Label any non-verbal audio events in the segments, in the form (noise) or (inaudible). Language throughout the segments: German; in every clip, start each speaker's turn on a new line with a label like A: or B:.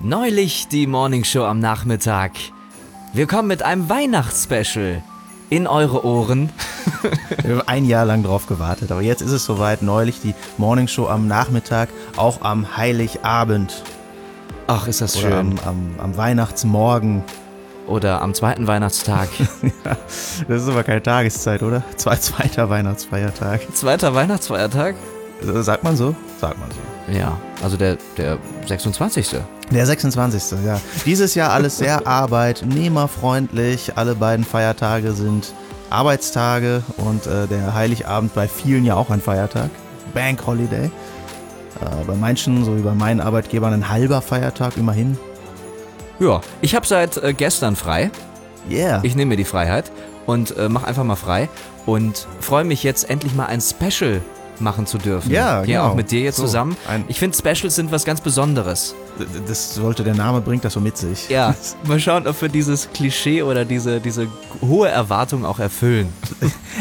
A: Neulich die Morning Show am Nachmittag. Wir kommen mit einem Weihnachtsspecial in eure Ohren.
B: Wir haben ein Jahr lang drauf gewartet, aber jetzt ist es soweit. Neulich die Morning Show am Nachmittag, auch am Heiligabend
A: Ach, ist das
B: oder
A: schön.
B: am, am, am Weihnachtsmorgen.
A: Oder am zweiten Weihnachtstag.
B: Das ist aber keine Tageszeit, oder? Zwei, zweiter Weihnachtsfeiertag.
A: (laughs) Zweiter Weihnachtsfeiertag?
B: Also, Sagt man so? Sagt man so.
A: Ja, also der, der 26.
B: Der 26. Ja. Dieses Jahr alles (laughs) sehr arbeitnehmerfreundlich. Alle beiden Feiertage sind Arbeitstage und äh, der Heiligabend bei vielen ja auch ein Feiertag. Bank Holiday. Äh, bei manchen, so wie bei meinen Arbeitgebern, ein halber Feiertag immerhin.
A: Ja, ich habe seit äh, gestern frei.
B: Yeah.
A: Ich nehme mir die Freiheit und äh, mach einfach mal frei und freue mich jetzt endlich mal ein Special machen zu dürfen.
B: Ja,
A: Hier
B: genau.
A: auch mit dir jetzt
B: So,
A: zusammen.
B: ein-
A: Ich finde Specials sind was ganz Besonderes.
B: D- das sollte der Name bringt das so mit sich.
A: Ja, (laughs) mal schauen, ob wir dieses Klischee oder diese, diese hohe Erwartung auch erfüllen.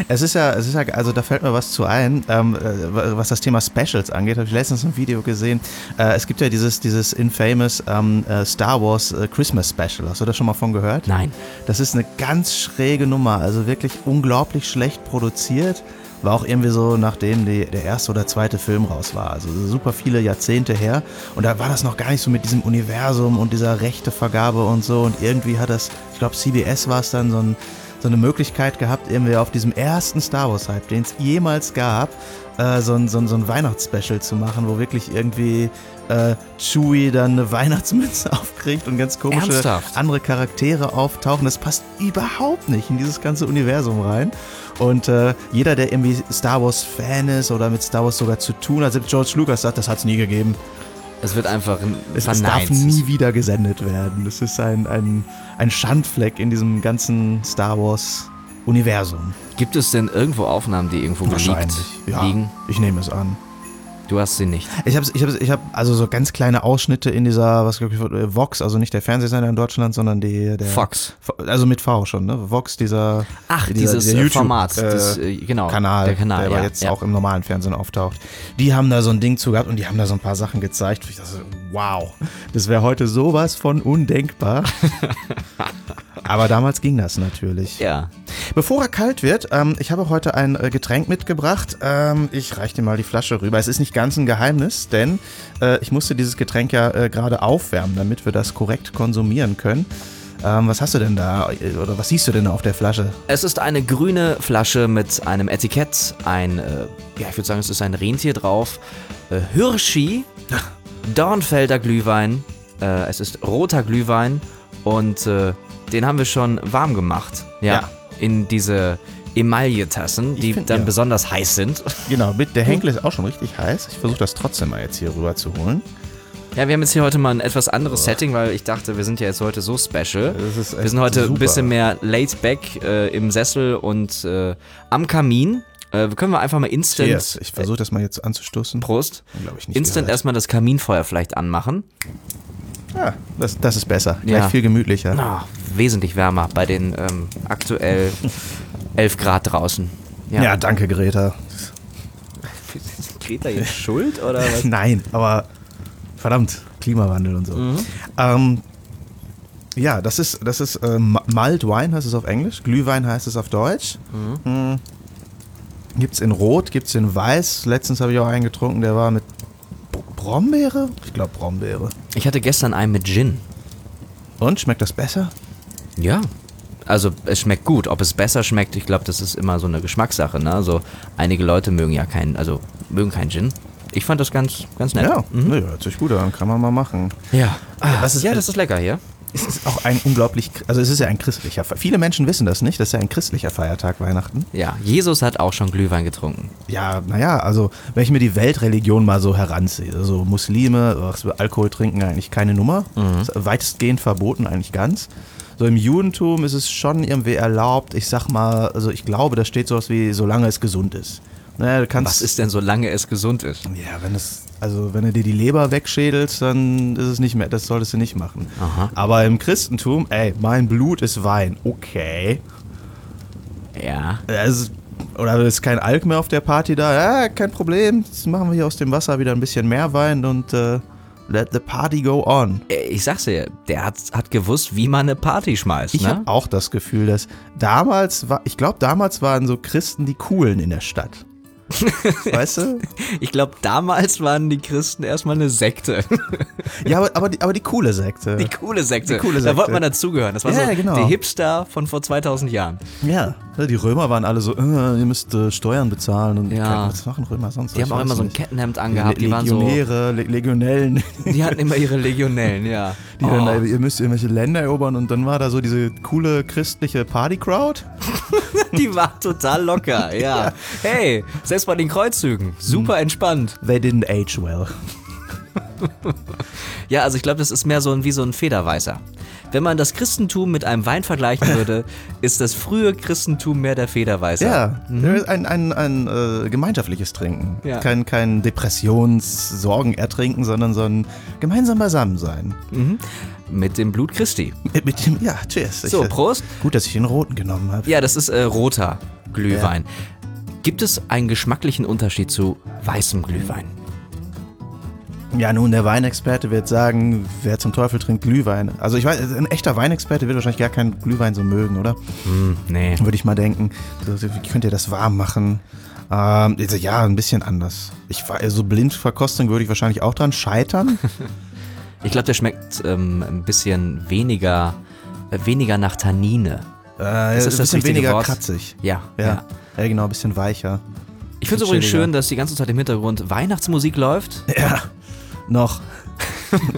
B: Es ist ja, es ist ja, also da fällt mir was zu ein, ähm, äh, was das Thema Specials angeht. Habe ich letztens ein Video gesehen. Äh, es gibt ja dieses, dieses infamous ähm, äh, Star Wars äh, Christmas Special. Hast du das schon mal von gehört?
A: Nein.
B: Das ist eine ganz schräge Nummer, also wirklich unglaublich schlecht produziert. War auch irgendwie so, nachdem die, der erste oder zweite Film raus war. Also super viele Jahrzehnte her. Und da war das noch gar nicht so mit diesem Universum und dieser Rechtevergabe und so. Und irgendwie hat das, ich glaube, CBS war es dann so, ein, so eine Möglichkeit gehabt, irgendwie auf diesem ersten Star Wars-Hype, den es jemals gab, äh, so ein, so ein, so ein Weihnachtsspecial zu machen, wo wirklich irgendwie äh, Chewie dann eine (laughs) Weihnachtsmütze aufkriegt und ganz komische
A: Ernsthaft?
B: andere Charaktere auftauchen. Das passt überhaupt nicht in dieses ganze Universum rein. Und äh, jeder, der irgendwie Star Wars-Fan ist oder mit Star Wars sogar zu tun hat, selbst George Lucas sagt, das hat es nie gegeben.
A: Es wird einfach ein
B: Es, es darf nie wieder gesendet werden. Das ist ein, ein, ein Schandfleck in diesem ganzen Star Wars-Universum.
A: Gibt es denn irgendwo Aufnahmen, die irgendwo geleakt
B: Ja,
A: liegen?
B: ich nehme es an.
A: Du hast sie nicht.
B: Ich habe ich hab, ich hab also so ganz kleine Ausschnitte in dieser, was glaub ich, äh, Vox, also nicht der Fernsehsender in Deutschland, sondern die, der.
A: Fox.
B: Also mit V schon, ne? Vox, dieser.
A: Ach,
B: dieser-
A: dieses
B: dieser
A: äh,
B: YouTube,
A: Format.
B: äh,
A: das, äh, genau.
B: Kanal,
A: der Kanal,
B: aber
A: ja,
B: jetzt
A: ja.
B: auch im normalen Fernsehen auftaucht. Die haben da so ein Ding zu gehabt und die haben da so ein paar Sachen gezeigt. wo Ich dachte, wow, das wäre heute sowas
A: (laughs)
B: von undenkbar. aber damals ging das natürlich.
A: Ja.
B: Bevor er kalt wird, ähm, ich habe heute ein äh, Getränk mitgebracht. Ähm, ich reiche dir mal die Flasche rüber. Es ist nicht ganz ein Geheimnis, denn äh, ich musste dieses Getränk ja äh, gerade aufwärmen, damit wir das korrekt konsumieren können. Ähm, was hast du denn da äh, oder was siehst du denn auf der Flasche?
A: Es ist eine grüne Flasche mit einem Etikett, ein, äh, ja, ich würde sagen, es ist ein Rentier drauf. Äh,
B: (laughs)
A: Hirschi, Dornfelder Glühwein, äh, es ist roter Glühwein und äh, den haben wir schon warm gemacht. Ja.
B: Ja.
A: In diese Emaille-Tassen, die
B: find,
A: dann
B: ja.
A: besonders heiß sind. (laughs)
B: Genau, mit- der Henkel ist auch schon richtig heiß. Ich versuche das trotzdem mal jetzt hier rüber zu holen.
A: Ja, wir haben jetzt hier heute mal ein etwas anderes Setting, weil ich dachte, wir sind ja jetzt heute so special.
B: Das ist
A: wir
B: echt
A: sind heute ein
B: super.
A: bisschen mehr laid back äh, im Sessel und äh, am Kamin. Äh, können wir einfach mal instant
B: Cheers. Ich versuche das mal jetzt anzustoßen.
A: Prost.
B: Glaub ich nicht
A: Instant
B: gehört.
A: erstmal das Kaminfeuer vielleicht anmachen.
B: Ah, das, das ist besser. Gleich
A: Ja.
B: viel gemütlicher.
A: Ah, wesentlich wärmer bei den ähm,
B: (laughs)
A: aktuell 11 Grad draußen.
B: Ja. danke, Greta.
A: Ist Greta jetzt schuld oder
B: (laughs)
A: was?
B: Nein, aber verdammt, Klimawandel und so. Ähm, ja, das ist, das ist ähm, Malt Wine heißt es auf Englisch, Glühwein heißt es auf Deutsch. Mhm. Gibt es in Rot, gibt es in Weiß. Letztens habe ich auch einen getrunken, der war mit Brombeere? Ich glaube Brombeere.
A: (laughs) Ich hatte gestern einen mit Gin.
B: Und, schmeckt das besser?
A: Ja. Also es schmeckt gut. Ob es besser schmeckt, ich glaube, das ist immer so eine Geschmackssache. Ne? Also einige Leute mögen ja keinen, also mögen keinen Gin. Ich fand das ganz, ganz nett.
B: Ja, Mhm. nö, hört sich gut an, kann man mal machen.
A: Ja. Ah,
B: Was ist-
A: ja, das ist lecker hier.
B: Es ist auch ein unglaublich, also es ist ja ein christlicher, Fe- viele Menschen wissen das nicht, das ist ja ein christlicher Feiertag Weihnachten.
A: Ja, Jesus hat auch schon Glühwein getrunken.
B: Ja, naja, also wenn ich mir die Weltreligion mal so heranziehe, also Muslime, was wir Alkohol trinken eigentlich keine Nummer,
A: Mhm.
B: ist weitestgehend verboten eigentlich ganz. So im Judentum ist es schon irgendwie erlaubt, ich sag mal, also ich glaube, da steht sowas wie, solange es gesund ist. Naja, du kannst,
A: Was ist denn, solange es gesund ist?
B: ja, wenn es, also wenn du dir die Leber wegschädelst, dann ist es nicht mehr, das solltest du nicht machen.
A: Aha.
B: Aber im Christentum, ey, mein Blut ist Wein, okay.
A: Ja.
B: Also, oder ist kein Alk mehr auf der Party da? Ja, kein Problem. Jetzt machen wir hier aus dem Wasser wieder ein bisschen mehr Wein und äh, Let the party go on.
A: Äh, Ich sag's dir, der hat, hat gewusst, wie man eine Party schmeißt.
B: Ich
A: ne?
B: habe auch das Gefühl, dass damals war, ich glaube, damals waren so Christen die Coolen in der (laughs) Stadt. weißt du?
A: Ich glaube, damals waren die Christen erstmal eine Sekte.
B: Ja, aber, aber, die, aber die coole Sekte.
A: Die coole Sekte.
B: Die coole
A: Da
B: Sekte.
A: wollte man dazugehören. Das war
B: Ja,
A: so
B: genau.
A: die Hipster von vor 2000 Jahren.
B: ja, ne, die Römer waren alle so, äh, ihr müsst äh, Steuern bezahlen und
A: Ja.
B: keine- was machen Römer sonst?
A: Die haben auch immer so ein
B: Cap
A: Kettenhemd angehabt. Die waren so.
B: Legionäre, Le Legionellen,
A: Die hatten immer ihre Legionellen, ja. Oh.
B: die dann, äh, ihr müsst irgendwelche Länder erobern und dann war da so diese coole christliche Party-Crowd.
A: Die war total (laughs) locker, ja. Hm. Hey, selbst bei den Kreuzzügen, super entspannt.
B: They didn't age well.
A: Ja, also ich glaube, das ist mehr so ein, wie so ein Federweißer. Wenn man das Christentum mit einem Wein (laughs) vergleichen würde, ist das frühe Christentum mehr der Federweißer.
B: Ja, Mhm. ein, ein, ein äh, gemeinschaftliches Trinken.
A: Ja.
B: Kein, kein Depressions-Sorgen-Ertrinken, sondern so ein gemeinsam Beisammensein.
A: Mit dem Blut Christi.
B: Mit, mit dem, ja, cheers.
A: So,
B: ich, äh,
A: Prost.
B: Gut, dass ich den roten genommen habe.
A: Ja, das ist äh, roter Glühwein. Gibt es einen geschmacklichen Unterschied zu weißem Glühwein?
B: Ja, nun, der Weinexperte wird sagen, wer zum Teufel trinkt Glühwein? Also ich weiß, ein echter Weinexperte wird wahrscheinlich gar keinen Glühwein so mögen, oder?
A: Hm, nee.
B: Würde ich mal denken. So, so, Wie könnt ihr das warm machen? Ähm, also, ja, ein bisschen anders. Ich war so blind Verkostung würde ich wahrscheinlich auch
A: (laughs)
B: dran scheitern.
A: Ich glaube, der schmeckt ähm, ein bisschen weniger, äh, weniger nach Tannine.
B: Äh,
A: Ist das das
B: ein bisschen
A: richtige
B: weniger
A: Wort?
B: kratzig.
A: Ja,
B: Ja. ja. genau, ein
A: (laughs)
B: bisschen weicher.
A: Ich finde es
B: Bisschen
A: übrigens
B: chilliger.
A: schön, dass die ganze Zeit im Hintergrund Weihnachtsmusik läuft.
B: Noch.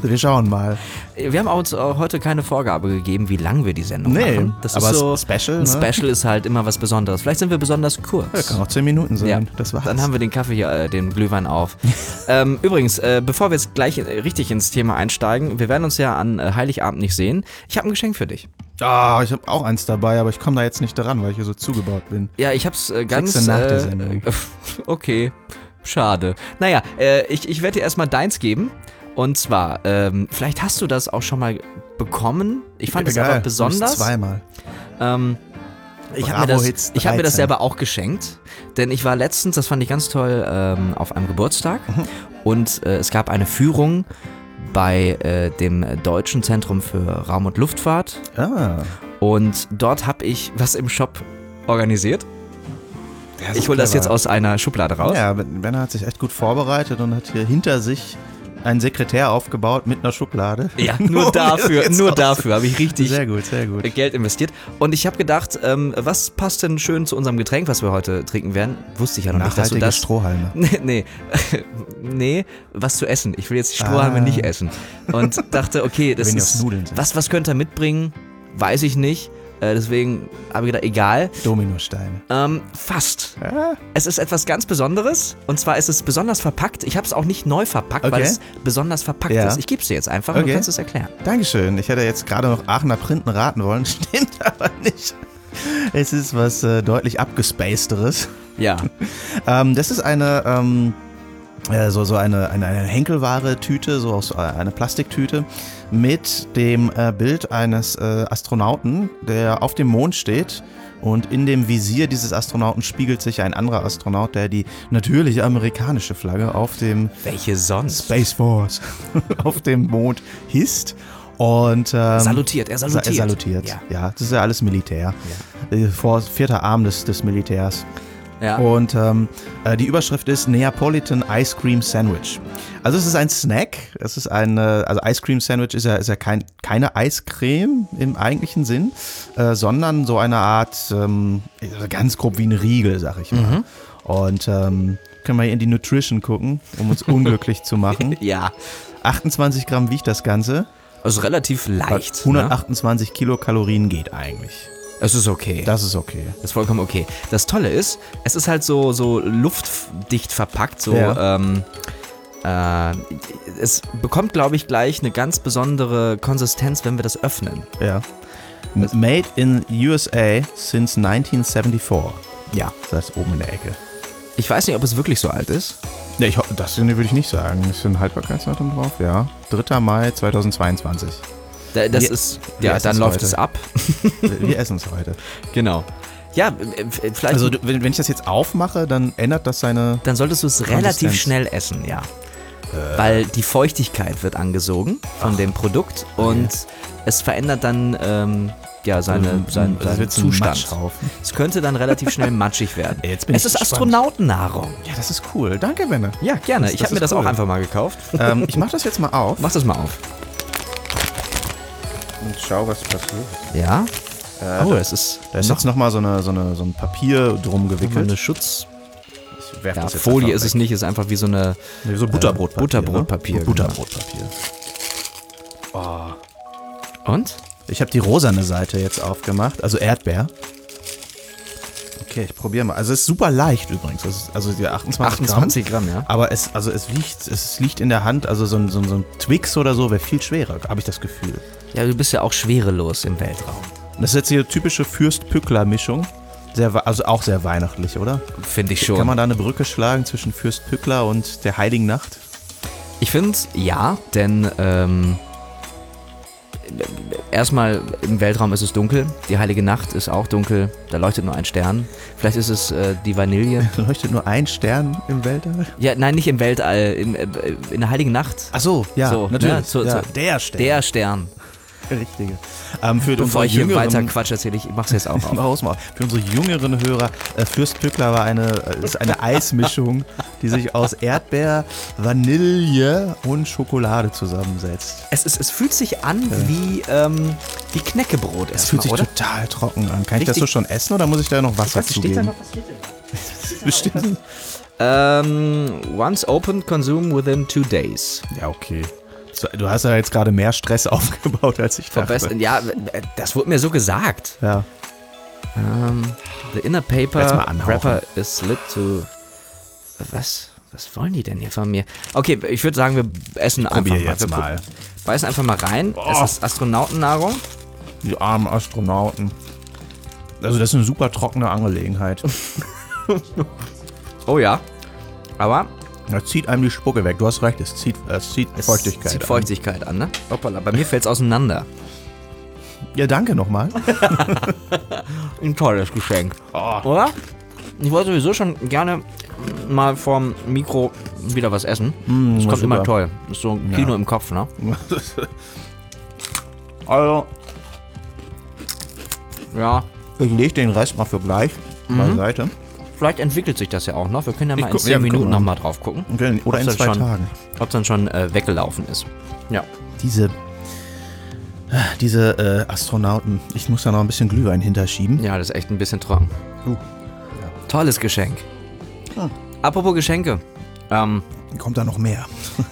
B: wir schauen mal.
A: Äh, Wir haben uns auch heute keine Vorgabe gegeben, wie lang wir die Sendung
B: Nee,
A: machen. Das
B: aber
A: ist so,
B: s- Special,
A: Ein
B: ne?
A: Special ist halt immer was Besonderes. Vielleicht sind wir besonders
B: Ja,
A: kurz.
B: kann auch 10 Minuten
A: Ja,
B: sein. Das war's.
A: Dann haben wir den Kaffee hier, äh, den Glühwein (laughs) auf. ähm, übrigens, äh, bevor wir jetzt gleich äh, richtig ins Thema einsteigen, wir werden uns ja an äh, Heiligabend nicht sehen. Ich habe ein Geschenk für dich.
B: Ah, ich habe auch eins dabei, aber ich komme da jetzt nicht dran, weil ich hier so zugebaut bin.
A: Ja, ich hab's äh, ganz.
B: Kriegst du nach
A: äh,
B: der Sendung.
A: äh, (laughs) Okay, schade. Naja, äh, ich, ich werde dir erstmal deins geben. Und zwar, ähm, vielleicht hast du das auch schon mal bekommen. Ich fand es
B: Egal,
A: einfach
B: du bist
A: besonders.
B: Zweimal.
A: Ähm, ich habe mir,
B: Bravo
A: das-
B: Hits
A: ich hab mir das
B: 13.
A: selber auch geschenkt, denn ich war letztens, das fand ich ganz toll, ähm, auf einem Geburtstag
B: Mhm.
A: und äh, es gab eine Führung bei äh, dem Deutschen Zentrum für Raum- und Luftfahrt
B: Ah.
A: und dort habe ich was im Shop organisiert. Ich hole das jetzt aus einer Schublade raus.
B: Ja, Ben- Benner hat sich echt gut vorbereitet und hat hier hinter sich einen Sekretär aufgebaut mit einer Schublade. (laughs)
A: Ja, nur
B: um das
A: dafür,
B: jetzt
A: nur
B: aus-
A: dafür habe ich richtig
B: Sehr gut, sehr gut.
A: Geld investiert. Und ich habe gedacht, ähm, was passt denn schön zu unserem Getränk, was wir heute trinken werden? Wusste ich ja noch nicht, dass du
B: Nachhaltige
A: das
B: Strohhalme.
A: Nee, nee, (laughs) nee, was zu essen. Ich will jetzt die Strohhalme
B: Ah.
A: nicht essen. Und dachte, okay, das
B: (laughs) Wenn die aus
A: ist.
B: Nudeln sind.
A: Was, was könnte er mitbringen? Weiß ich nicht. Äh, deswegen habe ich gedacht, egal.
B: Dominosteine.
A: Ähm, fast. Es ist etwas ganz Besonderes. Und zwar ist es besonders verpackt. Ich habe es auch nicht neu verpackt, weil
B: Okay.
A: es besonders verpackt
B: Ja.
A: ist. Ich gebe es dir jetzt einfach und du
B: Okay.
A: kannst es erklären.
B: Dankeschön. Ich hätte jetzt gerade noch Aachener Printen raten wollen. (laughs) Stimmt aber nicht. Es ist was äh, deutlich abgespacederes. (laughs)
A: Ja.
B: Ähm, das ist eine, ähm, äh, so, so eine, eine, eine Henkelware-Tüte, so aus äh, eine Plastiktüte mit dem äh, Bild eines äh, Astronauten, der auf dem Mond steht. Und in dem Visier dieses Astronauten spiegelt sich ein anderer Astronaut, der die natürliche amerikanische Flagge auf dem
A: Welche sonst?
B: Space Force (laughs) auf dem Mond hisst. Und, ähm,
A: Salutiert, er salutiert.
B: Sa- Er salutiert.
A: Ja.
B: Ja. das ist ja alles Militär. Äh, Vor, vierter Arm des, des Militärs.
A: Ja.
B: Und ähm, äh, die Überschrift ist Neapolitan Ice Cream Sandwich. Also es ist ein Snack. Es ist ein, äh, also Ice Cream Sandwich ist ja, ist ja kein, keine Eiscreme im eigentlichen Sinn, äh, sondern so eine Art, ähm, also ganz grob wie ein Riegel, sag ich
A: Mhm.
B: mal. Und ähm, können wir hier in die Nutrition gucken,
A: (laughs)
B: um uns unglücklich zu machen.
A: Ja.
B: 28 Gramm wiegt das Ganze.
A: Also relativ leicht. Ne?
B: 128 Kilokalorien geht eigentlich.
A: Es ist okay.
B: Das ist okay.
A: Das ist vollkommen okay. Das Tolle ist, es ist halt so, so luftdicht verpackt, so.
B: Ja.
A: Ähm, äh, es bekommt, glaube ich, gleich eine ganz besondere Konsistenz, wenn wir das öffnen.
B: Ja. Made in USA since 1974.
A: Ja.
B: Das ist oben in der Ecke.
A: Ich weiß nicht, ob es wirklich so alt ist.
B: Ne, ich, ho- das würde ich nicht sagen. Ist ein Haltbarkeitsdatum drauf? Ja. 3. Mai 2022.
A: Da- Das
B: Wir-
A: ist,
B: wir
A: ja,
B: essen
A: dann
B: es
A: läuft
B: heute.
A: es ab.
B: Wir (laughs) wir essen es heute.
A: Genau. Ja, äh, f- vielleicht,
B: Also, du, wenn, wenn ich das jetzt aufmache, dann ändert das seine.
A: dann solltest du es relativ
B: Konsistenz. Äh.
A: schnell essen, ja. weil die Feuchtigkeit wird angesogen von dem Produkt
B: Oh
A: und es verändert dann ähm, ja, seine,
B: hm,
A: sein, seinen
B: Das Also, wird zum
A: Zustand.
B: Matschhaufen.
A: Es könnte dann relativ schnell matschig (laughs) werden.
B: Ey, jetzt bin
A: es ist
B: ich gespannt.
A: Astronautennahrung.
B: Ja, das ist cool. Danke, Benne.
A: Ja, gerne.
B: Das-
A: ich
B: das
A: habe mir
B: ist
A: das auch
B: cool.
A: einfach mal (laughs) gekauft.
B: ähm, ich mach das jetzt mal auf
A: Mach das mal auf.
B: und schau, was passiert.
A: Ja. oh, es ist,
B: Da ist
A: noch
B: jetzt nochmal so, eine, so, eine, so ein Papier drum gewickelt.
A: eine Schutz.
B: Ich werf
A: Ja,
B: das jetzt
A: Folie
B: einfach
A: ist es
B: weg.
A: nicht, ist einfach wie so eine.
B: Nee, so Butterbrotpapier.
A: Butterbrotpapier,
B: Ne?
A: genau.
B: Butterbrotpapier.
A: Und?
B: Ich habe die rosane Seite jetzt aufgemacht, also Erdbeer. Okay, ich probiere mal. Also es ist super leicht übrigens. Das ist, also die 28,
A: 28
B: Gramm.
A: Gramm, ja.
B: Aber es, also es liegt, es liegt in der Hand, also so ein, so ein, so ein Twix oder so wäre viel schwerer, habe ich das Gefühl.
A: Ja, du bist ja auch schwerelos im Weltraum.
B: Und das ist jetzt hier typische Fürst-Pückler-Mischung. Sehr, wei- also auch sehr weihnachtlich, oder?
A: Finde ich schon.
B: Kann man da eine Brücke schlagen zwischen Fürst-Pückler und der Heiligen Nacht?
A: Ich finde, ja, denn ähm, erstmal im Weltraum ist es dunkel. Die heilige Nacht ist auch dunkel. Da leuchtet nur ein Stern. Vielleicht ist es äh, die Vanille.
B: Da leuchtet nur ein Stern im Weltall.
A: Ja, nein, nicht im Weltall. Im, äh, in der heiligen Nacht.
B: Ach so, ja,
A: So,
B: natürlich.
A: ne, so-
B: Ah, ja.
A: so-
B: der Stern.
A: Der Stern.
B: Der richtige. Ähm, für
A: Bevor
B: unsere
A: ich Um hier
B: jüngeren-
A: weiter Quatsch erzähle, ich mach's jetzt auch auf.
B: (laughs) Mach aus, mach aus. Für unsere jüngeren Hörer, äh, Fürst Pückler war eine, äh, ist eine Eismischung, die sich aus Erdbeer, Vanille und Schokolade zusammensetzt.
A: Es, ist, es fühlt sich an wie, ähm, wie Knäckebrot.
B: Das fühlt sich
A: oder?
B: total trocken an. Kann ich das
A: Richtig-
B: so schon essen oder muss ich da noch Wasser zugeben?
A: was
B: (laughs) Bestimmt.
A: Ähm, once opened, consume within two days.
B: Ja, okay. So, Du hast ja jetzt gerade mehr Stress (laughs) aufgebaut, als ich dachte.
A: Verbest ja, äh, das wurde mir so gesagt.
B: Ja.
A: Ähm, the inner
B: Jetzt mal
A: paper
B: anhauchen.
A: wrapper is lit to. Was? Was wollen die denn hier von mir? Okay, ich würde sagen, wir essen einfach
B: Probier
A: mal.
B: jetzt
A: wir gu-
B: mal. Oh.
A: Beißen einfach mal rein.
B: Boah.
A: Es ist Astronautennahrung.
B: Die armen Astronauten. Also das ist eine super
A: (laughs)
B: trockene Angelegenheit.
A: Oh ja. Aber
B: Da zieht einem die Spucke weg. Du hast recht, es zieht, es zieht
A: es
B: Feuchtigkeit
A: zieht
B: an.
A: Feuchtigkeit an, ne? Hoppala, bei mir fällt's auseinander.
B: Ja, danke nochmal.
A: Ein tolles Geschenk.
B: Oh.
A: Oder? Ich wollte sowieso schon gerne mal vorm Mikro wieder was essen. das kommt
B: Mm, super.
A: immer toll. Ist so ein Kino im Kopf, ne?
B: (laughs) also,
A: Ja.
B: ich lege den Rest mal für gleich beiseite.
A: Vielleicht entwickelt sich das ja auch noch. Wir können ja mal in
B: guck-
A: 10
B: ja, wir
A: Minuten
B: gucken mal.
A: nochmal drauf gucken.
B: Okay, Oder in
A: Ob's
B: zwei
A: dann schon-
B: Tagen.
A: Ob es dann schon äh, weggelaufen ist. Ja.
B: Diese, diese äh, Astronauten, ich muss da noch ein bisschen Glühwein hinterschieben.
A: Ja, das ist echt ein bisschen trocken. Tolles Geschenk.
B: Hm.
A: Apropos Geschenke. Ähm,
B: Kommt da noch mehr?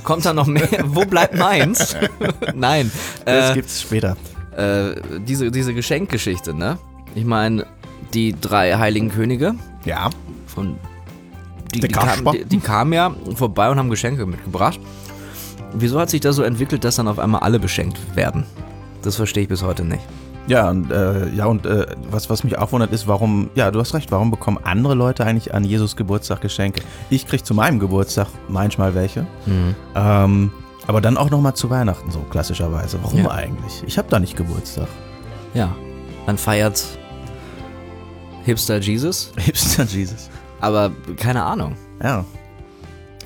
A: kommt da noch (laughs) mehr? Wo bleibt (laughs) meins? Nein.
B: das
A: Äh,
B: gibt's später.
A: äh, diese, diese Geschenkgeschichte, ne? Ich meine, die drei heiligen Könige
B: Ja.
A: von die,
B: Der
A: die, kamen,
B: Kasper.
A: die, die kamen ja vorbei und haben Geschenke mitgebracht. Wieso hat sich das so entwickelt, dass dann auf einmal alle beschenkt werden? Das verstehe ich bis heute nicht.
B: Ja, und, äh, ja, und äh, was, was mich auch wundert, ist, warum, ja, du hast recht, warum bekommen andere Leute eigentlich an Jesus Geburtstag Geschenke? Ich krieg zu meinem Geburtstag manchmal welche. Ähm, aber dann auch nochmal zu Weihnachten, so klassischerweise. Warum
A: Ja.
B: eigentlich? Ich habe da nicht Geburtstag. (laughs)
A: Ja, dann feiert Hipster Jesus,
B: Hipster Jesus.
A: aber keine Ahnung.
B: Ja.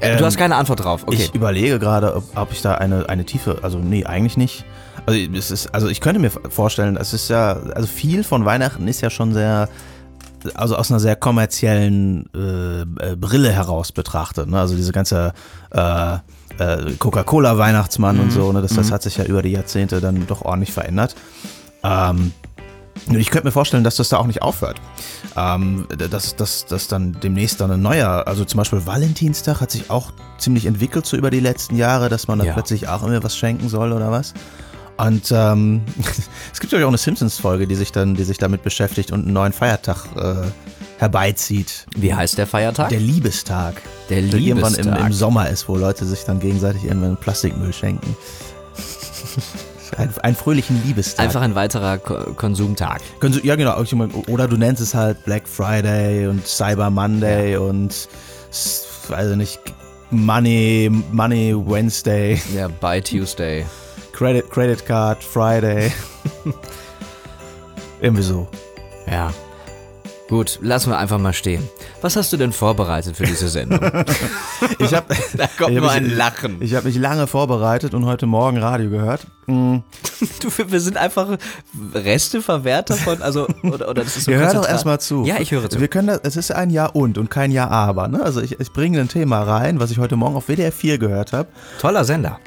A: du
B: Ähm,
A: hast keine Antwort drauf. Okay.
B: Ich überlege gerade, ob, ob ich da eine, eine tiefe, also nee, eigentlich nicht. Also es ist, also ich könnte mir vorstellen, es ist ja, also viel von Weihnachten ist ja schon sehr, also aus einer sehr kommerziellen äh, äh, Brille heraus betrachtet. Ne? Also diese ganze äh, äh, Coca-Cola-Weihnachtsmann und so, ne? das, das hat sich ja über die Jahrzehnte dann doch ordentlich verändert. Ähm, nur ich könnte mir vorstellen, dass das da auch nicht aufhört. Ähm, dass, dass, dass dann demnächst dann ein neuer, also zum Beispiel Valentinstag hat sich auch ziemlich entwickelt so über die letzten Jahre, dass man da
A: Ja.
B: plötzlich auch irgendwie was schenken soll oder was. Und ähm, (laughs) es gibt ja auch eine Simpsons-Folge, die sich dann, die sich damit beschäftigt und einen neuen Feiertag äh, herbeizieht.
A: Wie heißt der Feiertag?
B: Der Liebestag.
A: Der
B: Irgendwann im,
A: Liebestag.
B: im Sommer ist, wo Leute sich dann gegenseitig irgendwann Plastikmüll schenken. (laughs) Ein, einen fröhlichen Liebestag.
A: Einfach ein weiterer Ko Konsumtag.
B: Können Sie, ja, genau. ich meine, Oder du nennst es halt Black Friday und Cyber Monday und, s- weiß ich nicht, Money, Money Wednesday, (laughs)
A: Ja, By Tuesday.
B: Credit, Credit (laughs) Card Friday. Irgendwie so.
A: Ja. Gut, lassen wir einfach mal stehen. Was hast du denn vorbereitet für diese
B: (laughs)
A: Sendung?
B: Ich habe
A: (laughs) Da kommt
B: Ich
A: nur
B: hab mich-
A: ein Lachen.
B: ich hab mich lange vorbereitet und heute Morgen Radio gehört. Mm.
A: Du, wir wir sind einfach Resteverwerter von, also, oder, oder das ist so
B: Ihr hört doch
A: Konzentrat-
B: erstmal zu.
A: Ja, ich höre zu.
B: Wir können das, es ist ein Ja und und kein Ja aber. Ne? Also ich, ich bringe ein Thema rein, was ich heute Morgen auf WDR 4 gehört habe.
A: Toller Sender.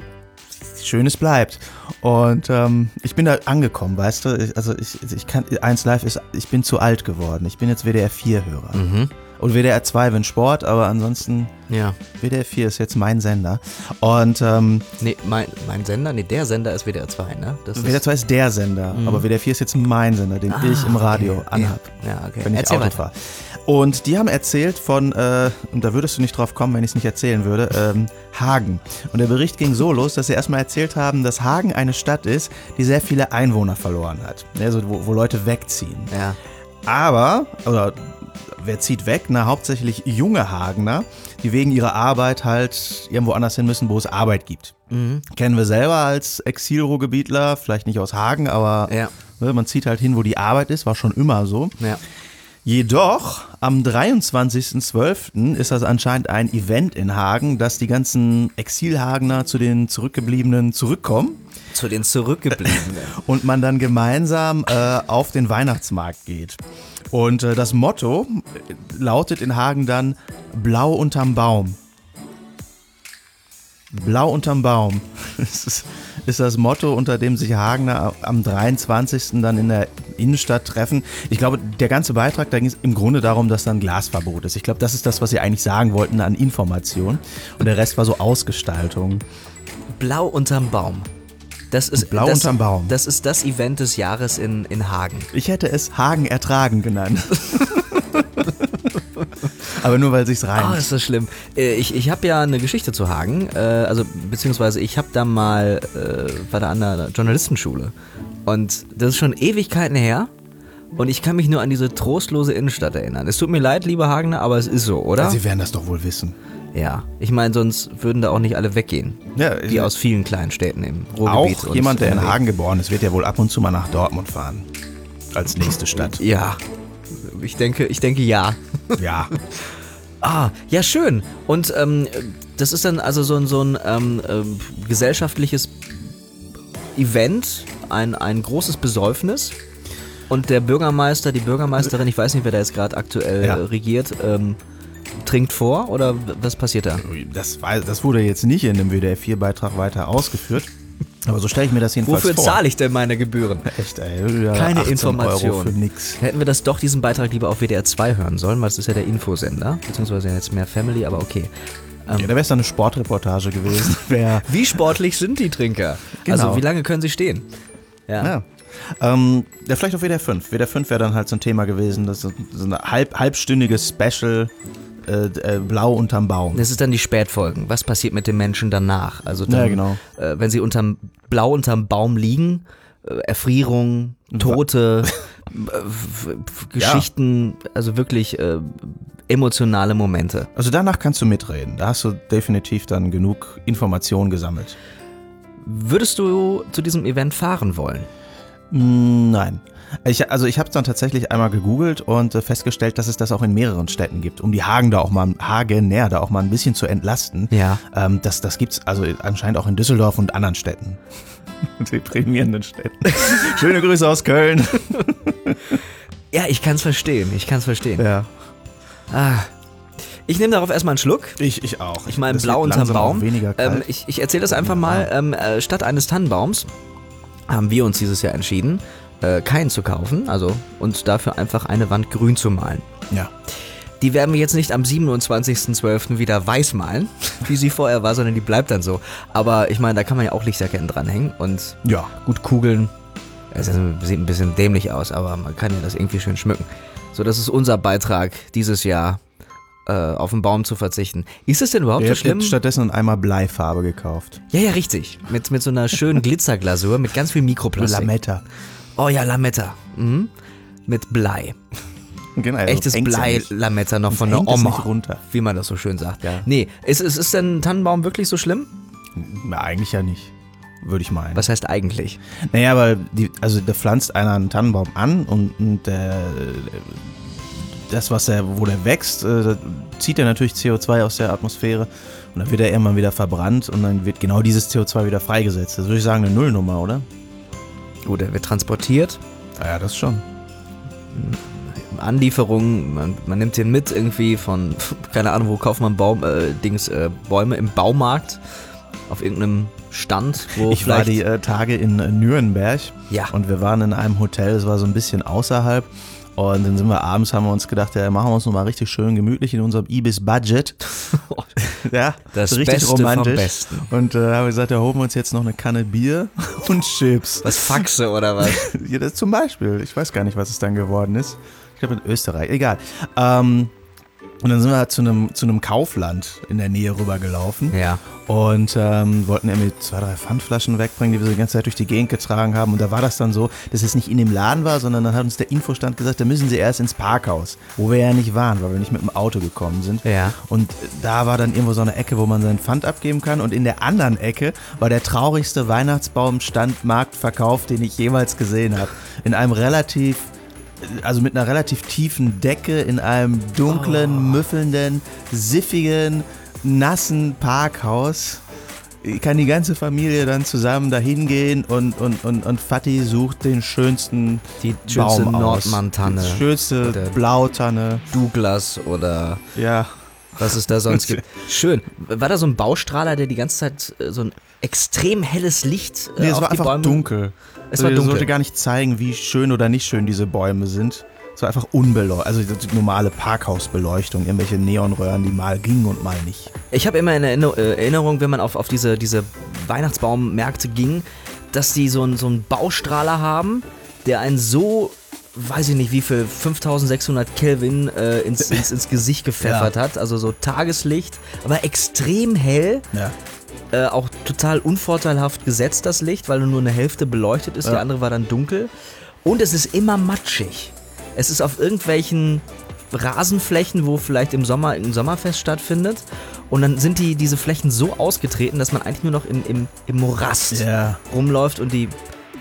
B: Schönes bleibt. Und ähm, ich bin da angekommen, weißt du? Ich, also ich, ich kann, eins live ist, ich bin zu alt geworden. Ich bin jetzt WDR 4-Hörer.
A: Mhm.
B: Und WDR 2, wenn Sport, aber ansonsten
A: Ja.
B: WDR 4 ist jetzt mein Sender. Und ähm,
A: Nee, mein, mein Sender, nee, der Sender ist WDR 2, ne? Das ist-
B: WDR 2 ist der Sender, aber WDR 4 ist jetzt mein Sender, den ich im Radio
A: okay.
B: anhab.
A: Ja, okay.
B: wenn ich
A: Erzähl
B: Auto
A: weiter.
B: fahre. Und die haben erzählt von, äh, und da würdest du nicht drauf kommen, wenn ich es nicht erzählen würde, ähm, Hagen. Und der Bericht ging so los, dass sie erstmal erzählt haben, dass Hagen eine Stadt ist, die sehr viele Einwohner verloren hat. Also wo, wo Leute wegziehen.
A: Ja.
B: Aber, oder wer zieht weg? Na, hauptsächlich junge Hagener, die wegen ihrer Arbeit halt irgendwo anders hin müssen, wo es Arbeit gibt.
A: Mhm.
B: Kennen wir selber als Exilruhrgebietler, vielleicht nicht aus Hagen, aber
A: Ja.
B: ne, man zieht halt hin, wo die Arbeit ist, war schon immer so.
A: Ja.
B: Jedoch, am 23.12. ist das anscheinend ein Event in Hagen, dass die ganzen Exilhagener zu den Zurückgebliebenen zurückkommen
A: Zu den Zurückgebliebenen.
B: und man dann gemeinsam äh, auf den Weihnachtsmarkt geht. Und äh, das Motto äh, lautet in Hagen dann Blau unterm Baum. Blau unterm Baum (laughs) Das ist, ist das Motto, unter dem sich Hagener am 23. dann in der Innenstadt treffen. Ich glaube, der ganze Beitrag, da ging es im Grunde darum, dass da ein Glasverbot ist. Ich glaube, das ist das, was sie eigentlich sagen wollten an Information. Und der Rest war so Ausgestaltung.
A: (laughs) Blau unterm Baum. Das ist,
B: Blau
A: das,
B: unterm Baum.
A: Das ist das Event des Jahres in, in Hagen.
B: Ich hätte es Hagen ertragen (laughs) genannt. Aber nur weil sich's
A: Oh,
B: reimt.
A: ist das schlimm. Äh, Ich, ich habe ja eine Geschichte zu Hagen, äh, also beziehungsweise ich habe da mal, äh, war da an der Journalistenschule und das ist schon Ewigkeiten her und ich kann mich nur an diese trostlose Innenstadt erinnern. Es tut mir leid, lieber Hagener, aber es ist so, oder?
B: Sie werden das doch wohl wissen.
A: Ja, ich meine, sonst würden da auch nicht alle weggehen,
B: Ja,
A: die aus vielen kleinen Städten im Ruhrgebiet.
B: auch
A: und äh,
B: jemand, der in
A: NRW.
B: Hagen geboren ist, wird ja wohl ab und zu mal nach Dortmund fahren. Als nächste Stadt.
A: Ja, ich denke, ich denke ja.
B: (laughs) Ja.
A: Ah, ja, schön. Und ähm, das ist dann also so ein, so ein ähm, ähm, gesellschaftliches Event, ein, ein großes Besäufnis. Und der Bürgermeister, die Bürgermeisterin, ich weiß nicht, wer da jetzt gerade aktuell
B: Ja.
A: äh, regiert, ähm, trinkt vor oder w- was passiert da?
B: Das, war, das wurde jetzt nicht in dem WDR4-Beitrag weiter ausgeführt. Aber so stelle ich mir das jedenfalls
A: Wofür
B: vor.
A: zahle ich denn meine Gebühren?
B: Echt, ey. ja,
A: Keine
B: 18
A: Information.
B: Euro für nix.
A: Hätten wir das doch diesen Beitrag lieber auf WDR 2 hören sollen, weil es ist ja der Infosender, beziehungsweise ja jetzt mehr Family, aber okay.
B: Ja, da wäre es dann eine Sportreportage (laughs) gewesen. Wär,
A: Wie sportlich sind die Trinker?
B: Genau.
A: Also wie lange können sie stehen?
B: Ja. Ähm, ja, vielleicht auf WDR 5. WDR 5 wäre dann halt so ein Thema gewesen, das ist so ein halb, halbstündiges Special, äh, äh, blau unterm Baum.
A: Das ist dann die Spätfolgen. Was passiert mit den Menschen danach? Also dann,
B: Ja, genau.
A: äh, wenn sie unterm blau unterm Baum liegen, äh, Erfrierung,
B: (laughs)
A: Tote, äh, f- f- Geschichten, also wirklich äh, emotionale Momente.
B: Also danach kannst du mitreden. Da hast du definitiv dann genug Informationen gesammelt.
A: Würdest du zu diesem Event fahren wollen?
B: Mm, Nein. Ich, also ich habe es dann tatsächlich einmal gegoogelt und äh, festgestellt, dass es das auch in mehreren Städten gibt, um die Hagen da auch mal, Hagener da auch mal ein bisschen zu entlasten.
A: Ja.
B: Ähm, das das gibt's also anscheinend auch in Düsseldorf und anderen Städten. Deprimierenden Städten. (laughs) Schöne Grüße aus Köln.
A: Ja, ich kann's verstehen. Ich kann's verstehen.
B: Ja.
A: Ah. Ich nehme darauf erstmal einen Schluck.
B: Ich, ich auch.
A: Ich meine,
B: Das
A: blau
B: wird
A: unterm
B: langsam auch
A: Baum.
B: Weniger
A: ähm,
B: kalt.
A: ich ich erzähle das einfach mal. Ähm, äh, statt eines Tannenbaums haben wir uns dieses Jahr entschieden, äh, keinen zu kaufen, also uns dafür einfach eine Wand grün zu malen.
B: ja.
A: Die werden wir jetzt nicht am 27.12. wieder weiß malen, (laughs) wie sie vorher war, sondern die bleibt dann so. Aber ich meine, da kann man ja auch Lichterketten dranhängen und
B: Ja.
A: gut kugeln. Es ist- sieht ein bisschen dämlich aus, aber man kann ja das irgendwie schön schmücken. So, das ist unser Beitrag dieses Jahr, äh, auf den Baum zu verzichten. Ist es denn überhaupt
B: Er
A: so
B: hat
A: schlimm?
B: jetzt stattdessen einmal Bleifarbe gekauft.
A: Ja, ja, richtig. Mit, mit so einer schönen Glitzerglasur, mit ganz viel Mikroplastik.
B: Lametta.
A: oh ja, Lametta. Mhm. Mit Blei.
B: Genau, also
A: Echtes
B: hängt sie nicht.
A: Blei-Lametta noch von der
B: hängt es
A: Oma.
B: nicht runter.
A: Wie man das so schön sagt.
B: Ja.
A: Nee, ist, ist, ist denn ein Tannenbaum wirklich so schlimm?
B: Na, eigentlich ja nicht. Würde ich meinen.
A: Was heißt eigentlich?
B: Naja, weil die, also da pflanzt einer einen Tannenbaum an und, und der, das, was er, wo der wächst, äh, da zieht er natürlich CO2 aus der Atmosphäre und dann wird er irgendwann wieder verbrannt und dann wird genau dieses CO2 wieder freigesetzt. Das würde ich sagen, eine Nullnummer, oder?
A: Gut, er wird transportiert,
B: Ja, das schon.
A: Anlieferungen, man, man nimmt den mit irgendwie von, (laughs) keine Ahnung, wo kauft man Baum, äh, Dings, äh, Bäume im Baumarkt, auf irgendeinem Stand, wo
B: Ich war
A: Oh, vielleicht...
B: die äh, Tage in äh, Nürnberg
A: ja,
B: und wir waren in einem Hotel, es war so ein bisschen außerhalb. Und dann sind wir abends, haben wir uns gedacht, ja, machen wir uns nochmal richtig schön gemütlich in unserem
A: (laughs)
B: Ibis-Budget. ja,
A: das
B: so richtig
A: Beste
B: romantisch.
A: vom Besten.
B: Und äh, haben wir gesagt, da holen wir uns jetzt noch eine
A: (laughs)
B: Kanne Bier und Chips.
A: (laughs) Was, Faxe oder was?
B: Ja, das zum Beispiel. Ich weiß gar nicht, was es dann geworden ist. Ich glaube in Österreich. Egal. Ähm, und dann sind wir zu einem, zu einem Kaufland in der Nähe rübergelaufen
A: ja.
B: und ähm, wollten irgendwie zwei, drei Pfandflaschen wegbringen, die wir so die ganze Zeit durch die Gegend getragen haben. Und da war das dann so, dass es nicht in dem Laden war, sondern dann hat uns der Infostand gesagt, da müssen sie erst ins Parkhaus, wo wir ja nicht waren, weil wir nicht mit dem Auto gekommen sind.
A: Ja.
B: Und da war dann irgendwo so eine Ecke, wo man seinen Pfand abgeben kann. Und in der anderen Ecke war der traurigste Weihnachtsbaumstandmarktverkauf, den ich jemals gesehen habe. In einem relativ, also mit einer relativ tiefen Decke, in einem dunklen,
A: Oh.
B: müffelnden, siffigen, nassen Parkhaus. Kann die ganze Familie dann zusammen dahin gehen und, und, und, und Fatih sucht den schönsten
A: Die schönste
B: Baum aus.
A: Nordmann-Tanne.
B: Die schönste
A: Oder-
B: Blautanne.
A: Douglas oder
B: Ja.
A: was es da sonst
B: (laughs)
A: gibt. Schön. War da so ein Baustrahler, der die ganze Zeit äh, so ein extrem helles Licht äh,
B: Nee,
A: auf
B: es war
A: die
B: einfach
A: Bäume...
B: dunkel.
A: Es
B: Also
A: war
B: ihr
A: dunkel.
B: sollte gar nicht zeigen, wie schön oder nicht schön diese Bäume sind. Es war einfach unbeleuchtet. Also die normale Parkhausbeleuchtung, irgendwelche Neonröhren, die mal gingen und mal nicht.
A: Ich habe immer in Erinner- äh, Erinnerung, wenn man auf, auf diese, diese Weihnachtsbaummärkte ging, dass die so einen so einen Baustrahler haben, der einen so, weiß ich nicht wie viel, 5600 Kelvin äh, ins,
B: (laughs)
A: ins, ins Gesicht gepfeffert hat. Also so Tageslicht, aber extrem hell.
B: Ja.
A: Äh, auch total unvorteilhaft gesetzt, das Licht, weil nur eine Hälfte beleuchtet ist, die
B: Ja.
A: andere war dann dunkel. Und es ist immer matschig. Es ist auf irgendwelchen Rasenflächen, wo vielleicht im Sommer ein Sommerfest stattfindet. Und dann sind die, diese Flächen so ausgetreten, dass man eigentlich nur noch in, im, im Morast
B: Ja.
A: rumläuft und die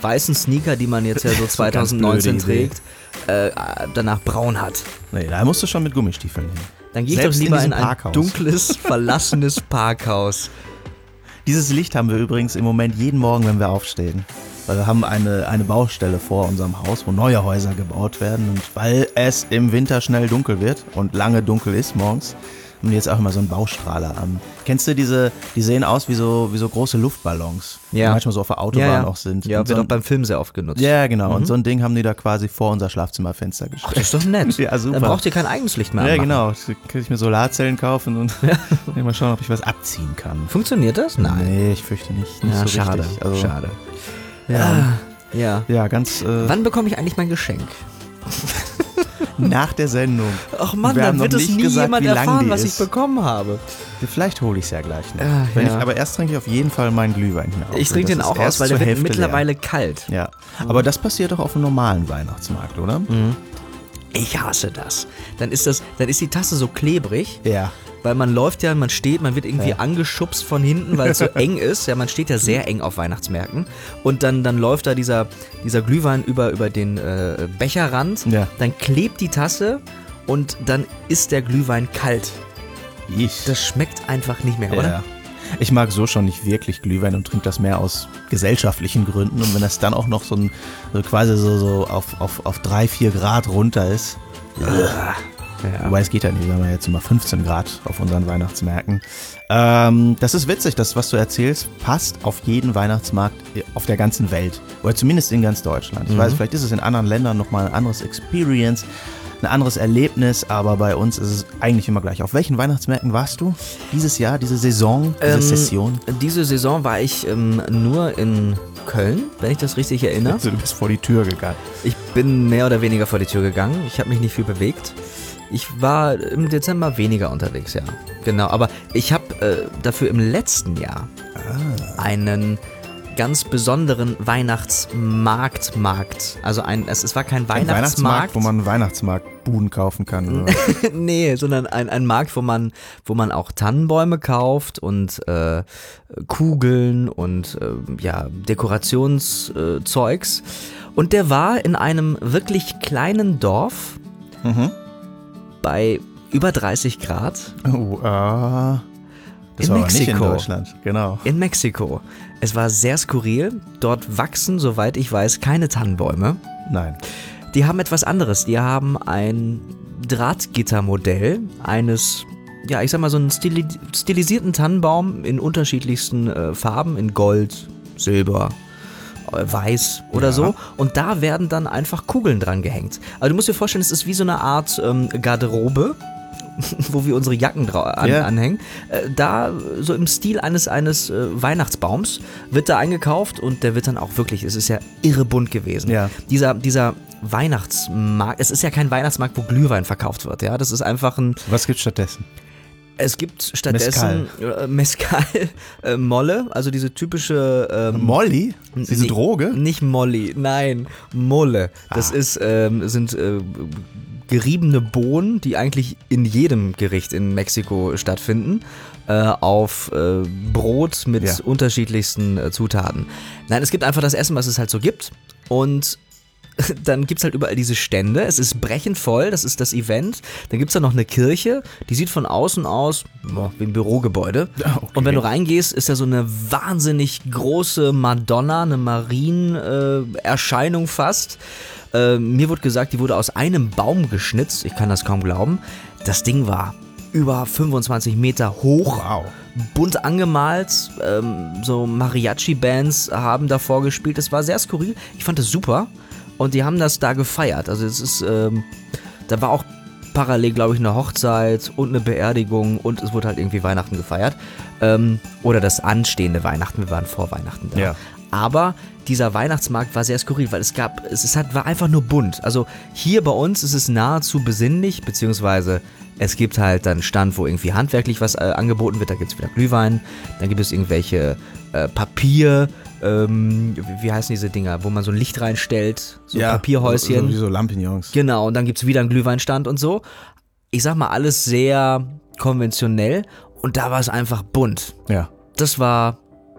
A: weißen Sneaker, die man
B: (laughs)
A: jetzt ja so
B: eine ganz blöde
A: 2019
B: Idee.
A: trägt, äh, danach braun hat.
B: Nee, da musst du schon mit Gummistiefeln hin.
A: Dann gehe ich doch
B: Selbst in
A: lieber in,
B: diesem
A: ein
B: Parkhaus. (laughs)
A: dunkles, verlassenes Parkhaus.
B: Dieses Licht haben wir übrigens im Moment jeden Morgen, wenn wir aufstehen. Weil wir haben eine, eine Baustelle vor unserem Haus, wo neue Häuser gebaut werden. Und weil es im Winter schnell dunkel wird und lange dunkel ist morgens, haben die jetzt auch immer so einen Baustrahler an. Kennst du diese, die sehen aus wie so, wie so große Luftballons,
A: Ja.
B: die manchmal so auf der Autobahn auch sind.
A: Ja,
B: Und
A: wird
B: so
A: auch
B: ein-
A: beim Film sehr oft genutzt.
B: ja, genau. Und so ein Ding haben die da quasi vor unser Schlafzimmerfenster
A: Ach,
B: gestellt.
A: das ist doch nett.
B: (laughs) Ja, super.
A: Dann braucht ihr kein eigenes Licht mehr.
B: ja,
A: anmachen.
B: genau. Da kann ich mir Solarzellen
A: (laughs)
B: kaufen und mal schauen, ob ich was abziehen kann.
A: Funktioniert das? Nein.
B: Nee, ich fürchte nicht. nicht
A: ja,
B: so
A: schade.
B: Richtig. Also,
A: schade. Ah.
B: Ja,
A: Ja.
B: ja ganz äh,
A: Wann bekomme ich eigentlich mein Geschenk?
B: nach der Sendung.
A: Ach
B: Mann, Wir dann haben noch wird es nicht nie gesagt, jemand wie lang erfahren, die was ich ist.
A: bekommen habe.
B: Vielleicht hole ich es ja gleich noch.
A: Ah,
B: Wenn
A: ja.
B: ich, aber erst trinke ich auf jeden Fall meinen Glühwein hinaus.
A: Ich trinke den auch aus, weil der wird mittlerweile kalt.
B: Leer. Ja, aber das passiert doch auf einem normalen Weihnachtsmarkt, oder?
A: Mhm. Ich hasse das. Dann ist das, dann ist die Tasse so klebrig,
B: Ja.
A: weil man läuft ja, man steht, man wird irgendwie
B: Ja.
A: angeschubst von hinten, weil es
B: (laughs)
A: so eng ist. Ja, man steht ja sehr eng auf Weihnachtsmärkten und dann, dann läuft da dieser, dieser Glühwein über, über den äh, Becherrand.
B: Ja.
A: Dann klebt die Tasse und dann ist der Glühwein kalt.
B: Ich.
A: Das schmeckt einfach nicht mehr,
B: Ja.
A: oder?
B: Ich mag so schon nicht wirklich Glühwein und trinke das mehr aus gesellschaftlichen Gründen. Und wenn das dann auch noch so, ein, so quasi so, so auf, auf, auf 3, 4 Grad runter ist. Wobei es geht ja nicht, wir haben ja jetzt immer 15 Grad auf unseren Weihnachtsmärkten. Ähm, das ist witzig, das, was du erzählst, passt auf jeden Weihnachtsmarkt äh, auf der ganzen Welt. Oder zumindest in ganz Deutschland.
A: Mhm.
B: Ich weiß, vielleicht ist es in anderen Ländern nochmal ein anderes Experience, ein anderes Erlebnis, aber bei uns ist es eigentlich immer gleich. Auf welchen Weihnachtsmärkten warst du dieses Jahr, diese Saison, diese
A: Ähm,
B: Session?
A: Diese Saison war ich ähm, nur in Köln, wenn ich das richtig erinnere.
B: Also du bist vor die Tür gegangen.
A: Ich bin mehr oder weniger vor die Tür gegangen. Ich habe mich nicht viel bewegt. Ich war im Dezember weniger unterwegs, ja. Genau, aber ich habe äh, dafür im letzten Jahr
B: Ah.
A: einen ganz besonderen Weihnachtsmarkt, Markt. Also ein, es, es war kein
B: Ein
A: Weihnachtsmarkt,
B: Weihnachtsmarkt, wo man Weihnachtsmarktbuden kaufen
A: (laughs)
B: kann. oder was?
A: nee, sondern ein, ein Markt, wo man, wo man auch Tannenbäume kauft und äh, Kugeln und äh, ja, Dekorationszeugs. Äh, Zeugs. und der war in einem wirklich kleinen Dorf bei über 30 Grad
B: Mhm. Oh, ah. das
A: In
B: war aber nicht in
A: Mexiko.
B: Deutschland. Genau.
A: in Mexiko. Es war sehr skurril. Dort wachsen, soweit ich weiß, keine Tannenbäume.
B: Nein.
A: Die haben etwas anderes. Die haben ein Drahtgittermodell eines, ja, ich sag mal, so einen stili stilisierten Tannenbaum in unterschiedlichsten äh, Farben, in Gold, Silber, äh, Weiß oder
B: Ja.
A: so. Und da werden dann einfach Kugeln dran gehängt. Also du musst dir vorstellen, es ist wie so eine Art ähm, Garderobe. (laughs) wo wir unsere Jacken dra- an,
B: Ja.
A: anhängen. Äh, da so im Stil eines eines äh, Weihnachtsbaums wird da eingekauft und der wird dann auch wirklich, es ist ja irre bunt gewesen.
B: Ja.
A: Dieser, dieser Weihnachtsmarkt, es ist ja kein Weihnachtsmarkt, wo Glühwein verkauft wird, ja. Das ist einfach ein,
B: Was gibt's stattdessen?
A: es gibt stattdessen Mezcal, äh, Mezcal äh, Molle, also diese typische ähm,
B: Molly? Diese
A: nee,
B: Droge? Ah.
A: Nicht Molly, nein, Molle. Das ist, ähm, sind äh, geriebene Bohnen, die eigentlich in jedem Gericht in Mexiko stattfinden, äh, auf äh, Brot mit
B: Ja.
A: unterschiedlichsten äh, Zutaten. Nein, es gibt einfach das Essen, was es halt so gibt. Und (laughs) dann gibt es halt überall diese Stände. Es ist brechend voll, das ist das Event. Dann gibt es da noch eine Kirche, die sieht von außen aus boah, wie ein
B: (laughs)
A: Bürogebäude.
B: Ja, Ah, okay.
A: Und wenn du reingehst, ist da so eine wahnsinnig große Madonna, eine Marienerscheinung äh, Erscheinung fast. Äh, mir wurde gesagt, die wurde aus einem Baum geschnitzt. Ich kann das kaum glauben. Das Ding war über 25 Meter hoch
B: Wow.
A: bunt angemalt. Ähm, so Mariachi-Bands haben davor gespielt. Es war sehr skurril. Ich fand es super. Und die haben das da gefeiert. Also es ist, ähm, da war auch parallel, glaube ich, eine Hochzeit und eine Beerdigung und es wurde halt irgendwie Weihnachten gefeiert. Ähm, oder das anstehende Weihnachten. Wir waren vor Weihnachten da.
B: Ja.
A: Aber dieser Weihnachtsmarkt war sehr skurril, weil es gab, es, es hat, war einfach nur bunt. Also hier bei uns ist es nahezu besinnlich, beziehungsweise es gibt halt dann einen Stand, wo irgendwie handwerklich was äh, angeboten wird. Da gibt es wieder Glühwein, dann gibt es irgendwelche äh, Papier, ähm, wie, wie heißen diese Dinger, wo man so ein Licht reinstellt, so Papierhäuschen.
B: So, so Lampignons.
A: Genau, und dann gibt's wieder einen Glühweinstand und so. Ich sag mal, alles sehr konventionell und da war es einfach bunt.
B: Ja.
A: Das war,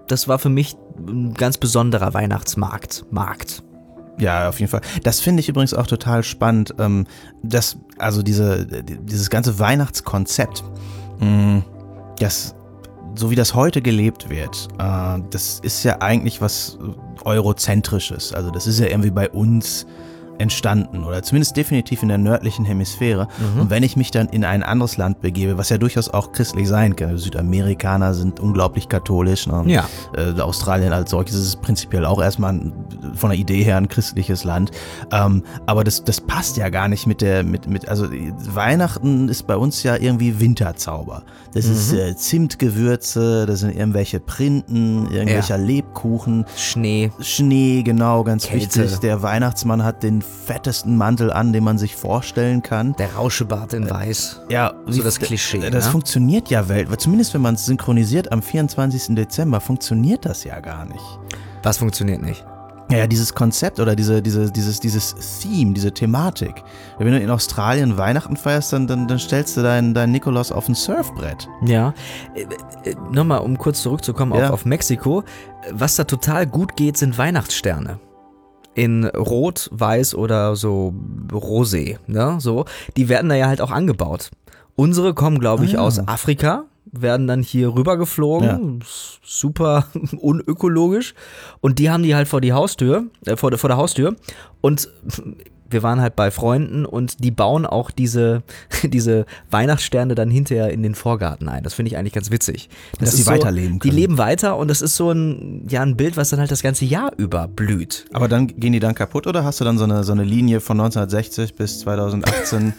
A: das war für mich ein ganz besonderer Weihnachtsmarkt. Markt.
B: Ja, auf jeden Fall. Das finde ich übrigens auch total spannend. Ähm, das, also diese, dieses ganze Weihnachtskonzept, mh, das, so wie das heute gelebt wird, äh, das ist ja eigentlich was äh, Eurozentrisches. Also das ist ja irgendwie bei uns entstanden oder zumindest definitiv in der nördlichen Hemisphäre. Und wenn ich mich dann in ein anderes Land begebe, was ja durchaus auch christlich sein kann, Südamerikaner sind unglaublich katholisch, ne?
A: Ja.
B: äh, Australien als solches ist es prinzipiell auch erstmal ein, von der Idee her ein christliches Land. Ähm, aber das, das passt ja gar nicht mit der, mit, mit, also äh, Weihnachten ist bei uns ja irgendwie Winterzauber. Das
A: Mhm.
B: ist äh, Zimtgewürze, das sind irgendwelche Printen, irgendwelcher Lebkuchen.
A: Schnee.
B: Schnee, genau, ganz
A: Kälte.
B: wichtig. Der Weihnachtsmann hat den fettesten Mantel an, den man sich vorstellen kann.
A: Der Rauschebart in Weiß.
B: Ja,
A: So das Klischee,
B: Das
A: ne?
B: funktioniert ja weltweit. Zumindest wenn man es synchronisiert am 24. Dezember, funktioniert das ja gar nicht.
A: Was funktioniert nicht?
B: Ja, ja, dieses Konzept oder diese, diese, dieses, dieses Theme, diese Thematik. Wenn du in Australien Weihnachten feierst, dann, dann, dann stellst du deinen, deinen Nikolaus auf ein Surfbrett.
A: Ja. Äh, äh, Nochmal, um kurz zurückzukommen
B: Ja.
A: auf, auf Mexiko. Was da total gut geht, sind Weihnachtssterne. In Rot, Weiß oder so Rosé. Ne? So, die werden da ja halt auch angebaut. Unsere kommen, glaube ich,
B: Ah.
A: aus Afrika, werden dann hier rübergeflogen. S- Super (laughs) unökologisch. Und die haben die halt vor die Haustür, äh, vor, der- vor der Haustür. Und wir waren halt bei Freunden und die bauen auch diese, (laughs) diese Weihnachtssterne dann hinterher in den Vorgarten ein. Das finde ich eigentlich ganz witzig.
B: Dass
A: Das
B: die
A: ist so,
B: weiterleben
A: Die
B: können.
A: leben weiter und das ist so ein, ja, ein Bild, was dann halt das ganze Jahr über blüht.
B: Aber dann gehen die dann kaputt oder hast du dann so eine, so eine Linie von 1960 bis 2018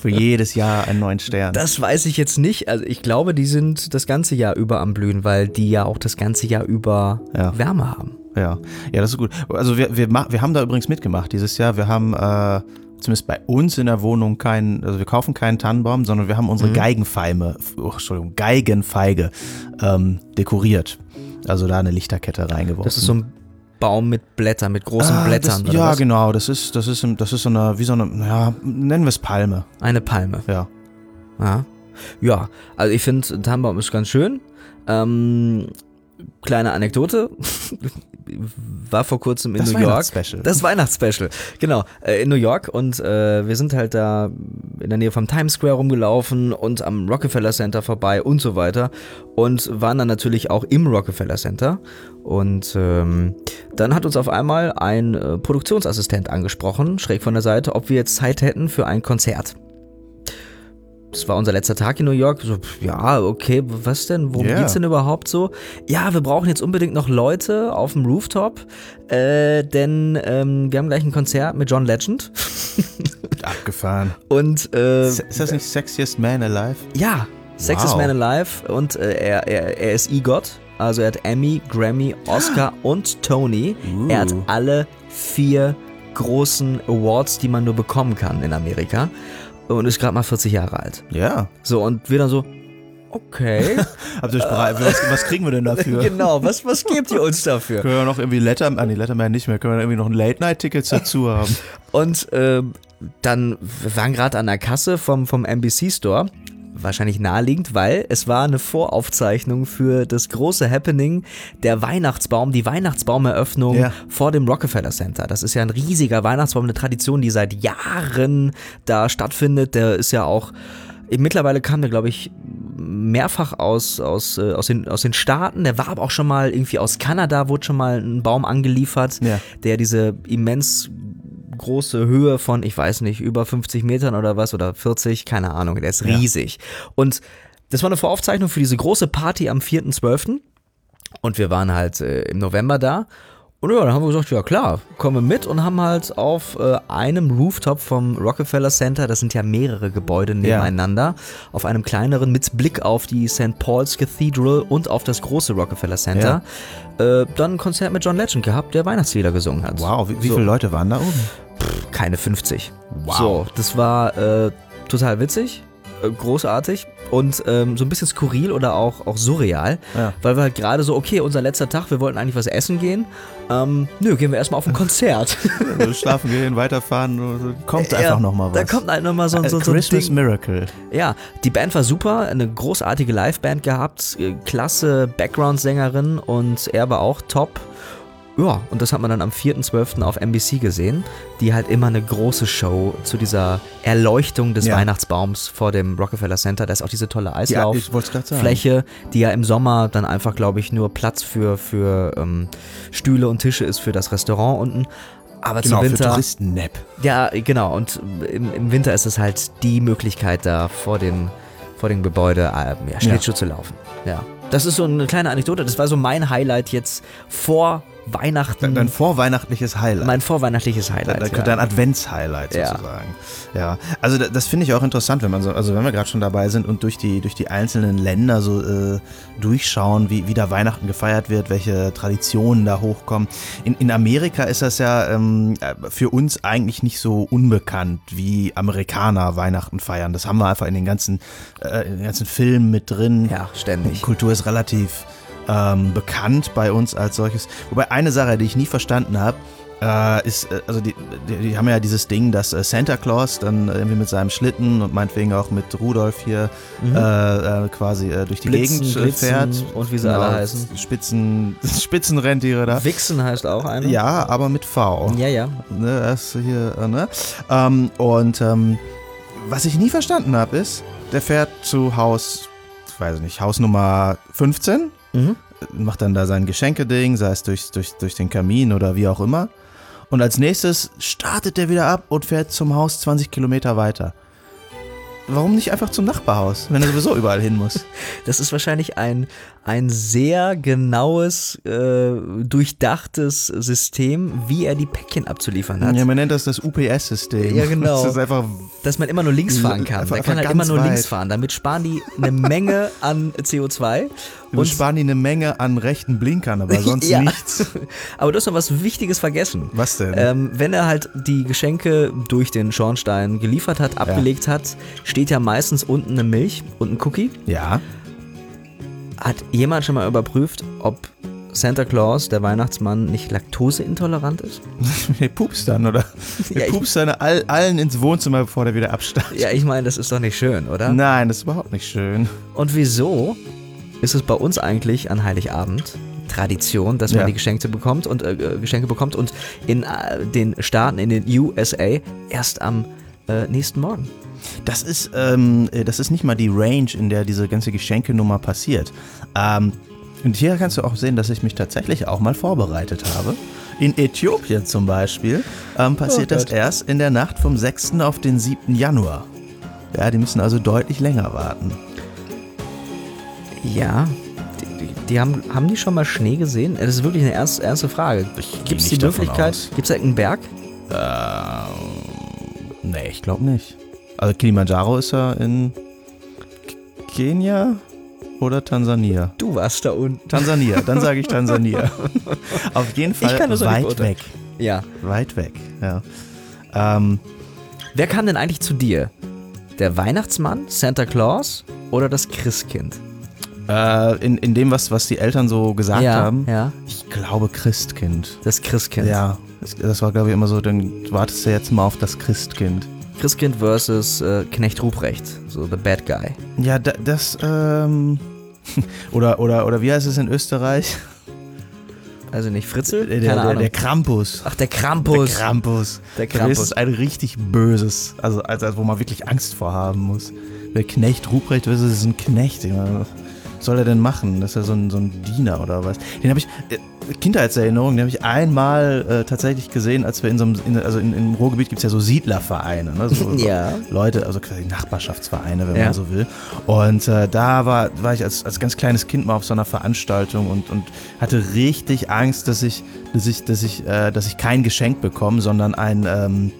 B: für jedes Jahr einen neuen Stern?
A: Das weiß ich jetzt nicht. Also ich glaube, die sind das ganze Jahr über am Blühen, weil die ja auch das ganze Jahr über
B: Ja.
A: Wärme haben.
B: Ja, ja, das ist gut. Also wir, wir, ma- wir haben da übrigens mitgemacht dieses Jahr. Wir haben äh, zumindest bei uns in der Wohnung keinen, also wir kaufen keinen Tannenbaum, sondern wir haben
A: Mhm.
B: unsere Geigenfeime, oh, Entschuldigung, Geigenfeige ähm, dekoriert. Also da eine Lichterkette reingeworfen.
A: Das ist so ein Baum mit Blättern, mit großen
B: Ah,
A: Blättern.
B: Das,
A: oder
B: ja,
A: was?
B: genau. Das ist, das ist, das ist so eine, wie so eine, ja, nennen wir es Palme.
A: Eine Palme.
B: Ja.
A: Ja, ja also ich finde, Tannenbaum ist ganz schön. Ähm, kleine Anekdote. (laughs) war vor kurzem in
B: Das
A: New York.
B: Weihnachtsspecial.
A: Das Weihnachtsspecial. Genau, äh, in New York und äh, wir sind halt da in der Nähe vom Times Square rumgelaufen und am Rockefeller Center vorbei und so weiter und waren dann natürlich auch im Rockefeller Center und ähm, dann hat uns auf einmal ein äh, Produktionsassistent angesprochen, schräg von der Seite, ob wir jetzt Zeit hätten für ein Konzert. Das war unser letzter Tag in New York. So, pf, ja, okay, was denn? Worum
B: Ja.
A: geht's denn überhaupt so? Ja, wir brauchen jetzt unbedingt noch Leute auf dem Rooftop, äh, denn ähm, wir haben gleich ein Konzert mit John Legend.
B: Abgefahren.
A: Und äh,
B: Se- Ist das nicht Sexiest Man Alive?
A: ja, Sex is
B: Wow.
A: Man Alive und äh, er, er, er ist EGOT. Also er hat Emmy, Grammy, Oscar
B: Ah.
A: und Tony. Er hat
B: Uh.
A: alle vier großen Awards, die man nur bekommen kann in Amerika. Und ist gerade mal 40 Jahre alt.
B: Ja.
A: So, und wir dann so,
B: (laughs)
A: okay.
B: Habt ihr euch bereit? Was, was kriegen wir denn dafür?
A: (laughs) genau, was, was gebt ihr uns dafür?
B: Können wir noch irgendwie Letterman, ah, nee, Letterman nicht mehr, können wir irgendwie noch ein Late-Night-Ticket dazu haben?
A: Und ähm, dann wir waren gerade an der Kasse vom, vom NBC Store. Wahrscheinlich naheliegend, weil es war eine Voraufzeichnung für das große Happening der Weihnachtsbaum, die Weihnachtsbaumeröffnung
B: Ja.
A: vor dem Rockefeller Center. Das ist ja ein riesiger Weihnachtsbaum, eine Tradition, die seit Jahren da stattfindet. Der ist ja auch, mittlerweile kam der, glaube ich, mehrfach aus, aus, äh, aus, den, aus den Staaten. Der war aber auch schon mal irgendwie aus Kanada, wurde schon mal ein Baum angeliefert,
B: Ja.
A: der diese immens große Höhe von, ich weiß nicht, über 50 Metern oder was oder 40, keine Ahnung, der ist riesig. Und das war eine Voraufzeichnung für diese große Party am 4.12. Und wir waren halt äh, im November da. Und ja, dann haben wir gesagt, ja klar, kommen wir mit und haben halt auf äh, einem Rooftop vom Rockefeller Center, das sind ja mehrere Gebäude nebeneinander, auf einem kleineren mit Blick auf die St. Paul's Cathedral und auf das große Rockefeller Center, äh, dann ein Konzert mit John Legend gehabt, der Weihnachtslieder gesungen hat
B: (laughs) Wow, wie, wie
A: So.
B: viele Leute waren da oben?
A: keine 50.
B: Wow.
A: So, das war äh, total witzig, äh, großartig und ähm, so ein bisschen skurril oder auch, auch surreal,
B: Ja.
A: weil wir halt gerade so, okay, unser letzter Tag, wir wollten eigentlich was essen gehen. Ähm, nö, gehen wir erstmal auf ein Konzert.
B: (laughs) Also Schlafen gehen, weiterfahren, kommt
A: Ja,
B: einfach nochmal was.
A: Da kommt halt nochmal so,
B: A
A: ein- so, so ein
B: Christmas
A: Ding.
B: Miracle.
A: Ja, die Band war super, eine großartige Liveband gehabt, äh, klasse Background-Sängerin und er war auch top. Ja, und das hat man dann am 4.12. auf NBC gesehen, die halt immer eine große Show zu dieser Erleuchtung des
B: Ja.
A: Weihnachtsbaums vor dem Rockefeller Center. Da ist auch diese tolle
B: Ja,
A: Eislauf.
B: ich wollte es gerade sagen.
A: Fläche, die ja im Sommer dann einfach, glaube ich, nur Platz für, für ähm, Stühle und Tische ist für das Restaurant unten. Aber
B: Genau,
A: zum
B: für
A: Winter.
B: Touristen-Nap.
A: Ja, genau. Und im, im Winter ist es halt die Möglichkeit, da vor dem, vor dem Gebäude äh, ja, Schlittschuh zu laufen. Ja. Das ist so eine kleine Anekdote. Das war so mein Highlight jetzt vor Weihnachten.
B: Dein vorweihnachtliches Highlight.
A: mein vorweihnachtliches
B: Dein,
A: Highlight.
B: dein, dein Advents-Highlight
A: Ja.
B: sozusagen. Ja, also da- das finde ich auch interessant, wenn man so, also wenn wir gerade schon dabei sind und durch die durch die einzelnen Länder so äh, durchschauen, wie, wie da Weihnachten gefeiert wird, welche Traditionen da hochkommen. In, in Amerika ist das ja ähm, äh, für uns eigentlich nicht so unbekannt, wie Amerikaner Weihnachten feiern. Das haben wir einfach in den ganzen äh, in den ganzen Filmen mit drin.
A: ja, ständig.
B: Kultur ist relativ ähm, bekannt bei uns als solches. Wobei eine Sache, die ich nie verstanden habe, äh, ist, äh, also die, die, die haben ja dieses Ding, dass äh, Santa Claus dann irgendwie mit seinem Schlitten und meinetwegen auch mit Rudolf hier äh, äh, quasi äh, durch die
A: Mhm. Blitzen,
B: Gegend äh,
A: Blitzen
B: fährt. Genau,
A: und wie sie alle heißen.
B: Spitzen, (laughs) Spitzenrentiere da.
A: Wichsen heißt auch einer.
B: Ja, aber mit V.
A: Ja, ja.
B: Ne, das hier, äh, ne? Ähm, und ähm, was ich nie verstanden habe, ist, der fährt zu Haus, ich weiß nicht, Haus Nummer 15,
A: Mhm.
B: macht dann da sein Geschenkeding, sei es durch, durch, durch den Kamin oder wie auch immer. Und als nächstes startet der wieder ab und fährt zum Haus 20 Kilometer weiter. Warum nicht einfach zum Nachbarhaus, wenn er sowieso überall hin muss?
A: Das ist wahrscheinlich ein, ein sehr genaues, äh, durchdachtes System, wie er die Päckchen abzuliefern hat.
B: (laughs) Ja, man nennt das das UPS-System.
A: Ja, genau.
B: (laughs) Das ist einfach
A: dass man immer nur links fahren kann.
B: Einfach-
A: Man kann
B: einfach
A: halt immer
B: ganz
A: nur links
B: weit.
A: fahren. Damit sparen die eine Menge an
B: (laughs)
A: CO2.
B: Wir sparen die eine Menge an rechten Blinkern, (laughs) aber sonst
A: (laughs) Ja.
B: nichts.
A: Aber du hast noch was Wichtiges vergessen.
B: Was denn?
A: Ähm, wenn er halt die Geschenke durch den Schornstein geliefert hat, abgelegt hat, steht ja meistens unten eine Milch und ein Cookie.
B: Ja.
A: Hat jemand schon mal überprüft, ob Santa Claus, der Weihnachtsmann, nicht laktoseintolerant ist?
B: Der pupst dann,
A: (laughs)
B: oder?
A: Ja,
B: Der
A: ich-
B: pupst dann all, allen ins Wohnzimmer, bevor der wieder absteigt.
A: Ja, ich meine, das ist doch nicht schön, oder?
B: Nein, das ist überhaupt nicht schön.
A: Und wieso ist es bei uns eigentlich an Heiligabend Tradition, dass man
B: Ja.
A: die Geschenke bekommt und äh, äh, Geschenke bekommt und in äh, den Staaten, in den USA erst am äh, nächsten Morgen.
B: Das ist, ähm, äh, das ist nicht mal die Range, in der diese ganze Geschenkenummer passiert. Ähm, und hier kannst du auch sehen, dass ich mich tatsächlich auch mal vorbereitet habe. In Äthiopien zum Beispiel ähm, passiert
A: Oh
B: das
A: Gott.
B: erst in der Nacht vom 6. auf den 7. Januar. Ja, die müssen also deutlich länger warten.
A: Ja. Die, die, die haben, haben die schon mal Schnee gesehen? Das ist wirklich eine ernst, ernste Frage. Gibt es die
B: nicht davon
A: Möglichkeit?
B: aus.
A: Gibt es da irgendeinen Berg?
B: Nee, ich glaube nicht. Also Kilimanjaro ist ja in K- Kenia oder Tansania.
A: Du warst da unten.
B: Tansania, dann sage ich
A: (laughs)
B: Tansania. auf jeden Fall
A: kann das auch nicht
B: weit
A: beurteilen.
B: weg.
A: Ja.
B: Weit weg, ja. Ähm,
A: Wer kam denn eigentlich zu dir? Der Weihnachtsmann, Santa Claus oder das Christkind?
B: äh, in, in dem, was, was die Eltern so gesagt
A: ja,
B: haben,
A: ja,
B: ich glaube Christkind.
A: das Christkind.
B: Ja, das, das war, glaube ich, immer so, dann wartest du jetzt mal auf das Christkind.
A: Christkind versus äh, Knecht Ruprecht, so the bad guy.
B: Ja, da, das, ähm, (laughs) oder, oder, oder wie heißt es in Österreich?
A: Also nicht Fritzel?
B: Äh, Der,
A: Keine
B: der,
A: Ahnung.
B: der Krampus.
A: Ach, der Krampus.
B: Der Krampus.
A: Der
B: Das
A: Krampus.
B: ist ein richtig böses, also, also, also wo man wirklich Angst vor haben muss. Der Knecht Ruprecht, das ist ein Knecht. Ich meine, Was soll er denn machen? Das ist ja so ein, so ein Diener oder was. Den habe ich, äh, Kindheitserinnerung, den habe ich einmal äh, tatsächlich gesehen, als wir in so einem, in, also in, im Ruhrgebiet gibt es ja so Siedlervereine. Ne? So,
A: (laughs) Ja.
B: Leute, also quasi Nachbarschaftsvereine, wenn
A: Ja.
B: man so will. Und äh, da war, war ich als, als ganz kleines Kind mal auf so einer Veranstaltung und, und hatte richtig Angst, dass ich, dass ich, dass ich, äh, dass ich kein Geschenk bekomme, sondern ein ähm,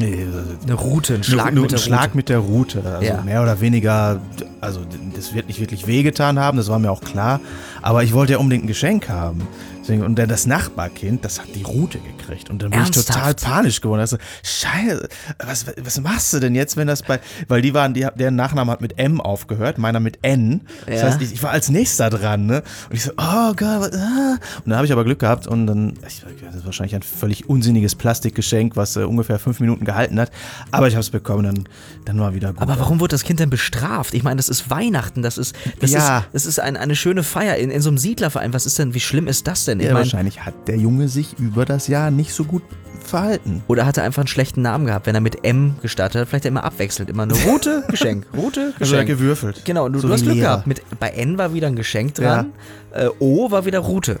B: nee,
A: Eine Rute, ein Schlag
B: nur,
A: mit der
B: einen Schlag mit der Rute. Also
A: Ja.
B: mehr oder weniger, also das wird nicht wirklich wehgetan haben, das war mir auch klar. Aber ich wollte ja unbedingt ein Geschenk haben. Deswegen, und dann das Nachbarkind, das hat die Rute gekriegt. Und dann bin ich total
A: Ernsthaft?
B: panisch geworden. Also, Scheiße, was, was machst du denn jetzt, wenn das bei. Weil die waren, die, deren Nachname hat mit M aufgehört, meiner mit N. Das
A: Ja.
B: heißt, ich, ich war als nächster dran, ne? Und ich so, oh Gott, was, ah. Und dann habe ich aber Glück gehabt und dann, ich, das ist wahrscheinlich ein völlig unsinniges Plastikgeschenk, was äh, ungefähr fünf Minuten gehalten hat. Aber ich habe es bekommen, dann, dann war wieder gut.
A: Aber warum wurde das Kind denn bestraft? Ich meine, das ist Weihnachten, das ist, das
B: Ja.
A: ist, das ist ein, eine schöne Feier in, in so einem Siedlerverein. Was ist denn, wie schlimm ist das denn? Ich
B: ja,
A: meine,
B: wahrscheinlich hat der Junge sich über das Jahr nicht so gut verhalten.
A: oder hat er einfach einen schlechten Namen gehabt, wenn er mit M gestartet hat? Vielleicht hat er immer abwechselnd, immer eine
B: (laughs)
A: Rute, Geschenk, Rute, Geschenk.
B: er hat gewürfelt.
A: Genau, und du,
B: Also, So
A: du hast
B: wie
A: Glück
B: Lehrer.
A: gehabt. Mit, bei N war wieder ein Geschenk dran, äh, O war wieder Rute.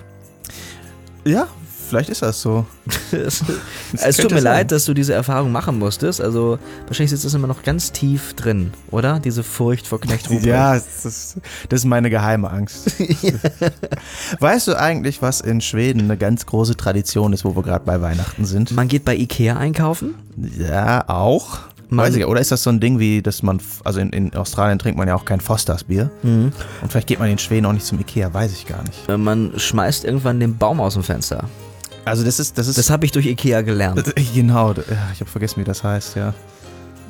B: Ja, vielleicht ist das so. (laughs)
A: es es
B: könnte
A: tut mir
B: sein.
A: leid, dass du diese Erfahrung machen musstest. Also wahrscheinlich sitzt das immer noch ganz tief drin, oder? Diese Furcht vor Knecht Ruprecht.
B: Ja, das, ist- das ist meine geheime Angst.
A: (laughs)
B: weißt du eigentlich, was in Schweden eine ganz große Tradition ist, wo wir gerade bei Weihnachten sind?
A: Man geht bei Ikea einkaufen.
B: Ja, auch.
A: Man-
B: Weiß ich, oder ist das so ein Ding wie, dass man, also in, in Australien trinkt man ja auch kein Fosters Bier. Und vielleicht geht man in Schweden auch nicht zum Ikea, weiß ich gar nicht.
A: Äh, Man schmeißt irgendwann den Baum aus dem Fenster.
B: Also das ist, das ist,
A: Das habe ich durch Ikea gelernt.
B: (laughs) genau, d- ja, ich habe vergessen, wie das heißt, ja.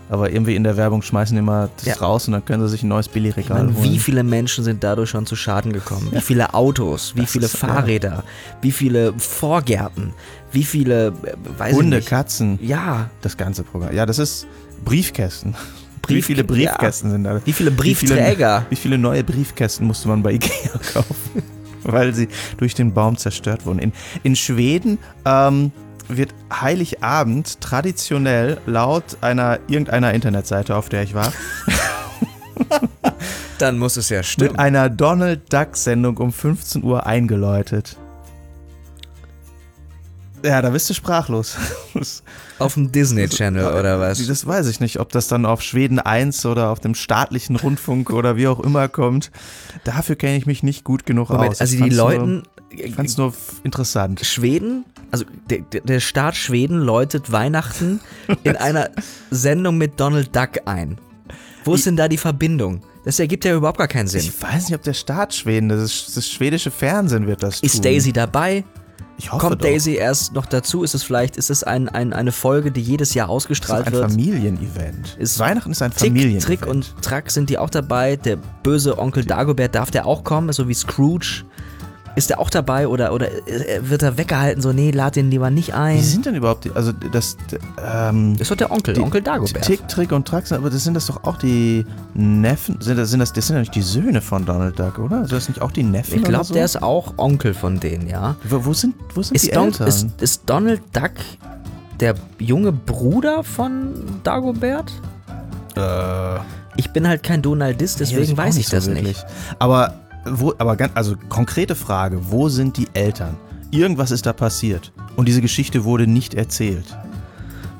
B: Aber irgendwie in der Werbung schmeißen die immer das
A: Ja.
B: raus und dann können sie sich ein neues Billigregal
A: Man,
B: holen.
A: wie viele Menschen sind dadurch schon zu Schaden gekommen? Wie viele Autos? Wie
B: Das
A: viele
B: ist- ja.
A: Fahrräder? Wie viele Vorgärten? Wie viele, äh, weiß
B: Hunde,
A: ich nicht.
B: Katzen,
A: Ja,
B: das ganze Programm. Ja, das ist Briefkästen. (laughs) wie
A: Brief-
B: viele Briefkästen sind da?
A: wie viele
B: viele-
A: Briefträger?
B: Wie viele neue Briefkästen musste man bei Ikea (laughs) kaufen, weil sie durch den Baum zerstört wurden? In, in Schweden ähm, wird Heiligabend traditionell laut einer irgendeiner Internetseite, auf der ich war,
A: Dann muss es ja
B: mit einer Donald Duck-Sendung um 15 Uhr eingeläutet. Ja, da bist du sprachlos. (laughs)
A: Auf dem Disney
B: Also,
A: Channel oder was?
B: Das weiß ich nicht, ob das dann auf Schweden 1 oder auf dem staatlichen Rundfunk oder wie auch immer kommt. Dafür kenne ich mich nicht gut genug aus.
A: Moment, also
B: Ich
A: die
B: fand's
A: Leuten,
B: Nur, ich fand es nur f- interessant.
A: Schweden, also der, der- der Staat Schweden läutet Weihnachten in
B: (laughs)
A: einer Sendung mit Donald Duck ein. Wo ist denn da die Verbindung? Das ergibt ja überhaupt gar keinen Sinn.
B: Ich weiß nicht, ob der Staat Schweden, das, ist, das schwedische Fernsehen wird das tun.
A: Ist Daisy dabei?
B: Ich hoffe
A: Kommt
B: doch.
A: Daisy erst noch dazu? Ist es vielleicht, ist es ein, ein, eine Folge, die jedes Jahr
B: Das ist
A: ausgestrahlt
B: ein
A: wird?
B: Familienevent.
A: Ist-
B: Weihnachten ist ein
A: Tick,
B: Familienevent.
A: Trick und Track sind die auch dabei. Der böse Onkel Dagobert, darf der auch kommen? So wie Scrooge. Ist der auch dabei oder, oder äh, wird er weggehalten? So, nee, lad den lieber nicht
B: Wie
A: ein.
B: sind denn überhaupt die, also das, d- ähm,
A: Ist doch der Onkel,
B: Die-
A: Onkel Dagobert.
B: Tick, Trick und Trax, aber das sind das doch auch die Neffen, sind das, sind das, das sind ja nicht die Söhne von Donald Duck, oder? Sind das nicht auch die Neffen
A: Ich
B: oder
A: glaube,
B: so?
A: der ist auch Onkel von denen, ja.
B: Wo, wo sind, wo sind die
A: Ist, Don
B: Eltern?
A: ist, ist Donald Duck der junge Bruder von Dagobert?
B: äh,
A: Ich bin halt kein Donaldist, deswegen
B: auch
A: weiß ich
B: nicht so
A: das
B: wirklich.
A: nicht.
B: Aber, wo, aber ganz, also konkrete Frage, wo sind die Eltern? Irgendwas ist da passiert und diese Geschichte wurde nicht erzählt.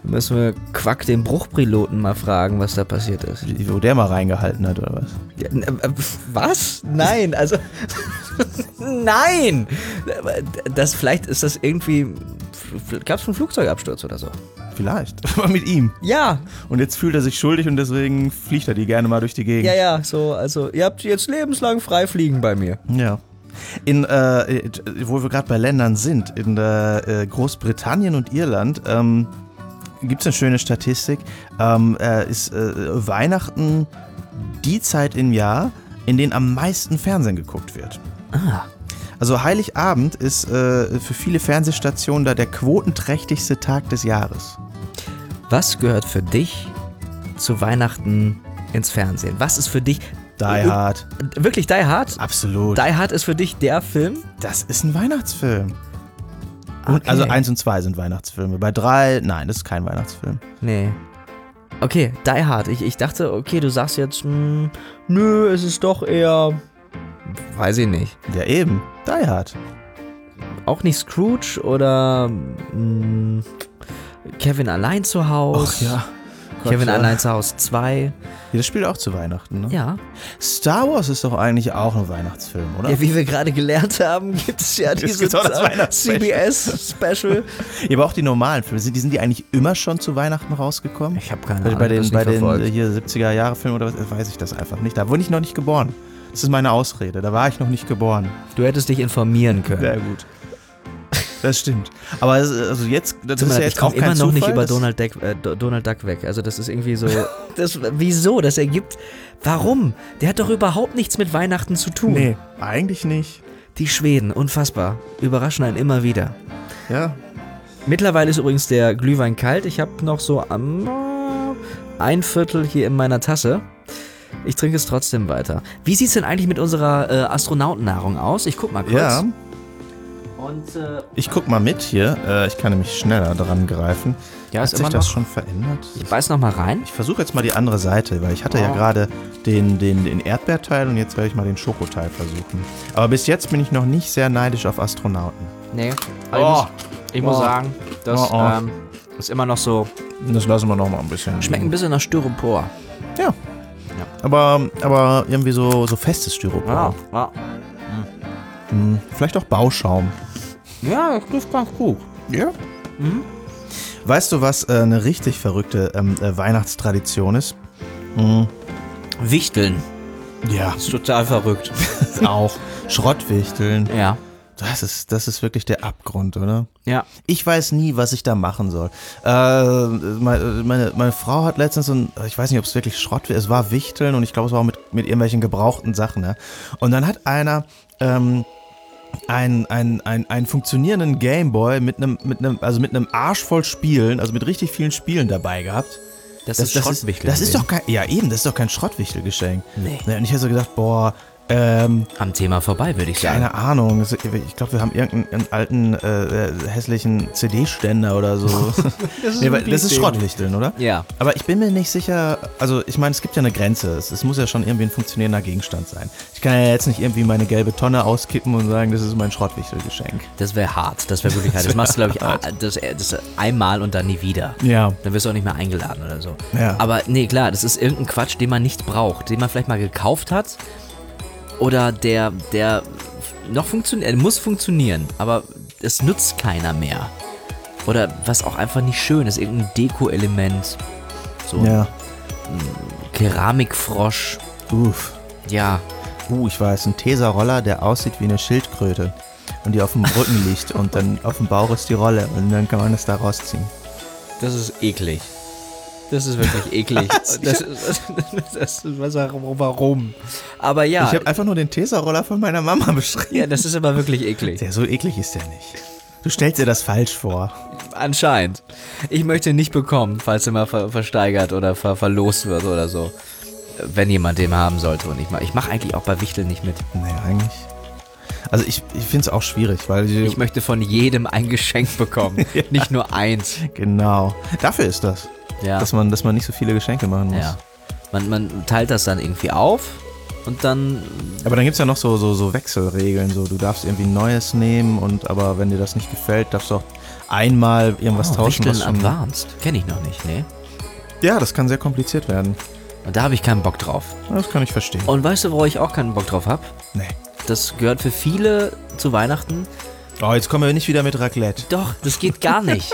A: Müssen wir Quack den Bruchpiloten mal fragen, was da passiert ist.
B: Wo der mal reingehalten hat oder was?
A: Ja, n- äh, pf, Was? Nein, also. (laughs) Nein! Das vielleicht ist das irgendwie. Gab es einen Flugzeugabsturz oder so?
B: Vielleicht, (laughs) aber mit ihm.
A: Ja,
B: Und jetzt fühlt er sich schuldig und deswegen fliegt er die gerne mal durch die Gegend.
A: ja, ja, so, also ihr habt jetzt lebenslang frei fliegen bei mir.
B: Ja. In, äh, äh, wo wir gerade bei Ländern sind, in äh, äh, Großbritannien und Irland ähm, gibt es eine schöne Statistik, ähm, äh, ist äh, Weihnachten die Zeit im Jahr, in denen am meisten Fernsehen geguckt wird.
A: Ah.
B: Also Heiligabend ist äh, für viele Fernsehstationen da der quotenträchtigste Tag des Jahres.
A: Was gehört für dich zu Weihnachten ins Fernsehen? Was ist für dich.
B: Die
A: Mhm.
B: Hard.
A: Wirklich Die Hard?
B: Absolut.
A: Die Hard ist für dich der Film?
B: Das ist ein Weihnachtsfilm. Und, also
A: Okay.
B: eins und zwei sind Weihnachtsfilme. Bei drei, nein, das ist kein Weihnachtsfilm.
A: Nee. Okay, Die Hard. Ich, ich dachte, okay, du sagst jetzt, hm, nö, es ist doch eher. Weiß ich nicht.
B: Ja, eben. Die Hard.
A: Auch nicht Scrooge oder. hm, Kevin allein zu Haus.
B: Gott,
A: Kevin
B: ja.
A: allein zu Haus 2.
B: Ja, das spielt auch zu Weihnachten, ne?
A: Ja.
B: Star Wars ist doch eigentlich auch ein Weihnachtsfilm, oder?
A: ja. Wie wir gerade gelernt haben, gibt es ja
B: gibt's
A: dieses
B: auch
A: (laughs)
B: das Weihnachtsspecial.
A: CBS-Special.
B: Ja, aber auch die normalen Filme, sind die, sind die eigentlich immer schon zu Weihnachten rausgekommen?
A: Ich habe keine
B: Bei,
A: Ahnung.
B: bei den,
A: das
B: bei
A: nicht
B: den
A: verfolgt.
B: äh, hier 70er-Jahre-Filmen oder was, äh, weiß ich das einfach nicht. Da wurde ich noch nicht geboren. Das ist meine Ausrede, da war ich noch nicht geboren.
A: Du hättest dich informieren können.
B: Sehr gut. Das stimmt. Aber es- also jetzt, das
A: Tut mir
B: ist ja
A: leid,
B: jetzt
A: ich komme
B: auch
A: immer
B: kein
A: noch
B: Zufall.
A: nicht über
B: das-
A: Donald Duck, äh, Do- Donald Duck weg. Also das ist irgendwie
B: (laughs)
A: so. Das, wieso? Das ergibt. Warum? Der hat doch überhaupt nichts mit Weihnachten zu tun.
B: Nee, eigentlich nicht.
A: Die Schweden, unfassbar. Überraschen einen immer wieder.
B: Ja,
A: Mittlerweile ist übrigens der Glühwein kalt. Ich habe noch so am äh, ein Viertel hier in meiner Tasse. Ich trinke es trotzdem weiter. Wie sieht's denn eigentlich mit unserer äh, Astronautennahrung aus? Ich guck mal kurz.
B: ja.
A: Und äh,
B: Ich guck mal mit hier. Äh, ich kann nämlich schneller dran greifen.
A: ja,
B: Hat
A: ist
B: sich
A: immer
B: das
A: noch.
B: schon verändert?
A: Ich beiß noch mal rein.
B: Ich versuche jetzt mal die andere Seite, weil ich hatte ja
A: Oh.
B: gerade den, den, den Erdbeerteil und jetzt werde ich mal den Schokoteil versuchen. Aber bis jetzt bin ich noch nicht sehr neidisch auf Astronauten.
A: Nee.
B: Oh.
A: Ich muss
B: Oh.
A: sagen, das
B: Oh, oh.
A: Ähm, ist immer noch so.
B: Das lassen wir noch mal ein bisschen.
A: Schmeckt ein bisschen nach Styropor.
B: Ja. Aber, aber irgendwie so, so festes Styropor.
A: ja.
B: Hm, vielleicht auch Bauschaum.
A: Ja, das trifft ganz gut.
B: Ja. Mhm. Weißt du, was äh, eine richtig verrückte ähm, äh, Weihnachtstradition ist?
A: Wichteln.
B: Ja.
A: Ist total verrückt.
B: auch. (laughs) Schrottwichteln.
A: (laughs) ja.
B: Das ist, das ist wirklich der Abgrund, oder?
A: Ja.
B: Ich weiß nie, was ich da machen soll. Äh, meine, meine, meine Frau hat letztens so ein, ich weiß nicht, ob es wirklich Schrott war, es war Wichteln und ich glaube, es war auch mit, mit irgendwelchen gebrauchten Sachen. Ne? Und dann hat einer ähm, einen, einen, einen, einen funktionierenden Gameboy mit einem, mit einem, also mit einem Arsch voll Spielen, also mit richtig vielen Spielen dabei gehabt.
A: Das, ist
B: das, ist,
A: Schrottwichteln.
B: das ist doch kein, ja eben, das ist doch kein Schrottwichtelgeschenk.
A: Nee.
B: Ne, Und ich habe so gedacht, boah, ähm,
A: Am Thema vorbei, würde ich sagen.
B: keine Ahnung. Es- Ich glaube, wir haben irgendeinen alten äh, äh, hässlichen CD-Ständer oder so. (laughs) das ist, nee, weil- das ist Schrottwichteln, oder?
A: Ja.
B: Aber ich bin mir nicht sicher. Also, ich meine, es gibt ja eine Grenze. Es, es muss ja schon irgendwie ein funktionierender Gegenstand sein. Ich kann ja jetzt nicht irgendwie meine gelbe Tonne auskippen und sagen, das ist mein Schrottwichtelgeschenk.
A: Das wäre hart. Das wäre wirklich hart. Das machst du, glaube ich, a- (laughs) das, das einmal und dann nie wieder.
B: Ja.
A: Dann wirst du auch nicht mehr eingeladen oder so.
B: Ja.
A: Aber nee, klar, das ist irgendein Quatsch, den man nicht braucht, den man vielleicht mal gekauft hat oder der, der noch funktioniert, er muss funktionieren, aber es nutzt keiner mehr. Oder was auch einfach nicht schön ist, irgendein Deko-Element. So ein
B: Ja.
A: Keramikfrosch.
B: Uff.
A: Ja,
B: Uh, ich weiß, ein Teserroller, der aussieht wie eine Schildkröte. Und die auf dem Rücken (laughs) liegt und dann auf dem Bauch ist die Rolle und dann kann man das da rausziehen.
A: das ist eklig. Das ist (laughs) wirklich eklig. das, das, (laughs) das, das, warum? Aber ja,
B: Ich habe einfach nur den Tesaroller von meiner Mama beschrieben.
A: ja, das ist aber wirklich eklig.
B: Der so eklig ist der nicht. Du stellst dir das falsch vor.
A: Anscheinend. Ich möchte ihn nicht bekommen, falls er mal ver versteigert oder ver verlost wird oder so. Wenn jemand den haben sollte. Und ich mache ich mach eigentlich auch bei Wichteln nicht mit.
B: Nee, eigentlich. Also ich, ich finde es auch schwierig, weil die,
A: Ich möchte von jedem ein Geschenk
B: (laughs)
A: bekommen. Nicht nur eins.
B: genau. Dafür ist das,
A: Ja.
B: dass man, dass man nicht so viele Geschenke machen muss.
A: ja. Man, man teilt das dann irgendwie auf und dann.
B: Aber dann gibt es ja noch so, so, so Wechselregeln. So, du darfst irgendwie ein Neues nehmen und aber wenn dir das nicht gefällt, darfst du auch einmal irgendwas tauschen.
A: Oh, Wichteln
B: Was schon,
A: Advanced. Kenne ich noch nicht, nee.
B: ja, das kann sehr kompliziert werden.
A: Und da habe ich keinen Bock drauf.
B: Das kann ich verstehen.
A: Und weißt du, wo ich auch keinen Bock drauf habe?
B: Nee.
A: Das gehört für viele zu Weihnachten.
B: Oh, jetzt kommen wir nicht wieder mit Raclette.
A: Doch, das geht gar
B: (laughs)
A: nicht.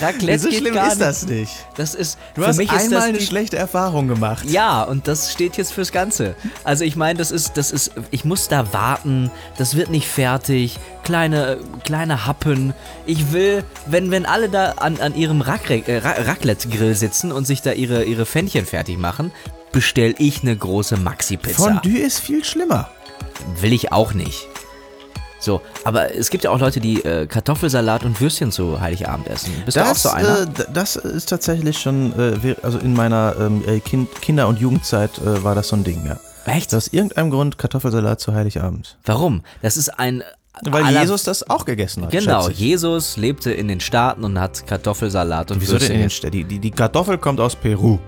A: Raclette
B: so
A: geht
B: schlimm
A: gar
B: ist
A: nicht.
B: das nicht.
A: Das ist
B: Du
A: für
B: hast
A: mich
B: einmal
A: ist das
B: eine
A: die-
B: schlechte Erfahrung gemacht.
A: ja, und das steht jetzt fürs Ganze. Also ich meine, das ist, das ist, ich muss da warten, das wird nicht fertig, kleine, kleine Happen. Ich will, wenn, wenn alle da an, an ihrem Rackre- äh, Ra- Raclette-Grill sitzen und sich da ihre, ihre Fännchen fertig machen, bestell ich eine große Maxi-Pizza.
B: Fondue ist viel schlimmer.
A: Will ich auch nicht. So, aber es gibt ja auch Leute, die äh, Kartoffelsalat und Würstchen zu Heiligabend essen. Bist du auch so einer?
B: äh, d- das ist tatsächlich schon, äh, wir- also in meiner ähm, äh, kind, Kinder- und Jugendzeit äh, war das so ein Ding, ja.
A: Echt?
B: Aus irgendeinem Grund Kartoffelsalat zu Heiligabend.
A: Warum? Das ist ein
B: Weil
A: aller-
B: Jesus das auch gegessen hat.
A: Genau,
B: schätze ich.
A: Jesus lebte in den Staaten und hat Kartoffelsalat und
B: Wieso denn in den
A: Würstchen.
B: Städten? Die, die, die Kartoffel kommt aus Peru.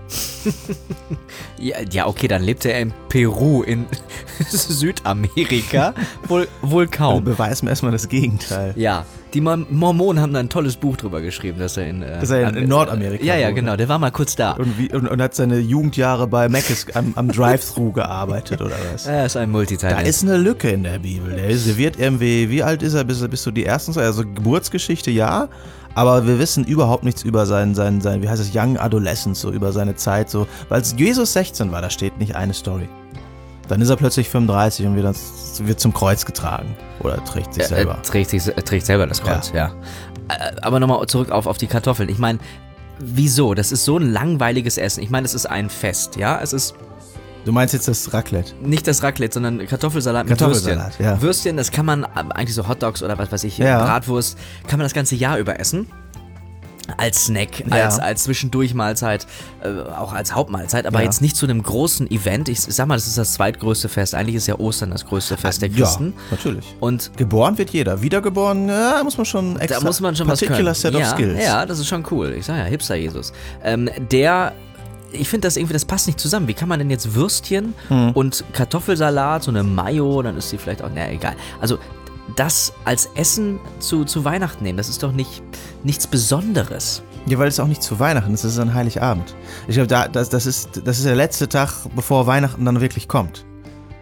A: Ja, ja, okay, dann lebte er in Peru, in (laughs)
B: (laughs)
A: Südamerika. Wohl, wohl kaum.
B: Beweis mir erstmal das Gegenteil.
A: Ja, die Mor- Mormonen haben da ein tolles Buch drüber geschrieben, dass er in, äh,
B: Dass er in-
A: an-
B: in Nordamerika
A: Ja, ja,
B: wohnt, ne?
A: genau, der war mal kurz da.
B: Und, wie, und, und hat seine Jugendjahre bei Mc's am, am Drive-Thru gearbeitet oder was?
A: Er ist ein
B: Da
A: Multitalent.
B: ist eine Lücke in der Bibel. Der ist- wird irgendwie, wie alt ist er? Bist, du- bist du die ersten? Also Geburtsgeschichte ja, aber wir wissen überhaupt nichts über seinen, seinen, seinen wie heißt es, Young Adolescence, so über seine Zeit. So. Weil als Jesus 16 war, da steht nicht eine Story. Dann ist er plötzlich 35 und wird, ans- wird zum Kreuz getragen. Oder trägt sich
A: Er-
B: selber.
A: Er trägt, sich, er trägt selber das Kreuz, ja. Äh, Aber nochmal zurück auf, auf die Kartoffeln. Ich meine, wieso? Das ist so ein langweiliges Essen. Ich meine, es ist ein Fest, ja. Es ist
B: Du meinst jetzt das Raclette.
A: nicht das Raclette, sondern Kartoffelsalat mit
B: Kartoffelsalat,
A: Würstchen.
B: ja.
A: Würstchen, das kann man ähm, eigentlich so Hotdogs oder was weiß ich,
B: Ja.
A: Bratwurst, kann man das ganze Jahr über essen. Als Snack, als, als Zwischendurchmahlzeit, äh, auch als Hauptmahlzeit, aber
B: Ja.
A: jetzt nicht zu einem großen Event. Ich, ich sag mal, das ist das zweitgrößte Fest. Eigentlich ist ja Ostern das größte Fest der Christen.
B: Ah, Ja, natürlich.
A: Und
B: Geboren wird jeder. Wiedergeboren, ja, muss man schon extra.
A: da muss man schon was können.
B: particular Set of
A: ja,
B: Skills.
A: ja, das ist schon cool. Ich sag ja, Hipster Jesus. Ähm, der, ich finde das irgendwie, das passt nicht zusammen. Wie kann man denn jetzt Würstchen
B: Hm.
A: und Kartoffelsalat, so eine Mayo, dann ist die vielleicht auch, naja, egal. Also das als Essen zu, zu Weihnachten nehmen, das ist doch nicht nichts Besonderes.
B: Ja, weil es auch nicht zu Weihnachten ist, es ist an Heiligabend. Ich glaube, da, das, das, ist, das ist der letzte Tag, bevor Weihnachten dann wirklich kommt.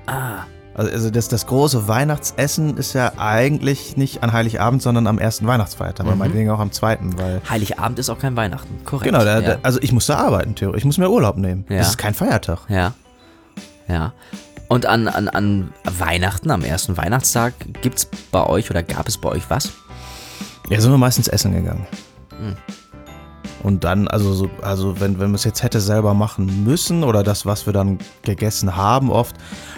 A: Ah,
B: Also, also das, das große Weihnachtsessen ist ja eigentlich nicht an Heiligabend, sondern am ersten Weihnachtsfeiertag,
A: Mhm.
B: aber meinetwegen auch am zweiten, weil.
A: Heiligabend ist auch kein Weihnachten, korrekt.
B: Genau, da,
A: Äh, ja.
B: da, also ich muss da arbeiten, theoretisch. Ich muss mir Urlaub nehmen.
A: Ja.
B: Das ist kein Feiertag.
A: ja. Ja. Und an, an, an Weihnachten, am ersten Weihnachtstag, gibt's bei euch oder gab es bei euch was?
B: Ja, sind wir meistens essen gegangen.
A: Hm.
B: Und dann, also, so, also wenn, wenn man es jetzt hätte selber machen müssen oder das, was wir dann gegessen haben oft,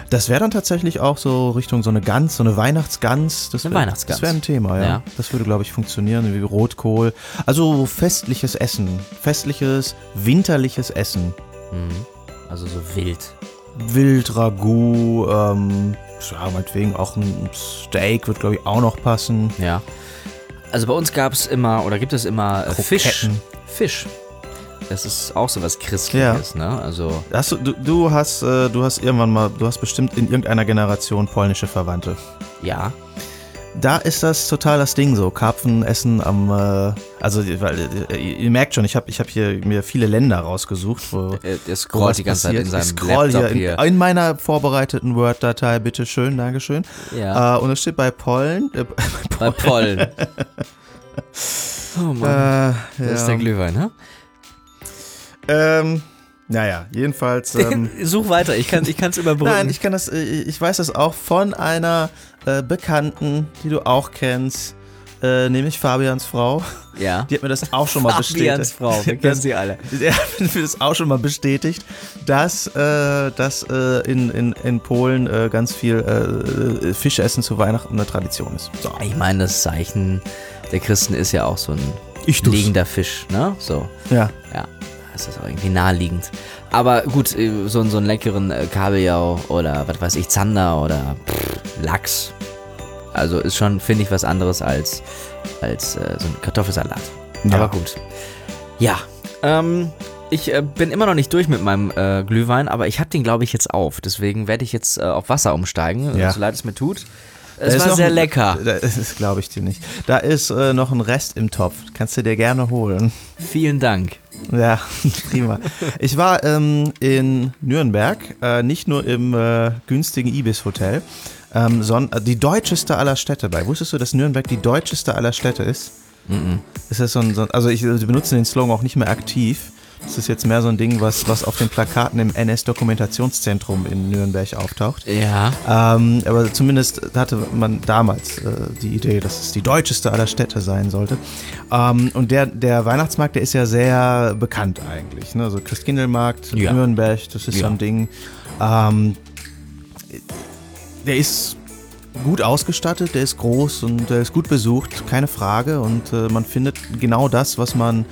B: das wäre dann tatsächlich auch so Richtung so eine Gans, so eine Weihnachtsgans. Das
A: Eine
B: wär-
A: Weihnachtsgans.
B: Das wäre ein Thema, ja.
A: Ja.
B: Das würde, glaube ich, funktionieren, wie Rotkohl. Also festliches Essen, festliches, winterliches Essen.
A: Also so wild.
B: Wildragout, ähm, ja, meinetwegen auch ein Steak wird, glaube ich, auch noch passen.
A: Ja. Also bei uns gab es immer oder gibt es immer äh, Fisch.
B: Kroketten.
A: Fisch. Das ist auch so was Christliches, ne? Also
B: Hast du, du, du hast, äh, du hast irgendwann mal, du hast bestimmt in irgendeiner Generation polnische Verwandte.
A: ja.
B: Da ist das total das Ding so. Karpfen essen am, äh, also weil, äh, ihr, ihr merkt schon, ich habe ich hab hier mir viele Länder rausgesucht, wo
A: Er, er
B: wo
A: Äh, scrollt
B: was
A: die ganze
B: passiert.
A: Zeit in
B: Ich
A: seinem
B: scroll
A: Laptop
B: hier
A: hier.
B: in, Ah. in meiner vorbereiteten Word-Datei, bitte schön, Dankeschön.
A: Ja,
B: Äh, und es steht
A: (laughs)
B: bei Pollen. Äh,
A: bei Pollen. oh Mann.
B: äh,
A: Das ist der Glühwein, ne?
B: ähm, naja,
A: (laughs)
B: jedenfalls. Ähm,
A: Such weiter, ich kann es überbrücken.
B: Nein, ich kann das, äh, ich weiß das auch von einer äh, Bekannten, die du auch kennst. äh, nämlich Fabians Frau.
A: Ja.
B: Die hat mir das auch
A: (laughs)
B: schon mal bestätigt. (laughs)
A: Frau, wir kennen sie alle.
B: Er hat (laughs) mir das auch schon mal bestätigt, dass, äh, dass äh, in, in, in Polen äh, ganz viel äh, Fischessen zu Weihnachten eine Tradition ist. So.
A: Ich meine, das Zeichen der Christen ist ja auch so ein
B: Ich tu's.
A: liegender Fisch, ne? So,
B: Ja.
A: ja. Das ist auch irgendwie naheliegend. Aber gut, äh, so, so einen leckeren äh, Kabeljau oder was weiß ich, Zander oder pff, Lachs. Also ist schon, finde ich, was anderes als, als äh, so ein Kartoffelsalat.
B: Ja.
A: Aber gut. Ja. Ähm, ich äh, bin immer noch nicht durch mit meinem äh, Glühwein, aber ich habe den, glaube ich, jetzt auf. Deswegen werde ich jetzt äh, auf Wasser umsteigen,
B: Ja.
A: so leid es mir tut.
B: Da
A: Es
B: ist
A: war
B: noch
A: sehr
B: ein-
A: lecker.
B: (laughs) Da- Das glaube ich dir nicht. Da ist äh, noch ein Rest im Topf. Kannst du dir gerne holen.
A: Vielen Dank.
B: Ja, (laughs) prima. Ich war ähm, in Nürnberg, äh, nicht nur im äh, günstigen Ibis-Hotel, ähm, sondern die deutscheste aller Städte bei. Wusstest du, dass Nürnberg die deutscheste aller Städte ist? Ist das so ein, so ein also ich äh, sie benutzen den Slogan auch nicht mehr aktiv. Das ist jetzt mehr so ein Ding, was, was auf den Plakaten im NS-Dokumentationszentrum in Nürnberg auftaucht.
A: Ja.
B: Ähm, aber zumindest hatte man damals äh, die Idee, dass es die deutscheste aller Städte sein sollte. Ähm, und der, der Weihnachtsmarkt, der ist ja sehr bekannt eigentlich. Ne? Also Christkindlmarkt,
A: Ja.
B: Nürnberg, das ist
A: Ja.
B: so ein Ding. Ähm, der ist gut ausgestattet, der ist groß und der ist gut besucht, keine Frage. Und äh, man findet genau das, was man,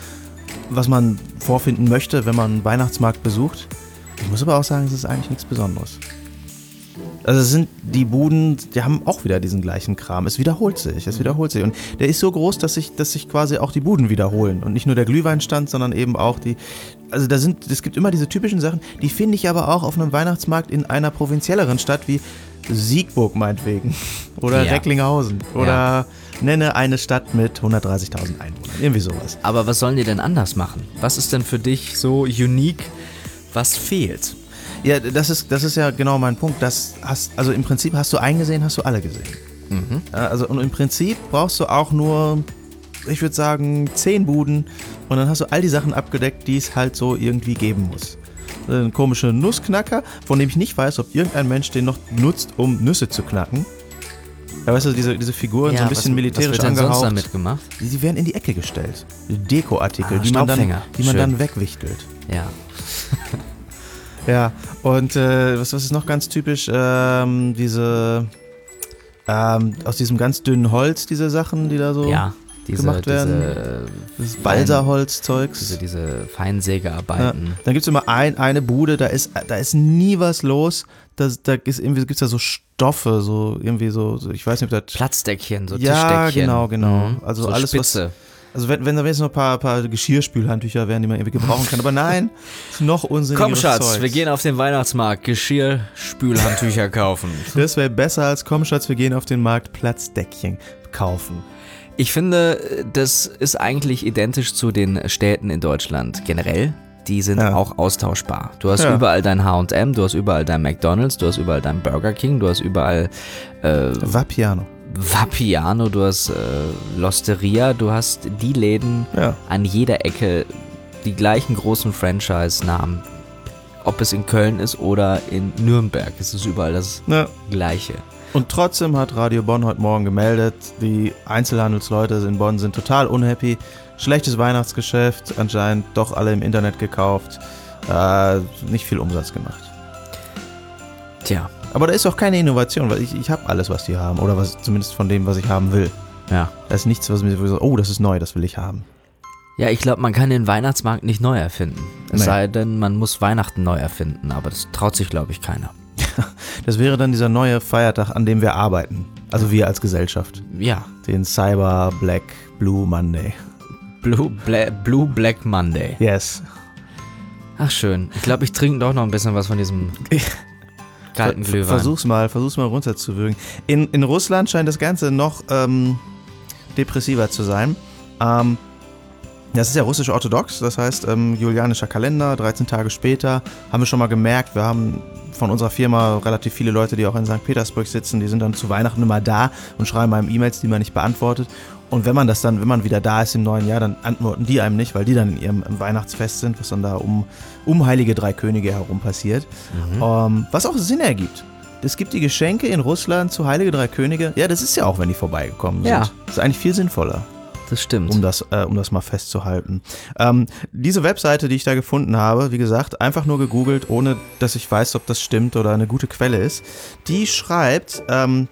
B: was man vorfinden möchte, wenn man einen Weihnachtsmarkt besucht. Ich muss aber auch sagen, es ist eigentlich nichts Besonderes. Also es sind die Buden, die haben auch wieder diesen gleichen Kram. Es wiederholt sich,
A: Mhm.
B: es wiederholt sich. Und der ist so groß, dass sich, dass sich quasi auch die Buden wiederholen. Und nicht nur der Glühweinstand, sondern eben auch die. Also da sind, es gibt immer diese typischen Sachen, die finde ich aber auch auf einem Weihnachtsmarkt in einer provinzielleren Stadt wie Siegburg meinetwegen. (laughs) Oder
A: Ja.
B: Recklinghausen. Oder
A: Ja.
B: nenne eine Stadt mit 130.000 Einwohnern. Irgendwie sowas.
A: Aber was sollen die denn anders machen? Was ist denn für dich so unique, was fehlt?
B: Ja, das ist, das ist ja genau mein Punkt. Das hast, also im Prinzip hast du einen gesehen, hast du alle gesehen.
A: Mhm.
B: Ja, Also und im Prinzip brauchst du auch nur, ich würde sagen, zehn Buden und dann hast du all die Sachen abgedeckt, die es halt so irgendwie geben muss. Ein komischer Nussknacker, von dem ich nicht weiß, ob irgendein Mensch den noch nutzt, um Nüsse zu knacken. Ja, weißt du, diese, diese Figuren so ein bisschen militärisch
A: was wird denn
B: angehaucht.
A: sonst damit gemacht?
B: Die- Die werden in die Ecke gestellt. Dekoartikel,
A: Ah,
B: die man, dann,
A: Staubfänger.
B: die man
A: Schön.
B: dann wegwichtelt.
A: Ja.
B: Ja, und äh, was, was ist noch ganz typisch? Ähm, diese ähm, aus diesem ganz dünnen Holz, diese Sachen, die da so.
A: ja. Diese,
B: gemacht werden.
A: Diese,
B: Das
A: diese,
B: Balsaholzzeugs.
A: diese
B: Ja.
A: Feinsägearbeiten.
B: Dann gibt's immer ein, eine Bude, da ist, da ist nie was los. Da, da ist irgendwie, gibt's da so Stoffe, so irgendwie so, so ich weiß nicht, ob das.
A: Platzdeckchen, so
B: Ja,
A: Tischdeckchen.
B: genau, genau.
A: Mhm.
B: Also
A: so
B: alles, was-
A: Spitze.
B: Also wenn, wenn da jetzt noch ein paar, paar Geschirrspülhandtücher wären, die man irgendwie gebrauchen kann.
A: (laughs)
B: Aber nein, ist noch
A: Komm,
B: unsinnigeres
A: Schatz,
B: Zeugs.
A: wir gehen auf den Weihnachtsmarkt. Geschirr,
B: (laughs)
A: Spülhandtücher kaufen.
B: Das wäre besser als komm, Schatz, wir gehen auf den Markt Platzdeckchen kaufen.
A: Ich finde, das ist eigentlich identisch zu den Städten in Deutschland generell. Die sind
B: Ja.
A: auch austauschbar. Du hast
B: Ja.
A: überall dein HM, du hast überall dein McDonalds, du hast überall dein Burger King, du hast überall äh,
B: Vapiano.
A: Vapiano, du hast äh, Losteria, du hast die Läden
B: Ja.
A: an jeder Ecke, die gleichen großen Franchise-Namen. Ob es in Köln ist oder in Nürnberg, es ist überall das
B: Ne?
A: Gleiche.
B: Und trotzdem hat Radio Bonn heute Morgen gemeldet, die Einzelhandelsleute in Bonn sind total unhappy. Schlechtes Weihnachtsgeschäft, anscheinend doch alle im Internet gekauft. Äh, nicht viel Umsatz gemacht.
A: Tja,
B: Aber da ist auch keine Innovation, weil ich, ich habe alles, was die haben. Oder was, zumindest von dem, was ich haben will.
A: ja.
B: Da ist nichts, was mir so, oh, das ist neu, das will ich haben.
A: Ja, ich glaube, man kann den Weihnachtsmarkt nicht neu erfinden. Es
B: Nee.
A: sei denn, man muss Weihnachten neu erfinden, aber das traut sich, glaube ich, keiner.
B: Das wäre dann dieser neue Feiertag, an dem wir arbeiten. Also wir als Gesellschaft.
A: Ja,
B: Den Cyber Black Blue Monday.
A: Blue, Bla Blue Black Monday.
B: Yes.
A: Ach schön. Ich glaube, ich trinke doch noch ein bisschen was von (laughs) diesem kalten
B: Ver-
A: Glühwein.
B: Versuch's mal, versuch's mal runterzuwürgen. In, in Russland scheint das Ganze noch ähm, depressiver zu sein. Ähm, das ist ja russisch-orthodox, das heißt ähm, julianischer Kalender, 13 Tage später. Haben wir schon mal gemerkt, wir haben von unserer Firma relativ viele Leute, die auch in St. Petersburg sitzen, die sind dann zu Weihnachten immer da und schreiben einem E-Mails, die man nicht beantwortet. Und wenn man das dann, wenn man wieder da ist im neuen Jahr, dann antworten die einem nicht, weil die dann in ihrem Weihnachtsfest sind, was dann da um, um Heilige Drei Könige herum passiert. Ähm, was auch Sinn ergibt. Es gibt die Geschenke in Russland zu Heilige Drei Könige. Ja, das ist ja auch, wenn die vorbeigekommen sind.
A: Ja.
B: Das ist eigentlich viel sinnvoller.
A: Das stimmt.
B: um das, äh, um das mal festzuhalten. Ähm, diese Webseite, die ich da gefunden habe, wie gesagt, einfach nur gegoogelt, ohne dass ich weiß, ob das stimmt oder eine gute Quelle ist, die schreibt, ähm,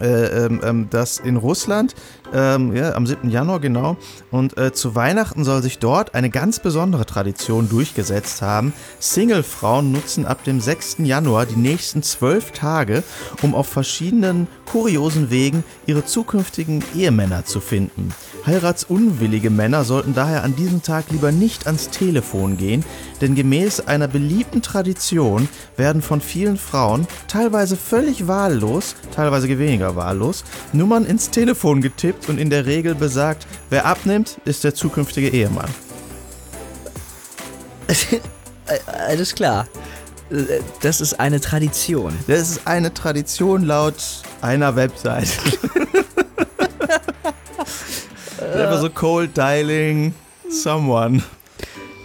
B: äh, ähm, ähm, dass in Russland ähm, ja, am 7. Januar genau und äh, zu Weihnachten soll sich dort eine ganz besondere Tradition durchgesetzt haben. Single-Frauen nutzen ab dem 6. Januar die nächsten zwölf Tage, um auf verschiedenen kuriosen Wegen ihre zukünftigen Ehemänner zu finden. Hm. Heiratsunwillige Männer sollten daher an diesem Tag lieber nicht ans Telefon gehen, denn gemäß einer beliebten Tradition werden von vielen Frauen, teilweise völlig wahllos, teilweise weniger wahllos, Nummern ins Telefon getippt und in der Regel besagt, wer abnimmt, ist der zukünftige Ehemann.
A: (laughs) Alles klar. Äh, Das ist eine Tradition.
B: Das ist eine Tradition laut einer Website. (laughs) Einfach so Cold Dialing, someone.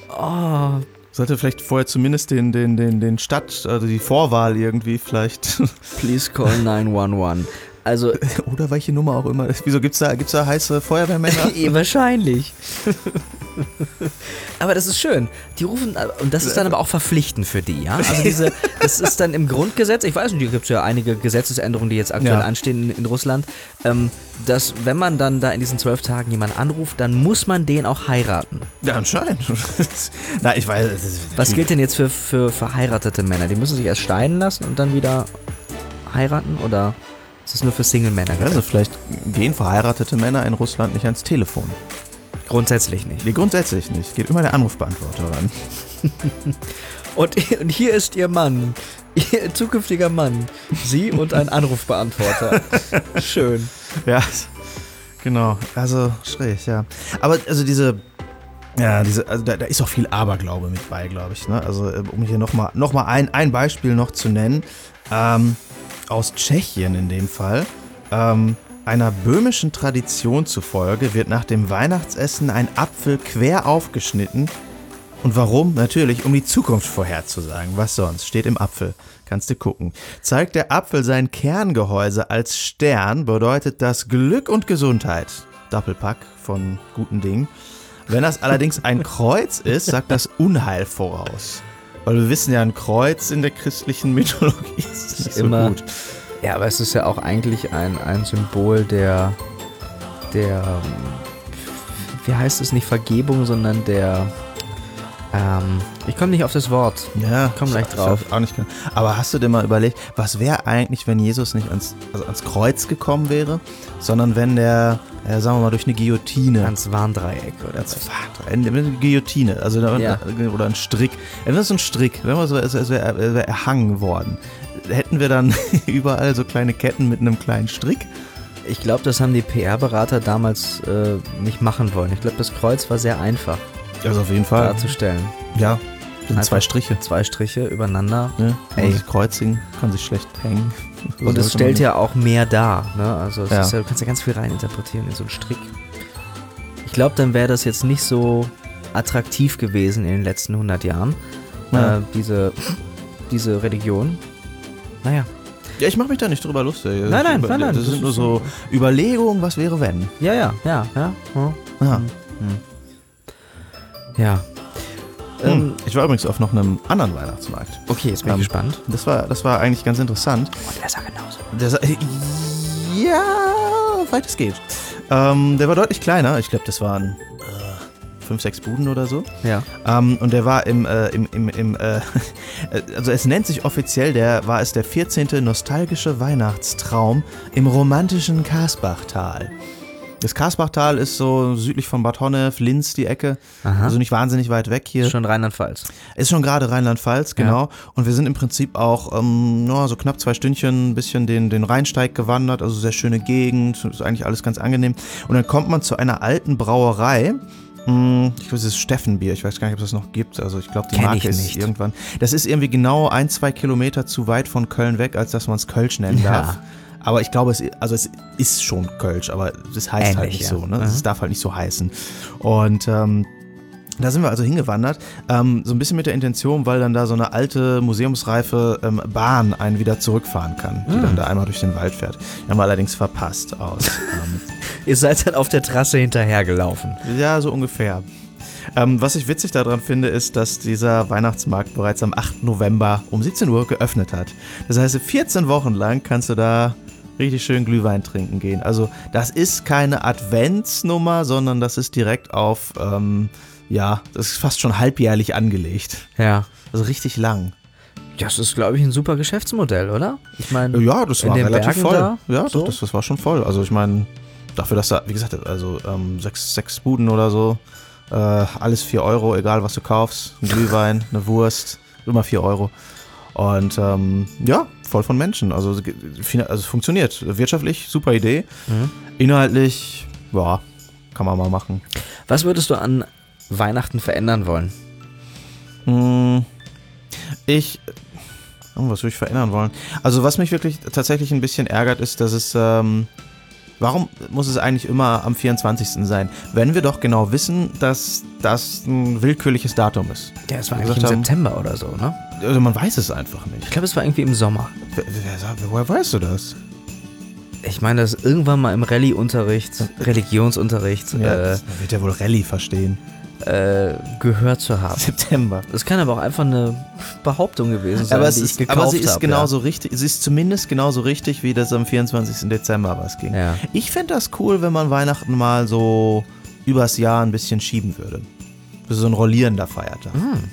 A: Oh,
B: Sollte vielleicht vorher zumindest den, den, den, den Stadt, also die Vorwahl irgendwie vielleicht.
A: please call 911. Also,
B: (laughs) Oder welche Nummer auch immer. Wieso gibt's da, gibt's da
A: (laughs)
B: heiße Feuerwehrmänner?
A: eh, wahrscheinlich. aber das ist schön. Die rufen, und das ist dann aber auch verpflichtend für die, ja? Also diese, das ist dann im Grundgesetz, ich weiß nicht, da gibt es ja einige Gesetzesänderungen, die jetzt aktuell
B: Ja.
A: anstehen in, in Russland, ähm, dass wenn man dann da in diesen zwölf Tagen jemanden anruft, dann muss man den auch heiraten.
B: (laughs) ja, anscheinend. (laughs) Na, ich weiß.
A: Was gilt denn jetzt für, für verheiratete Männer? Die müssen sich erst scheiden lassen und dann wieder heiraten oder ist das nur für Single-Männer?
B: Also vielleicht gehen verheiratete Männer in Russland nicht ans Telefon.
A: Grundsätzlich nicht.
B: Nee, grundsätzlich nicht. Geht immer der Anrufbeantworter ran.
A: Und, (laughs) und hier ist ihr Mann. Ihr zukünftiger Mann. Sie und ein
B: (laughs)
A: Anrufbeantworter. Schön.
B: (laughs) Ja, genau. Also schräg, ja. Aber also diese, ja, diese, also da, da ist auch viel Aberglaube mit bei, glaube ich. Ne? Also äh, um hier nochmal noch mal ein, ein Beispiel noch zu nennen, ähm, aus Tschechien in dem Fall. Ähm, einer böhmischen Tradition zufolge wird nach dem Weihnachtsessen ein Apfel quer aufgeschnitten. Und warum? Natürlich, um die Zukunft vorherzusagen. Was sonst? Steht im Apfel. Kannst du gucken. Zeigt der Apfel sein Kerngehäuse als Stern, bedeutet das Glück und Gesundheit. Doppelpack von guten Dingen. Wenn das allerdings ein Kreuz ist, sagt das Unheil voraus. Weil wir wissen ja, ein Kreuz in der christlichen Mythologie (laughs) ist nicht
A: Immer-
B: so gut.
A: Ja, aber es ist ja auch eigentlich ein, ein Symbol der. der. ähm, wie heißt es nicht Vergebung, sondern der. Ähm, ich komme nicht auf das Wort.
B: Ja,
A: Komm gleich
B: das
A: drauf.
B: hab ich Auch nicht genau. Aber hast du dir mal überlegt, was wäre eigentlich, wenn Jesus nicht ans, also ans Kreuz gekommen wäre, sondern wenn der, äh, sagen wir mal, durch eine Guillotine
A: Ans Warndreieck oder
B: Als Vater, eine, eine Guillotine, also da-
A: Ja.
B: oder ein Strick. Wenn das so ein Strick, wenn man so, als, als wäre er er wär erhangen worden, hätten wir dann (laughs) überall so kleine Ketten mit einem kleinen Strick.
A: Ich glaube, das haben die PR-Berater damals äh, nicht machen wollen. Ich glaube, das Kreuz war sehr einfach
B: Also auf jeden Fall.
A: darzustellen.
B: Ja, sind
A: Einfach
B: zwei Striche.
A: Zwei Striche übereinander.
B: Ne? Kann
A: Ey.
B: man sich kreuzigen, kann sich schlecht hängen.
A: Und es stellt ja auch mehr dar. Ne? Also es
B: Ja.
A: Ist ja, du kannst ja ganz viel reininterpretieren in so einen Strick. Ich glaube, dann wäre das jetzt nicht so attraktiv gewesen in den letzten 100 Jahren,
B: Ja.
A: äh, diese, diese Religion. Naja,
B: Ja, ich mache mich da nicht drüber lustig.
A: Nein, nein,
B: Über-
A: nein, nein,
B: Das
A: das
B: sind nur
A: ist-
B: so Überlegungen, was wäre wenn.
A: ja, ja, ja, ja. Ja. Hm.
B: Ja.
A: ja. Ähm,
B: Hm. Ich war übrigens auf noch einem anderen Weihnachtsmarkt.
A: okay, jetzt bin
B: Ähm,
A: ich gespannt.
B: Das war, das war eigentlich ganz interessant.
A: Und er sah genauso.
B: Der Sa ja, weit es geht. Ähm, der war deutlich kleiner. Ich glaube, das waren äh, fünf, sechs Buden oder so.
A: Ja.
B: Ähm, und der war im, äh, im, im, im äh, (laughs) also es nennt sich offiziell, der war es der 14. nostalgische Weihnachtstraum im romantischen Kasbachtal. Das Kasbachtal ist so südlich von Bad Honnef, Linz die Ecke.
A: Aha.
B: Also nicht wahnsinnig weit weg hier.
A: Schon Rheinland-Pfalz.
B: Ist schon gerade Rheinland-Pfalz, genau. Und wir sind im Prinzip auch ähm, na, so knapp zwei Stündchen ein bisschen den, den Rheinsteig gewandert, also sehr schöne Gegend, ist eigentlich alles ganz angenehm. Und dann kommt man zu einer alten Brauerei. Hm, Ich glaube, es ist Steffenbier. Ich weiß gar nicht, ob es das noch gibt. Also ich glaube, die
A: Kenn
B: Marke
A: ich
B: ist
A: nicht.
B: irgendwann. Das ist irgendwie genau ein, zwei Kilometer zu weit von Köln weg, als dass man es Kölsch nennen
A: Ja.
B: darf. Aber ich glaube, es, i- also es ist schon Kölsch, aber es heißt halt
A: Ähnlich,
B: nicht
A: ja.
B: so. Ne?
A: Mhm.
B: Es darf halt nicht so heißen. Und ähm, Da sind wir also hingewandert, ähm, so ein bisschen mit der Intention, weil dann da so eine alte, museumsreife ähm, Bahn einen wieder zurückfahren kann,
A: Mhm.
B: die dann da einmal durch den Wald fährt. Die haben wir allerdings verpasst
A: (laughs)
B: aus.
A: Ihr seid halt auf der Trasse hinterhergelaufen.
B: Ähm, ja, so ungefähr. Ähm, was ich witzig daran finde, ist, dass dieser Weihnachtsmarkt bereits am 8. November um 17 Uhr geöffnet hat. Das heißt, 14 Wochen lang kannst du da richtig schön Glühwein trinken gehen. Also das ist keine Adventsnummer, sondern das ist direkt auf, ähm, ja, das ist fast schon halbjährlich angelegt.
A: Ja.
B: Also richtig lang.
A: Das ist, glaube ich, ein super Geschäftsmodell, oder? Ich meine,
B: Ja, das
A: In
B: war
A: den
B: relativ
A: Bergen
B: voll.
A: da?
B: ja,
A: So?
B: doch, das, das war schon voll. Also ich meine, dafür, dass da, wie gesagt, also ähm, sechs, sechs Buden oder so, äh, alles 4 Euro, egal was du kaufst, ein Glühwein,
A: (laughs)
B: eine Wurst, immer 4 Euro. Und ähm, ja, voll von Menschen. Also, es ge- fin- also es funktioniert. Wirtschaftlich, super Idee.
A: Mhm.
B: Inhaltlich, ja, kann man mal machen.
A: was würdest du an Weihnachten verändern wollen?
B: Mm, Ich. Oh, was würde ich verändern wollen? Also, was mich wirklich tatsächlich ein bisschen ärgert, ist, dass es. Ähm, warum muss es eigentlich immer am 24. sein? Wenn wir doch genau wissen, dass das ein willkürliches Datum ist.
A: Ja, es
B: war eigentlich im
A: September oder so, ne?
B: Also, man weiß es einfach
A: Ich
B: nicht.
A: glaube, es war irgendwie im Sommer.
B: Wer, wer, sagt- woher weißt du das?
A: Ich meine, das ist irgendwann mal im Rallye-Unterricht, Religionsunterricht,
B: das wird ja wohl Rallye verstehen.
A: äh, äh, gehört zu haben.
B: September.
A: Es kann aber auch einfach eine Behauptung gewesen sein,
B: aber, es
A: die ich
B: ist,
A: gekauft
B: aber sie ist
A: hab,
B: genauso richtig, sie ist zumindest genauso richtig, wie das am 24. Dezember was ging.
A: Ja.
B: Ich fände das cool, wenn man Weihnachten mal so übers Jahr ein bisschen schieben würde. Das ist so ein rollierender Feiertag.
A: Hm.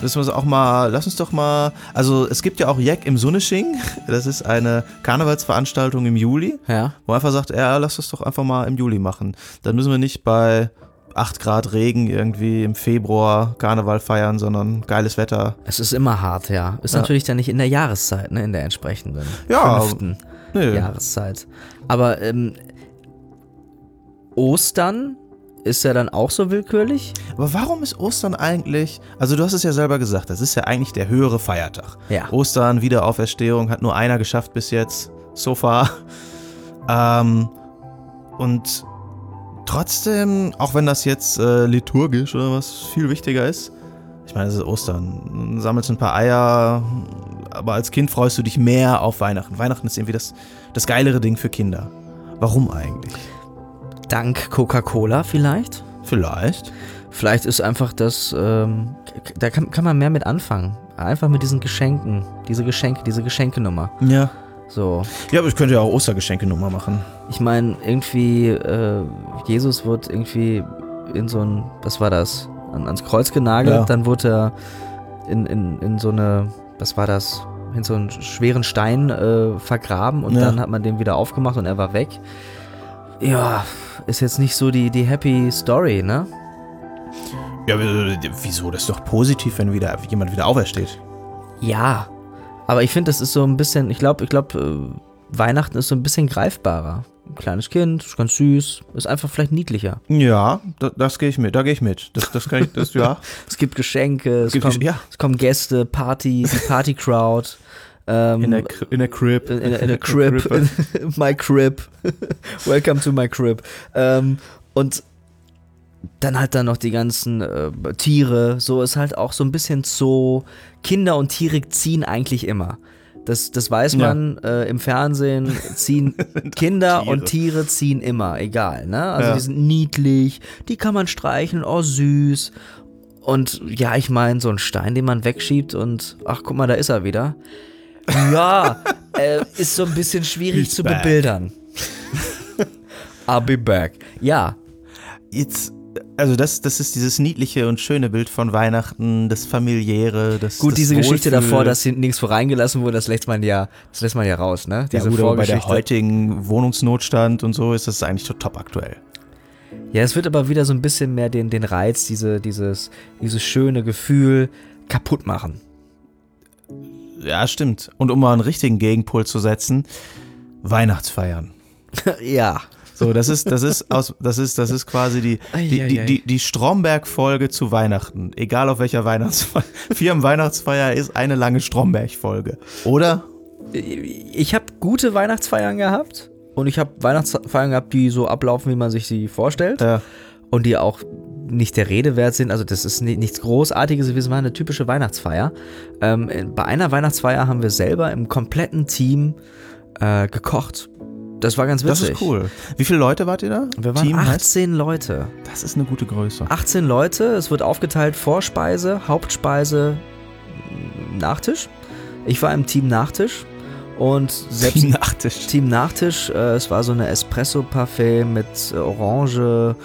B: Lass uns auch mal, lass uns doch mal, also es gibt ja auch Jack im Sunnesching, (laughs) das ist eine Karnevalsveranstaltung im Juli,
A: Ja. ja.
B: wo man einfach sagt, ja, lass das doch einfach mal im Juli machen. Dann müssen wir nicht bei 8 Grad Regen irgendwie im Februar Karneval feiern, sondern geiles Wetter.
A: Es ist immer hart, ja. Ist natürlich dann nicht in der Jahreszeit, ne? In der entsprechenden
B: Ja,
A: fünften
B: Nö.
A: Jahreszeit. Aber ähm, Ostern ist ja dann auch so willkürlich.
B: Aber warum ist Ostern eigentlich, also du hast es ja selber gesagt, das ist ja eigentlich der höhere Feiertag.
A: Ja.
B: Ostern, Wiederauferstehung, hat nur einer geschafft bis jetzt, so far. Ähm, und trotzdem, auch wenn das jetzt äh, liturgisch oder was viel wichtiger ist, ich meine, es ist Ostern, sammelst ein paar Eier, aber als Kind freust du dich mehr auf Weihnachten. Weihnachten ist irgendwie das, das geilere Ding für Kinder. Warum eigentlich?
A: Dank Coca-Cola vielleicht.
B: Vielleicht.
A: Vielleicht ist einfach das, ähm, k- da kann, kann man mehr mit anfangen. Einfach mit diesen Geschenken. Diese Geschenke, diese Geschenkenummer.
B: Ja.
A: So.
B: Ja, aber ich könnte ja auch Ostergeschenke nochmal machen.
A: Ich meine, irgendwie, äh, Jesus wird irgendwie in so ein, was war das? An, ans Kreuz genagelt,
B: Ja.
A: dann wurde er in, in, in so eine, was war das? In so einen schweren Stein äh, vergraben und
B: Ja.
A: dann hat man den wieder aufgemacht und er war weg. Ja, ist jetzt nicht so die, die Happy Story, ne?
B: Ja, wieso? Das ist doch positiv, wenn wieder jemand wieder aufersteht.
A: Ja. Aber ich finde, das ist so ein bisschen, ich glaube, ich glaube, äh, Weihnachten ist so ein bisschen greifbarer. Ein kleines Kind, ist ganz süß, ist einfach vielleicht niedlicher.
B: Ja, das, das gehe ich mit. Da gehe ich mit. Das, das kann ich, das, (laughs) ja.
A: Es gibt Geschenke, es,
B: gibt
A: kommen,
B: Gesch- ja.
A: es kommen Gäste, Party, die Party-Crowd. Ähm,
B: (laughs) In der, Kri- in der Crib.
A: in, der- in der Crib, in, (laughs) my Crib. Welcome to my Crib. Ähm, und dann halt dann noch die ganzen äh, Tiere. So ist halt auch so ein bisschen Zoo. Kinder und Tiere ziehen eigentlich immer. Das, das weiß
B: Ja.
A: man äh, im Fernsehen, ziehen Kinder
B: Tiere.
A: und Tiere ziehen immer, egal, ne? Also
B: Ja.
A: die sind niedlich, die kann man streicheln, oh süß. Und ja, ich meine, so ein Stein, den man wegschiebt und ach, guck mal, da ist er wieder.
B: (laughs)
A: Ja, äh, ist so ein bisschen schwierig
B: He's
A: zu
B: back. (laughs)
A: bebildern. I'll be back. Ja,
B: (laughs) Jetzt, also das, das ist dieses niedliche und schöne Bild von Weihnachten, das familiäre, das
A: gut,
B: das
A: diese Geschichte
B: Wohlfühl.
A: davor, dass hinten nichts voreingelassen wurde, das lässt man ja, das lässt man ja raus, ne?
B: ja,
A: Diese
B: gut, aber bei der
A: Vorgeschichte.
B: heutigen Wohnungsnotstand und so ist das eigentlich so top aktuell.
A: Ja, es wird aber wieder so ein bisschen mehr den, den Reiz, diese, dieses, dieses schöne Gefühl kaputt machen. (laughs)
B: Ja, stimmt. Und um mal einen richtigen Gegenpol zu setzen, Weihnachtsfeiern.
A: ja.
B: So, das ist, das ist aus, das ist, das ist quasi die, die, die,
A: Eieiei.
B: die, die Stromberg-Folge zu Weihnachten. Egal auf welcher Weihnachtsfeier. (laughs) Firmen Weihnachtsfeier ist eine lange Stromberg-Folge. Oder?
A: Ich habe gute Weihnachtsfeiern gehabt und ich habe Weihnachtsfeiern gehabt, die so ablaufen, wie man sich sie vorstellt
B: Äh,
A: und die auch nicht der Rede wert sind. Also das ist ni- nichts Großartiges. Wir waren eine typische Weihnachtsfeier. Ähm, bei einer Weihnachtsfeier haben wir selber im kompletten Team äh, gekocht. Das war ganz
B: Das
A: witzig.
B: ist cool. Wie viele Leute wart ihr da?
A: Wir waren
B: heißt-
A: 18 Leute.
B: Das ist eine gute Größe.
A: 18 Leute, es wird aufgeteilt Vorspeise, Hauptspeise, Nachtisch. Ich war im Team Nachtisch und selbst
B: (laughs) Team Nachtisch.
A: Team Nachtisch, äh, es war so eine Espresso-Parfait mit äh, Orange,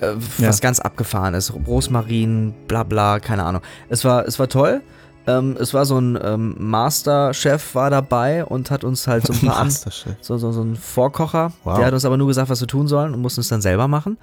A: äh,
B: Ja.
A: was ganz abgefahren ist, Rosmarin, bla bla, keine Ahnung. Es war, es war toll. Ähm, es war so ein ähm, Master-Chef war dabei und hat uns halt so ein
B: (laughs)
A: paar, An
B: Masterchef.
A: so, so, so ein Vorkocher.
B: Wow.
A: Der hat uns aber nur gesagt, was wir tun sollen und mussten es dann selber machen.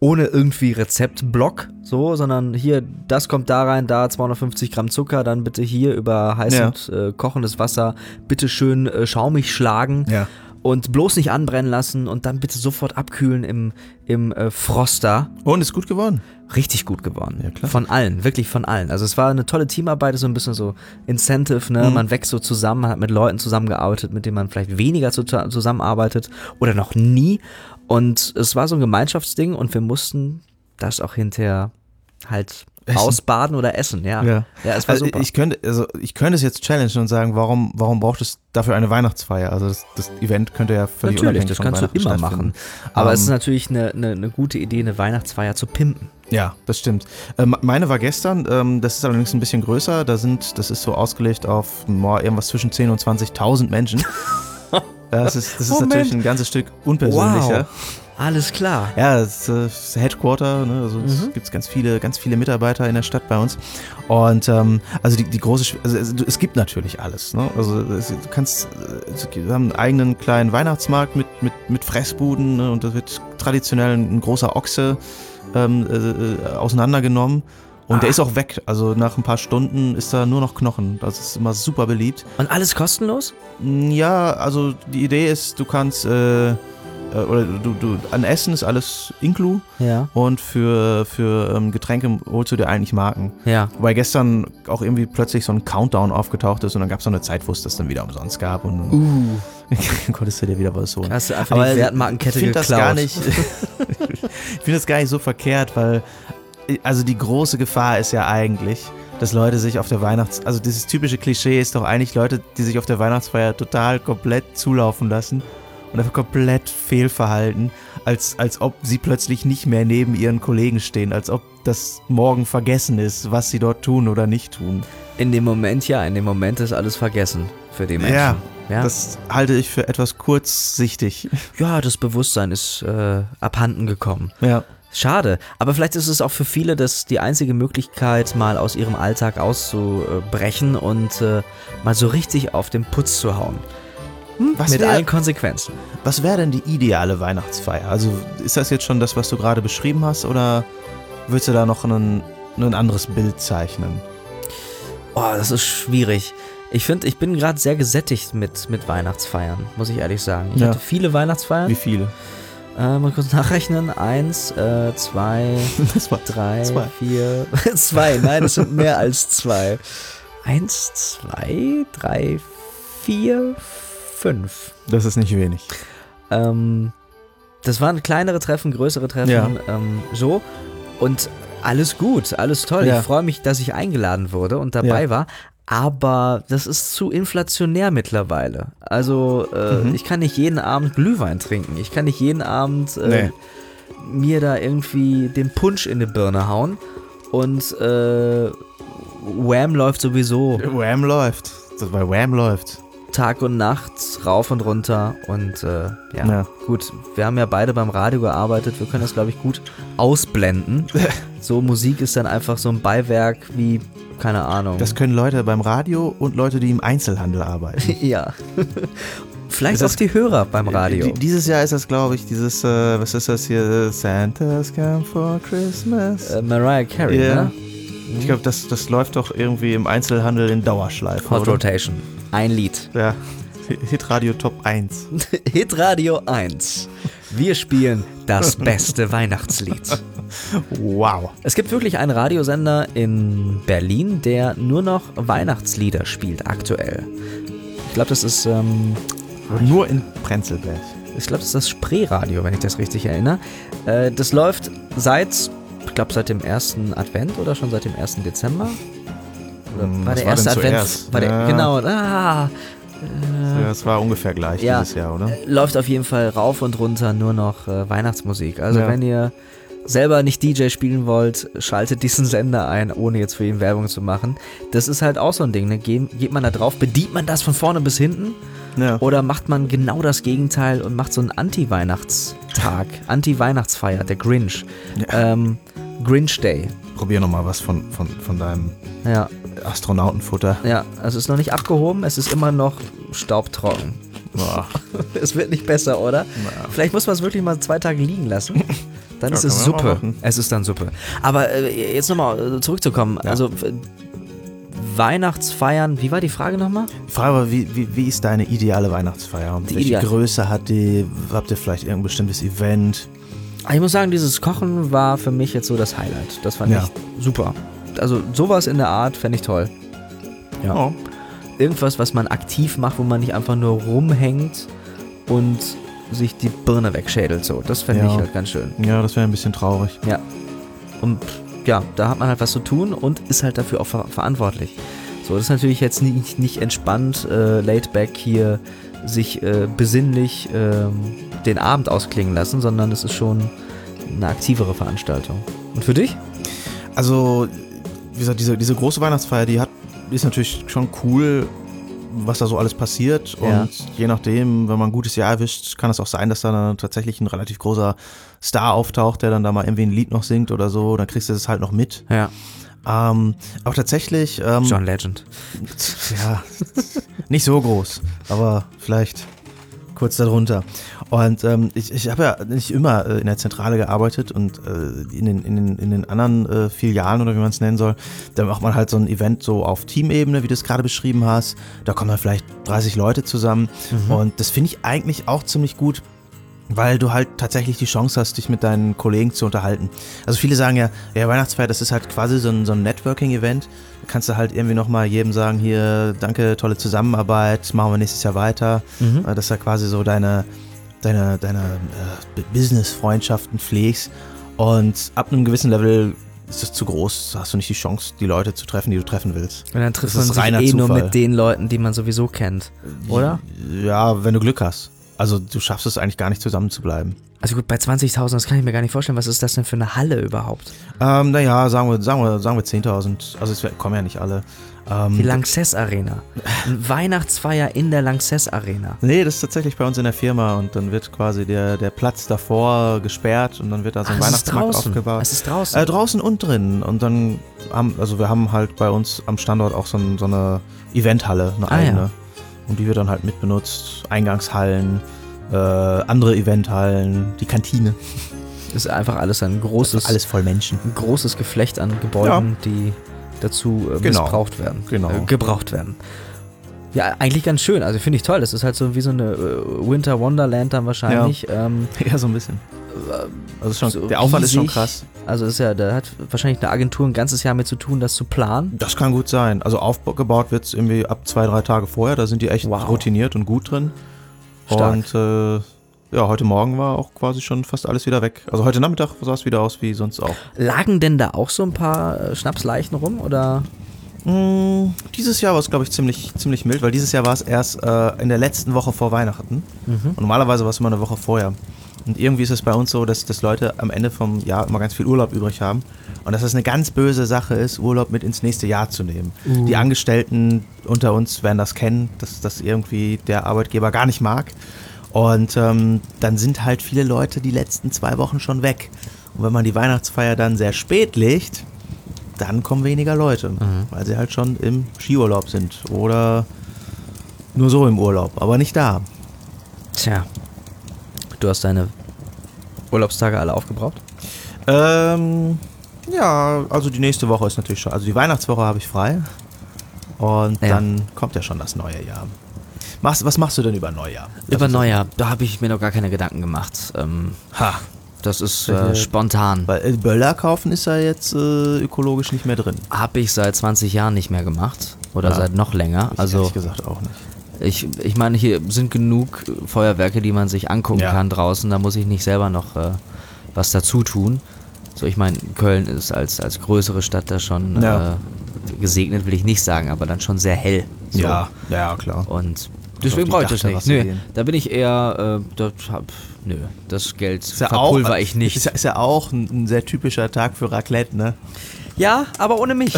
A: Ohne irgendwie Rezeptblock, so, sondern hier, das kommt da rein, da 250 Gramm Zucker, dann bitte hier über heiß
B: Ja.
A: und äh, kochendes Wasser, bitte schön äh, schaumig schlagen
B: Ja.
A: und bloß nicht anbrennen lassen und dann bitte sofort abkühlen im, im äh, Froster.
B: Und ist gut geworden.
A: Richtig gut geworden.
B: Ja, klar.
A: Von allen, wirklich von allen. Also es war eine tolle Teamarbeit, ist so ein bisschen so Incentive,
B: Mhm.
A: ne? Man wächst so zusammen, man hat mit Leuten zusammengearbeitet, mit denen man vielleicht weniger zu, zusammenarbeitet oder noch nie. Und es war so ein Gemeinschaftsding und wir mussten das auch hinterher halt
B: Essen.
A: ausbaden oder essen, ja.
B: Ja.
A: es war
B: Also
A: super.
B: ich könnte, also ich könnte es jetzt challengen und sagen, warum, warum braucht es dafür eine Weihnachtsfeier? Also das, das Event könnte ja
A: Natürlich,
B: völlig unabhängig
A: das
B: von
A: kannst du
B: Weihnachten
A: immer machen.
B: stattfinden.
A: Aber
B: Ähm,
A: es ist natürlich eine, eine, eine gute Idee, eine Weihnachtsfeier zu pimpen.
B: Ja, das stimmt. Ähm, meine war gestern, ähm, das ist allerdings ein bisschen größer. Da sind, das ist so ausgelegt auf boah, irgendwas zwischen 10.000 und 20.000 Menschen. Das ist, das ist
A: Moment.
B: natürlich ein ganzes Stück unpersönlicher.
A: Alles klar.
B: Ja, das, äh, das Headquarter, ne? also es gibt ganz viele, ganz viele Mitarbeiter in der Stadt bei uns. Und ähm, also die, die große, Schw- also es- es gibt natürlich alles. Ne? Also es, du kannst, äh, es gibt- wir haben einen eigenen kleinen Weihnachtsmarkt mit mit mit Fressbuden ne? und da wird traditionell ein großer Ochse ähm, äh, äh, auseinandergenommen. Und der
A: Ah.
B: ist auch weg. Also nach ein paar Stunden ist da nur noch Knochen. Das ist immer super beliebt.
A: Und alles kostenlos?
B: Ja, also die Idee ist, du kannst äh, äh, oder du, du an Essen ist alles inklu
A: Ja.
B: und für, für ähm, Getränke holst du dir eigentlich Marken.
A: Ja.
B: Wobei gestern auch irgendwie plötzlich so ein Countdown aufgetaucht ist und dann gab es so eine Zeit, wo es das dann wieder umsonst gab und
A: Uh.
B: dann (laughs) konntest du dir wieder was holen.
A: Hast du einfach die Wertmarkenkette
B: ich find
A: geklaut.
B: Das gar nicht, (laughs) ich finde das gar nicht so verkehrt, weil äh, also die große Gefahr ist ja eigentlich, dass Leute sich auf der Weihnachts... Also dieses typische Klischee ist doch eigentlich Leute, die sich auf der Weihnachtsfeier total komplett zulaufen lassen und einfach komplett fehlverhalten, als, als ob sie plötzlich nicht mehr neben ihren Kollegen stehen, als ob das morgen vergessen ist, was sie dort tun oder nicht tun.
A: (laughs) In dem Moment ja, in dem Moment ist alles vergessen für die Menschen.
B: Ja,
A: ja? Das,
B: Das halte ich für etwas kurzsichtig.
A: ja, das Bewusstsein ist äh, abhanden gekommen.
B: Ja.
A: Schade, aber vielleicht ist es auch für viele das die einzige Möglichkeit, mal aus ihrem Alltag auszubrechen und äh, mal so richtig auf den Putz zu hauen.
B: Was
A: Mit
B: wär-
A: allen Konsequenzen.
B: Was wäre denn die ideale Weihnachtsfeier? Also ist das jetzt schon das, was du gerade beschrieben hast, oder würdest du da noch ein, ein anderes Bild zeichnen?
A: Oh, das ist schwierig. Ich finde, ich bin gerade sehr gesättigt mit, mit Weihnachtsfeiern, muss ich ehrlich sagen. Ich
B: Ja.
A: hatte viele Weihnachtsfeiern.
B: Wie viele? (laughs)
A: Äh, mal kurz nachrechnen. Eins, äh,
B: (laughs)
A: zwei,
B: Das war
A: drei,
B: Zwei.
A: vier, (laughs) zwei. Nein, es sind mehr als zwei. Eins, zwei, drei, vier, fünf.
B: Das ist nicht wenig.
A: Ähm, das waren kleinere Treffen, größere Treffen,
B: Ja.
A: ähm, so. Und alles gut, alles toll.
B: Ja.
A: Ich freue mich, dass ich eingeladen wurde und dabei war. Aber das ist zu inflationär mittlerweile. Also äh,
B: Mhm.
A: ich kann nicht jeden Abend Glühwein trinken. Ich kann nicht jeden Abend äh,
B: Nee.
A: mir da irgendwie den Punsch in die Birne hauen. Und äh, Wham läuft sowieso
B: Wham läuft. Das bei Wham läuft.
A: Tag und Nacht rauf und runter und äh, ja.
B: Ja.
A: gut, wir haben ja beide beim Radio gearbeitet, wir können das glaube ich gut
B: (laughs)
A: ausblenden. so Musik ist dann einfach so ein Beiwerk wie keine Ahnung.
B: Das können Leute beim Radio und Leute, die im Einzelhandel arbeiten.
A: (laughs) ja. (laughs) Vielleicht
B: Ist das-
A: auch die Hörer beim Radio.
B: Die- Dieses Jahr ist das, glaube ich, dieses, äh, was ist das hier? Santa's come for Christmas.
A: äh, Mariah Carey,
B: Ja.
A: ne?
B: Ich glaube, das, das läuft doch irgendwie im Einzelhandel in Dauerschleife.
A: Hot
B: oder?
A: Rotation. Ein Lied. (laughs)
B: Ja. Hitradio Top 1.
A: Hitradio 1. Wir spielen
B: (laughs)
A: das beste Weihnachtslied.
B: Wow.
A: Es gibt wirklich einen Radiosender in Berlin, der nur noch Weihnachtslieder spielt aktuell. Ich glaube, das ist, ähm,
B: Nur in Prenzlberg.
A: ich glaube, das ist das Spreeradio, wenn ich das richtig erinnere. Äh, das läuft seit ich glaube, seit dem ersten Advent oder schon seit dem ersten Dezember? Oder
B: Hm,
A: war
B: was
A: der
B: war
A: erste
B: denn
A: Advent?
B: zuerst?
A: War der,
B: Ja.
A: Genau, ah,
B: Ja, es war ungefähr gleich
A: Ja.
B: dieses Jahr, oder?
A: läuft auf jeden Fall rauf und runter nur noch äh, Weihnachtsmusik. Also
B: Ja.
A: wenn ihr selber nicht DJ spielen wollt, schaltet diesen Sender ein, ohne jetzt für ihn Werbung zu machen. Das ist halt auch so ein Ding. Ne? Geh, geht man da drauf, bedient man das von vorne bis hinten
B: Ja.
A: oder macht man genau das Gegenteil und macht so einen Anti-Weihnachtstag, Anti-Weihnachtsfeier, der Grinch. Ähm, Grinch Day.
B: Probier nochmal was von, von, von deinem
A: Ja,
B: Astronautenfutter.
A: ja. Also es ist noch nicht abgehoben, es ist immer noch staubtrocken.
B: Boah.
A: (laughs) Es wird nicht besser, oder? Vielleicht muss man es wirklich mal zwei Tage liegen
B: (laughs)
A: lassen. Dann ist
B: kann
A: es
B: man mal
A: Suppe.
B: machen.
A: Es ist dann Suppe. Aber äh, jetzt nochmal äh, zurückzukommen. Also f- Weihnachtsfeiern, wie war die Frage nochmal?
B: Die Frage war, wie, wie, wie ist deine ideale Weihnachtsfeier? Und
A: Die
B: welche
A: ideale-
B: Größe hat die? Habt ihr vielleicht irgendein bestimmtes Event?
A: Ah, Ich muss sagen, dieses Kochen war für mich jetzt so das Highlight. Das fand
B: Ja.
A: ich super. Also sowas in der Art fände ich toll. Ja.
B: Oh.
A: Irgendwas, was man aktiv macht, wo man nicht einfach nur rumhängt und sich die Birne wegschädelt. So, das fände
B: Ja.
A: ich halt ganz schön.
B: Ja, das wäre ein bisschen traurig.
A: Ja. Und ja, da hat man halt was zu tun und ist halt dafür auch ver verantwortlich. So, das ist natürlich jetzt nicht, nicht entspannt, äh, laid back hier sich äh, besinnlich ähm, den Abend ausklingen lassen, sondern es ist schon eine aktivere Veranstaltung. Und für dich?
B: Also, wie gesagt, diese, diese große Weihnachtsfeier, die hat, die ist natürlich schon cool, was da so alles passiert. Und
A: Ja.
B: je nachdem, wenn man ein gutes Jahr erwischt, kann es auch sein, dass da dann tatsächlich ein relativ großer Star auftaucht, der dann da mal irgendwie ein Lied noch singt oder so. Dann kriegst du das halt noch mit.
A: Ja,
B: Ähm, aber tatsächlich. Ähm,
A: John Legend.
B: Ja, nicht so groß, aber vielleicht kurz darunter. Und ähm, ich, ich habe ja nicht immer äh, in der Zentrale gearbeitet und äh, in, den, in, den, in den anderen äh, Filialen oder wie man es nennen soll, da macht man halt so ein Event so auf Teamebene, wie du es gerade beschrieben hast. Da kommen dann vielleicht 30 Leute zusammen und das finde ich eigentlich auch ziemlich gut, weil du halt tatsächlich die Chance hast, dich mit deinen Kollegen zu unterhalten. Also viele sagen ja, ja Weihnachtsfeier, das ist halt quasi so ein, so ein Networking-Event. Da kannst du halt irgendwie nochmal jedem sagen, hier, danke, tolle Zusammenarbeit, machen wir nächstes Jahr weiter. Äh, Dass du quasi so deine, deine, deine äh, B- Business-Freundschaften pflegst. Und ab einem gewissen Level ist es zu groß, hast du nicht die Chance, die Leute zu treffen, die du treffen willst.
A: Und dann trifft
B: Das
A: man
B: ist
A: sich
B: reiner
A: eh nur
B: Zufall. Äh,
A: mit den Leuten, die man sowieso kennt, oder?
B: Ja, wenn du Glück hast. Also du schaffst es eigentlich gar nicht zusammen zu bleiben.
A: Also gut, bei 20.000, das kann ich mir gar nicht vorstellen. Was ist das denn für eine Halle überhaupt?
B: Ähm, naja, sagen wir, sagen wir, sagen wir 10.000. Also es wär- kommen ja nicht alle. Ähm,
A: Die Lanxess Arena. Eine Weihnachtsfeier in der Lanxess Arena.
B: nee, das ist tatsächlich bei uns in der Firma und dann wird quasi der, der Platz davor gesperrt und dann wird da so ein
A: es
B: Weihnachtsmarkt
A: draußen.
B: aufgebaut.
A: Es ist draußen.
B: Äh, draußen und drinnen. Und dann haben, also wir haben halt bei uns am Standort auch so, ein, so eine Eventhalle, eine
A: Ah,
B: eigene.
A: ja.
B: Und die wird dann halt mitbenutzt. Eingangshallen, äh, andere Eventhallen, die Kantine.
A: ist einfach alles ein großes,
B: Alles voll Menschen.
A: ein großes Geflecht an Gebäuden, die dazu äh,
B: Genau.
A: missbraucht werden.
B: Genau.
A: Äh, gebraucht werden. Ja, eigentlich ganz schön. Also finde ich toll. Das ist halt so wie so eine äh, Winter Wonderland dann wahrscheinlich. Ähm,
B: (laughs) Ja, so ein bisschen. Also schon,
A: Äh, so
B: der Aufwand ist schon
A: riesig.
B: krass.
A: Also ist ja, da hat wahrscheinlich eine Agentur ein ganzes Jahr mit zu tun, das zu planen.
B: Das kann gut sein. Also aufgebaut wird es irgendwie ab zwei, drei Tage vorher. Da sind die echt
A: Wow.
B: routiniert und gut drin.
A: Stark.
B: Und äh, ja, heute Morgen war auch quasi schon fast alles wieder weg. Also heute Nachmittag sah es wieder aus wie sonst auch.
A: Lagen denn da auch so ein paar äh, Schnapsleichen rum oder?
B: Mm, Dieses Jahr war es, glaube ich, ziemlich, ziemlich mild, weil dieses Jahr war es erst äh, in der letzten Woche vor Weihnachten. Und normalerweise war es immer eine Woche vorher. Und irgendwie ist es bei uns so, dass, dass Leute am Ende vom Jahr immer ganz viel Urlaub übrig haben. Und dass das eine ganz böse Sache ist, Urlaub mit ins nächste Jahr zu nehmen. Die Angestellten unter uns werden das kennen, dass das irgendwie der Arbeitgeber gar nicht mag. Und ähm, dann sind halt viele Leute die letzten zwei Wochen schon weg. Und wenn man die Weihnachtsfeier dann sehr spät legt, dann kommen weniger Leute,
A: Mhm.
B: weil sie halt schon im Skiurlaub sind oder nur so im Urlaub, aber nicht da.
A: Tja, du hast deine Urlaubstage alle aufgebraucht?
B: Ähm, ja, also die nächste Woche ist natürlich schon, also die Weihnachtswoche habe ich frei und
A: Ja.
B: dann kommt ja schon das neue Jahr. Machst, was machst du denn über Neujahr?
A: Über Neujahr, da habe ich mir noch gar keine Gedanken gemacht. Ähm,
B: Ha,
A: das ist
B: Äh,
A: äh, spontan.
B: weil äh, Böller kaufen ist ja jetzt äh, ökologisch nicht mehr drin.
A: Habe ich seit 20 Jahren nicht mehr gemacht. Oder
B: Ja.
A: seit noch länger. also
B: ehrlich gesagt auch nicht.
A: ich, ich meine, hier sind genug äh, Feuerwerke, die man sich angucken
B: Ja.
A: kann draußen. Da muss ich nicht selber noch äh, was dazu tun. So, ich meine, Köln ist als, als größere Stadt da schon
B: Ja.
A: äh, gesegnet, will ich nicht sagen, aber dann schon sehr hell. So.
B: Ja, ja, klar.
A: Und
B: die
A: deswegen brauche ich das nicht.
B: Dachterrasse
A: Nö,
B: gehen.
A: da bin ich eher, äh, da hab, nö, das Geld
B: Ist ja
A: verpulver
B: auch,
A: ich nicht.
B: Ist ja, ist ja auch ein, ein sehr typischer Tag für Raclette, ne?
A: Ja, aber ohne (laughs) mich.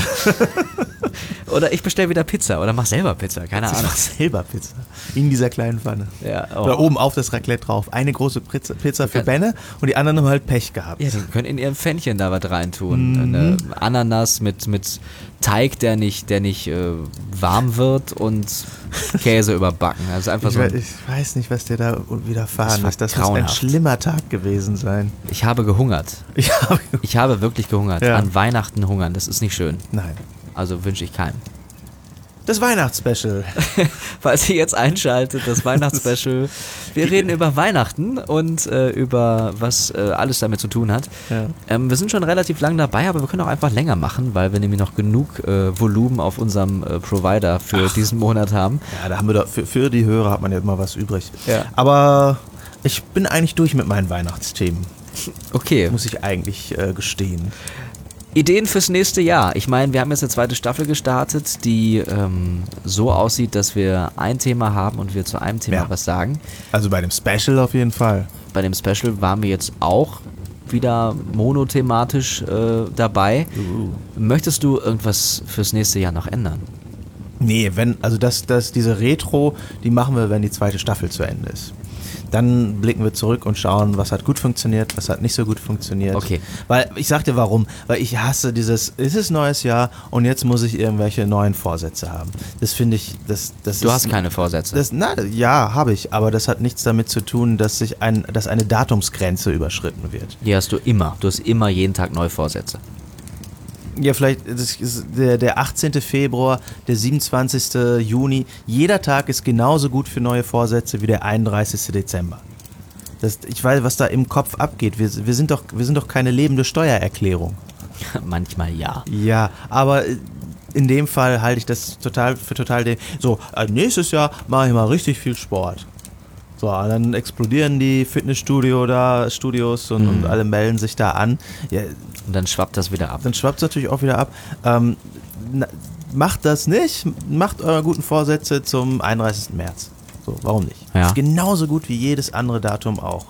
A: oder ich bestelle wieder Pizza oder mach selber Pizza, keine
B: Ich
A: Ahnung.
B: mach (laughs) selber Pizza. In dieser kleinen Pfanne.
A: Ja, oh.
B: Oder oben auf das Raclette drauf. Eine große Pizza, Pizza für
A: Ja.
B: Benne und die anderen haben halt Pech gehabt.
A: Ja, die können in ihren Pfännchen da was reintun. Eine Ananas mit, mit Teig, der nicht, der nicht äh, warm wird und (laughs) Käse überbacken. Also einfach
B: Ich,
A: so.
B: we-
A: Ein,
B: ich weiß nicht, was dir da widerfahren
A: war
B: ist. Das muss ein
A: grauenhaft.
B: schlimmer Tag gewesen (laughs) sein.
A: ich habe gehungert.
B: Ich habe.
A: Ich habe wirklich gehungert.
B: Ja.
A: An Weihnachten hungern, das ist nicht schön.
B: Nein.
A: Also wünsche ich keinem.
B: Das Weihnachtsspecial.
A: (laughs) Falls ihr jetzt einschaltet, das
B: (laughs)
A: Weihnachtsspecial. Wir reden über Weihnachten und äh, über was äh, alles damit zu tun hat.
B: Ja.
A: Ähm, wir sind schon relativ lang dabei, aber wir können auch einfach länger machen, weil wir nämlich noch genug äh, Volumen auf unserem äh, Provider für diesen Monat haben.
B: Ja, da haben wir doch, für, für die Hörer hat man ja immer was übrig.
A: Ja.
B: Aber ich bin eigentlich durch mit meinen Weihnachtsthemen,
A: Okay,
B: muss ich eigentlich äh, gestehen.
A: Ideen fürs nächste Jahr. Ich meine, wir haben jetzt eine zweite Staffel gestartet, die ähm, so aussieht, dass wir ein Thema haben und wir zu einem Thema
B: Ja.
A: was sagen.
B: Also bei dem Special auf jeden Fall.
A: Bei dem Special waren wir jetzt auch wieder monothematisch äh, dabei. Möchtest du irgendwas fürs nächste Jahr noch ändern?
B: Nee, wenn, also das, das, diese Retro, die machen wir, wenn die zweite Staffel zu Ende ist. Dann blicken wir zurück und schauen, was hat gut funktioniert, was hat nicht so gut funktioniert.
A: Okay.
B: Weil ich sag dir warum. Weil ich hasse dieses, es ist neues Jahr und jetzt muss ich irgendwelche neuen Vorsätze haben. Das finde ich, das, das
A: Du
B: ist,
A: hast keine Vorsätze.
B: Das, na, ja, habe ich, aber das hat nichts damit zu tun, dass sich ein, dass eine Datumsgrenze überschritten wird.
A: die hast du immer. Du hast immer jeden Tag neue Vorsätze. (laughs)
B: Ja, vielleicht das ist der, der 18. Februar, der 27. Juni. Jeder Tag ist genauso gut für neue Vorsätze wie der 31. Dezember. Das, ich weiß, was da im Kopf abgeht. Wir, wir, sind doch, wir sind doch keine lebende Steuererklärung.
A: Manchmal ja.
B: Ja, aber äh, in dem Fall halte ich das total für total de so äh, nächstes Jahr mache ich mal richtig viel Sport. So, und dann explodieren die Fitnessstudio da Studios und, und alle melden sich da an. Ja,
A: Und dann schwappt das wieder ab.
B: dann schwappt es natürlich auch wieder ab. Ähm, na, macht das nicht, macht eure guten Vorsätze zum 31. März. So, warum nicht?
A: Ja.
B: Ist genauso gut wie jedes andere Datum auch.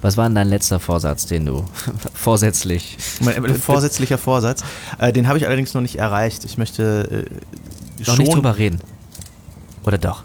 A: Was war denn dein letzter Vorsatz, den du (laughs) vorsätzlich?
B: Mein,
A: äh,
B: mein vorsätzlicher Vorsatz, äh, den habe ich allerdings noch nicht erreicht. Ich möchte äh,
A: Noch
B: schon
A: nicht drüber reden. Oder doch?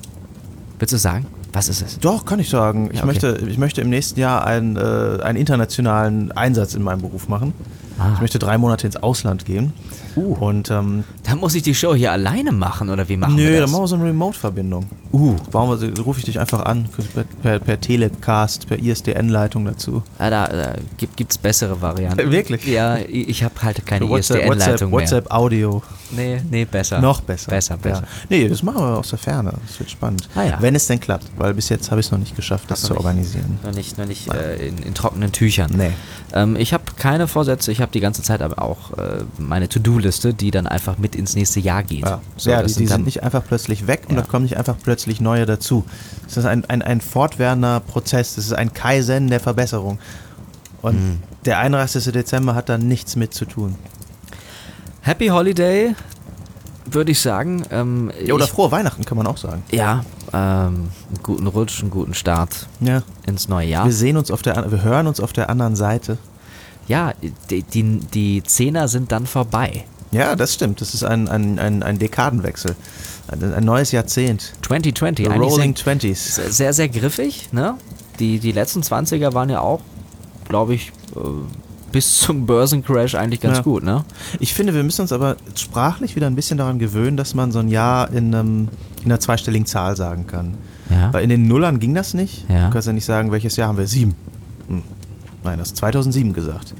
A: Willst du sagen? Was ist es?
B: Doch, kann ich sagen. Ich,
A: Ja, okay.
B: möchte, ich möchte im nächsten Jahr einen, äh, einen internationalen Einsatz in meinem Beruf machen.
A: Ah. Uh.
B: Ich möchte drei Monate ins Ausland gehen. Und ähm,
A: Dann muss ich die Show hier alleine machen oder wie machen
B: nö,
A: wir
B: dann
A: das?
B: machen wir so eine Remote-Verbindung.
A: Uh.
B: Bauen wir, rufe ich dich einfach an, per, per, per Telecast, per ISDN-Leitung dazu.
A: Ah, da, da gibt gibt's bessere Varianten.
B: Äh, wirklich?
A: Ja, ich, ich habe halt keine
B: WhatsApp,
A: ISDN-Leitung mehr.
B: WhatsApp Audio.
A: Nee, nee, besser.
B: Noch Ah, besser.
A: Besser, besser.
B: Ja. Nee, das machen wir aus der Ferne. Das wird spannend.
A: Ah, ja.
B: Wenn es denn klappt, weil bis jetzt habe ich es noch nicht geschafft, das
A: noch
B: zu
A: nicht.
B: organisieren.
A: Noch nicht, noch nicht äh, in, in trockenen Tüchern.
B: Nee.
A: Ähm, ich habe keine Vorsätze, ich habe die ganze Zeit aber auch äh, meine To-Do-Liste, die dann einfach mit ins nächste Jahr geht.
B: Ja,
A: So,
B: ja die,
A: das
B: die
A: dann-
B: sind nicht einfach plötzlich weg und
A: Ja.
B: da kommen nicht einfach plötzlich neue dazu. Das ist ein, ein, ein fortwährender Prozess. Das ist ein Kaizen der Verbesserung. Und der 31. Dezember hat da nichts mit zu tun.
A: Happy Holiday, würde ich sagen. Ähm,
B: Ja, oder
A: ich,
B: frohe Weihnachten kann man auch sagen.
A: ja ähm, einen guten Rutsch, einen guten Start
B: Ja.
A: ins neue Jahr.
B: Wir sehen uns auf der, an- wir hören uns auf der anderen Seite.
A: Ja, die, die, die Zehner sind dann vorbei.
B: Ja, das stimmt. Das ist ein, ein, ein, ein Dekadenwechsel. Ein, ein neues Jahrzehnt.
A: 2020,
B: The
A: eigentlich
B: Rolling
A: sehr,
B: Twenties.
A: sehr, sehr griffig. Ne? Die, die letzten 20er waren ja auch, glaube ich, äh, bis zum Börsencrash eigentlich ganz
B: Ja.
A: gut. Ne?
B: Ich finde, wir müssen uns aber sprachlich wieder ein bisschen daran gewöhnen, dass man so ein Jahr in, einem, in einer zweistelligen Zahl sagen kann.
A: Ja.
B: Weil in den Nullern ging das nicht.
A: Ja.
B: Du kannst ja nicht sagen, welches Jahr haben wir? Sieben. Hm. Nein, das ist 2007 gesagt.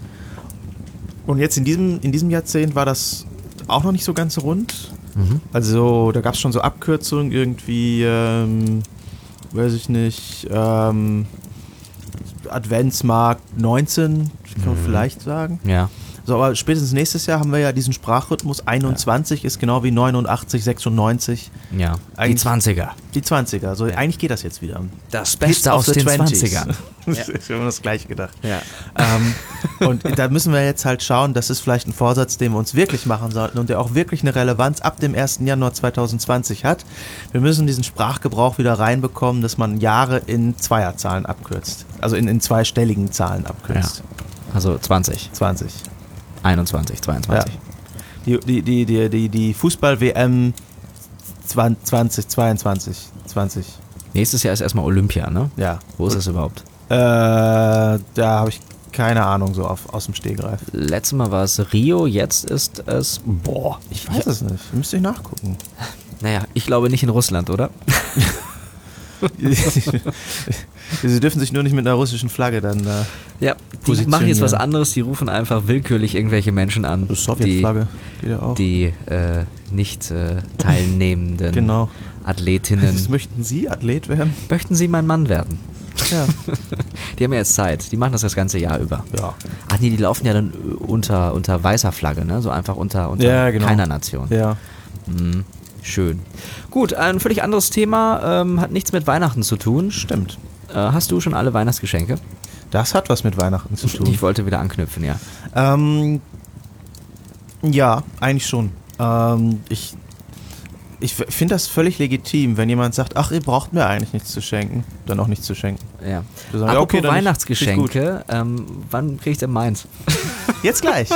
B: Und jetzt in diesem, in diesem Jahrzehnt war das auch noch nicht so ganz rund.
A: Mhm.
B: Also da gab es schon so Abkürzungen irgendwie, ähm, weiß ich nicht,
A: Mhm.
B: ähm, Adventsmarkt 19, kann man vielleicht sagen.
A: Ja.
B: So, aber spätestens nächstes Jahr haben wir ja diesen Sprachrhythmus. 21 ist genau wie 89, 96,
A: Ja. Die
B: Eigentlich-
A: 20er.
B: die 20er. Also eigentlich geht das jetzt wieder.
A: Das
B: Hits
A: Beste aus
B: the
A: den
B: 20s.
A: 20ern.
B: (laughs) Das ist- Wir haben das gleiche gedacht.
A: Ja.
B: Ähm, und da müssen wir jetzt halt schauen, das ist vielleicht ein Vorsatz, den wir uns wirklich machen sollten und der auch wirklich eine Relevanz ab dem 1. Januar 2020 hat. Wir müssen diesen Sprachgebrauch wieder reinbekommen, dass man Jahre in Zweierzahlen abkürzt. Also in, in zweistelligen Zahlen abkürzt.
A: Also 20,
B: 20.
A: 21, 22.
B: Ja. Die, die, die, die, die, die Fußball-WM 20, 22, 20.
A: Nächstes Jahr ist erstmal Olympia, ne?
B: Ja.
A: Wo ist das überhaupt?
B: Äh, da habe ich keine Ahnung so auf, aus dem Stehgreif.
A: Letztes Mal war es Rio, jetzt ist es. Boah,
B: Ich weiß es nicht. Müsste ich nachgucken. (laughs)
A: Naja, ich glaube nicht in Russland, oder?
B: Sie dürfen sich nur nicht mit einer russischen Flagge dann. Äh,
A: Ja, die
B: Positionieren.
A: machen jetzt was anderes, die rufen einfach willkürlich irgendwelche Menschen an.
B: die Sowjetflagge geht ja auch.
A: Die, die äh, nicht äh, teilnehmenden
B: Genau. Das (laughs)
A: Athletinnen.
B: möchten Sie Athlet werden?
A: Möchten Sie mein Mann werden?
B: Ja.
A: Die haben ja jetzt Zeit, die machen das das ganze Jahr über.
B: (laughs) ja.
A: Ach nee, die laufen ja dann äh, unter, unter weißer Flagge, ne? So einfach unter, unter
B: Ja, genau.
A: keiner Nation.
B: Ja.
A: Mhm. Schön. Gut, ein völlig anderes Thema, ähm, hat nichts mit Weihnachten zu tun.
B: Stimmt.
A: Äh, hast du schon alle Weihnachtsgeschenke?
B: Das hat was mit Weihnachten zu tun.
A: Ich wollte wieder anknüpfen, ja.
B: Ähm, ja, eigentlich schon. Ähm, ich ich finde das völlig legitim, wenn jemand sagt, ach, ihr braucht mir eigentlich nichts zu schenken, dann auch nichts zu schenken.
A: Ja.
B: Du
A: Apropos
B: sagst, ja, okay, dann nicht. Finde
A: Weihnachtsgeschenke, ähm, wann krieg ich denn meins?
B: Jetzt gleich.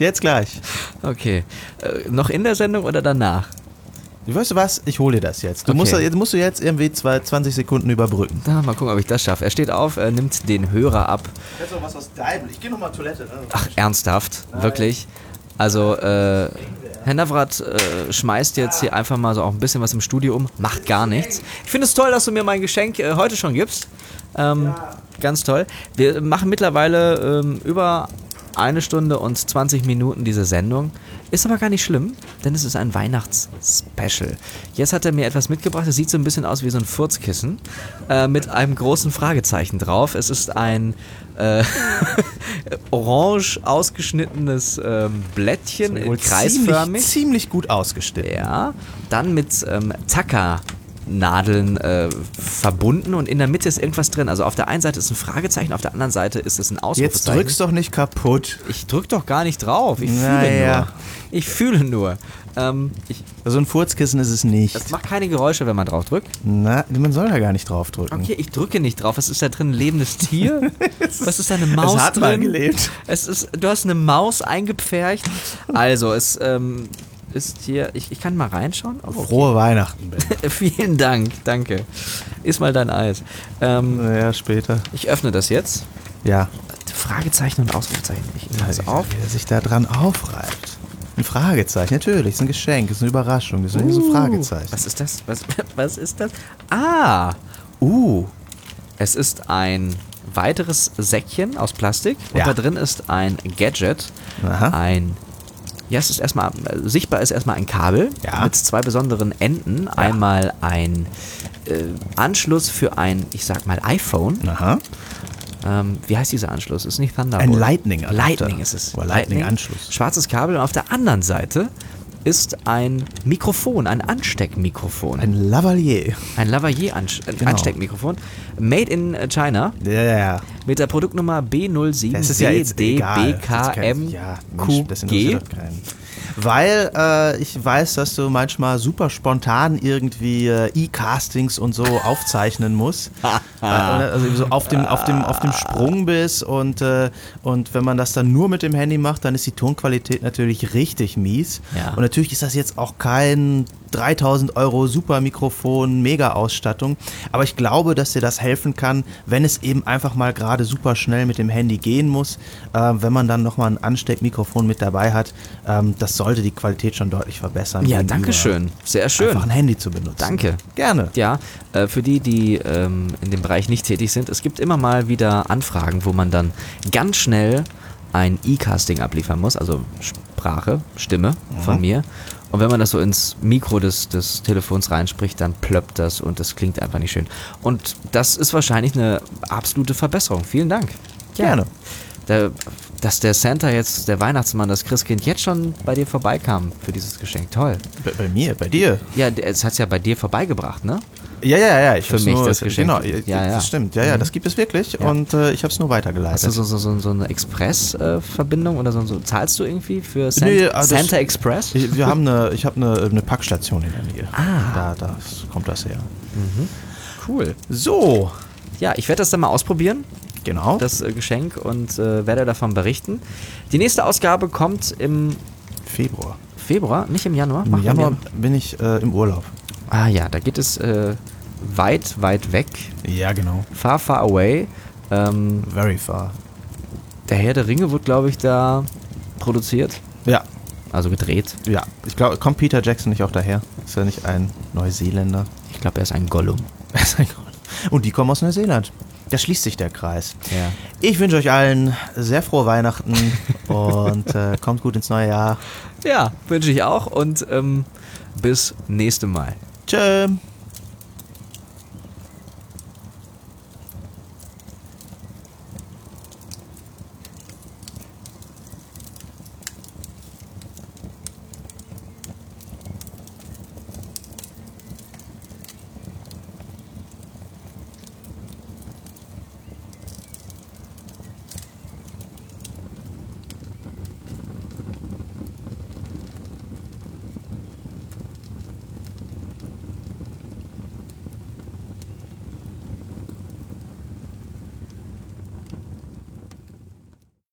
B: Jetzt gleich.
A: Okay. Äh, noch in der Sendung oder danach?
B: Weißt du was? Ich hole dir das jetzt. Du
A: Okay.
B: musst, jetzt musst du jetzt irgendwie zwei, 20 Sekunden überbrücken.
A: Na, mal gucken, ob ich das schaffe. Er steht auf, er nimmt den Hörer ab.
B: Ich hätte noch was aus Deibel. Ich gehe nochmal Toilette. ne?
A: Ach, ernsthaft? Wirklich? Also, äh, Herr Navrat äh, schmeißt jetzt hier einfach mal so auch ein bisschen was im Studio um. Macht gar nichts. Ich finde es toll, dass du mir mein Geschenk äh, heute schon gibst. Ähm, ganz toll. Wir machen mittlerweile ähm, über eine Stunde und 20 Minuten diese Sendung. Ist aber gar nicht schlimm, denn es ist ein Weihnachtsspecial. Jetzt hat er mir etwas mitgebracht. Es sieht so ein bisschen aus wie so ein Furzkissen äh, mit einem großen Fragezeichen drauf. Es ist ein äh, orange ausgeschnittenes ähm, Blättchen, äh, kreisförmig.
B: Ziemlich, ziemlich gut ausgeschnitten.
A: Ja, dann mit ähm, Zackernadeln äh, verbunden und in der Mitte ist irgendwas drin. Also auf der einen Seite ist ein Fragezeichen, auf der anderen Seite ist es ein
B: Jetzt
A: Ausrufezeichen.
B: drückst doch nicht kaputt.
A: ich drück doch gar nicht drauf. Ich fühle
B: Naja.
A: nur. Ich fühle nur. Ähm, ich,
B: So ein Furzkissen ist es nicht.
A: das macht keine Geräusche, wenn man drauf drückt.
B: Na, man soll da gar nicht drauf drücken.
A: Okay, ich drücke nicht drauf. Was ist da drin? Ein lebendes Tier? Was ist da eine Maus
B: hat
A: drin?
B: mal gelebt.
A: Es ist, du hast eine Maus eingepfercht. Also, es ähm, ist hier. Ich, ich kann mal reinschauen. Oh,
B: Frohe Weihnachten.
A: (laughs)
B: Ben.
A: Vielen Dank, danke. Iss mal dein Eis. Ähm,
B: Naja, später.
A: ich öffne das jetzt.
B: Ja.
A: Fragezeichen und Ausrufezeichen. Ich nehme das auf.
B: Wie er sich da dran aufreibt. Ein Fragezeichen, natürlich. Ist ein Geschenk, ist eine Überraschung. Ist uh, so ein Fragezeichen.
A: Was ist das? Was, (laughs) was ist das? Ah, uh. Es ist ein weiteres Säckchen aus Plastik. Und
B: Ja.
A: da drin ist ein Gadget.
B: Aha.
A: Ein. Ja, es ist erstmal, äh, sichtbar ist erstmal ein Kabel
B: Ja.
A: mit zwei besonderen Enden. Einmal ein äh, Anschluss für ein, ich sag mal, iPhone.
B: Aha.
A: Ähm, wie heißt dieser Anschluss? Ist nicht Thunderbolt.
B: Ein Lightning-Adapter.
A: Lightning ist es.
B: Oder Lightning-Anschluss.
A: Schwarzes Kabel und auf der anderen Seite ist ein Mikrofon, ein Ansteckmikrofon. Ein,
B: Ein Genau. Lavalier.
A: Lavalier-Ansteckmikrofon. Made in China
B: Ja, ja, ja.
A: mit der Produktnummer
B: Das ist ja jetzt egal. Das ist kein- ja, Mensch, das
A: B072BKMQG.
B: interessiert doch keinen. Weil äh, ich weiß, dass du manchmal super spontan irgendwie äh, E-Castings und so aufzeichnen musst. äh, also so auf dem, auf, dem, auf dem Sprung bist und, äh, und wenn man das dann nur mit dem Handy macht, dann ist die Tonqualität natürlich richtig mies.
A: Ja.
B: Und natürlich ist das jetzt auch kein 3000 Euro Super Mikrofon, Mega Ausstattung. Aber ich glaube, dass dir das helfen kann, wenn es eben einfach mal gerade super schnell mit dem Handy gehen muss. Äh, wenn man dann nochmal ein Ansteckmikrofon mit dabei hat, ähm, das sollte die Qualität schon deutlich verbessern.
A: Ja,
B: gegenüber
A: danke schön. Sehr schön.
B: Einfach ein Handy zu benutzen.
A: Danke.
B: Gerne.
A: Ja, äh, für die, die ähm, in dem Bereich nicht tätig sind, es gibt immer mal wieder Anfragen, wo man dann ganz schnell ein E-Casting abliefern muss, also Sprache, Stimme von mir. Und wenn man das so ins Mikro des, des Telefons reinspricht, dann plöppt das und das klingt einfach nicht schön. Und das ist wahrscheinlich eine absolute Verbesserung. Vielen Dank.
B: Gerne.
A: Da dass der Santa jetzt, der Weihnachtsmann, das Christkind jetzt schon bei dir vorbeikam für dieses Geschenk. Toll.
B: Bei, bei mir, bei dir.
A: Ja, d- es hat es ja bei dir vorbeigebracht, ne?
B: Ja, ja, ja. Ich Für
A: mich
B: nur,
A: das Geschenk.
B: Genau, ja,
A: Ja, ja.
B: das stimmt. Ja, ja, das gibt es wirklich. Und äh, ich habe es nur weitergeleitet.
A: Hast du so, so, so, so eine Express-Verbindung oder so, so? Zahlst du irgendwie für San
B: Nee, ah, das-
A: Santa Express?
B: Ich, wir haben eine, ich habe eine, eine Packstation in der Nähe. Ah. Da das kommt das her.
A: Cool.
B: So,
A: Ja, ich werde das dann mal ausprobieren,
B: genau.
A: das äh, Geschenk, und äh, werde davon berichten. Die nächste Ausgabe kommt im
B: Februar.
A: Februar, nicht im Januar.
B: Im
A: Machen wir
B: Januar bin ich äh, im Urlaub.
A: Ah ja, da geht es äh, weit, weit weg,
B: Ja, genau.
A: far, far away. Ähm,
B: Very far.
A: der Herr der Ringe wird, glaube ich, da produziert,
B: Ja,
A: also gedreht.
B: ja. Ich glaube, kommt Peter Jackson nicht auch daher? Ist er nicht ein Neuseeländer?
A: Ich glaube, er ist ein Gollum.
B: Und die kommen aus Neuseeland. Da schließt sich der Kreis.
A: Ja.
B: Ich wünsche euch allen sehr frohe Weihnachten (laughs) und äh, kommt gut ins neue Jahr.
A: Ja, wünsche ich auch und ähm, bis nächste Mal.
B: Tschö.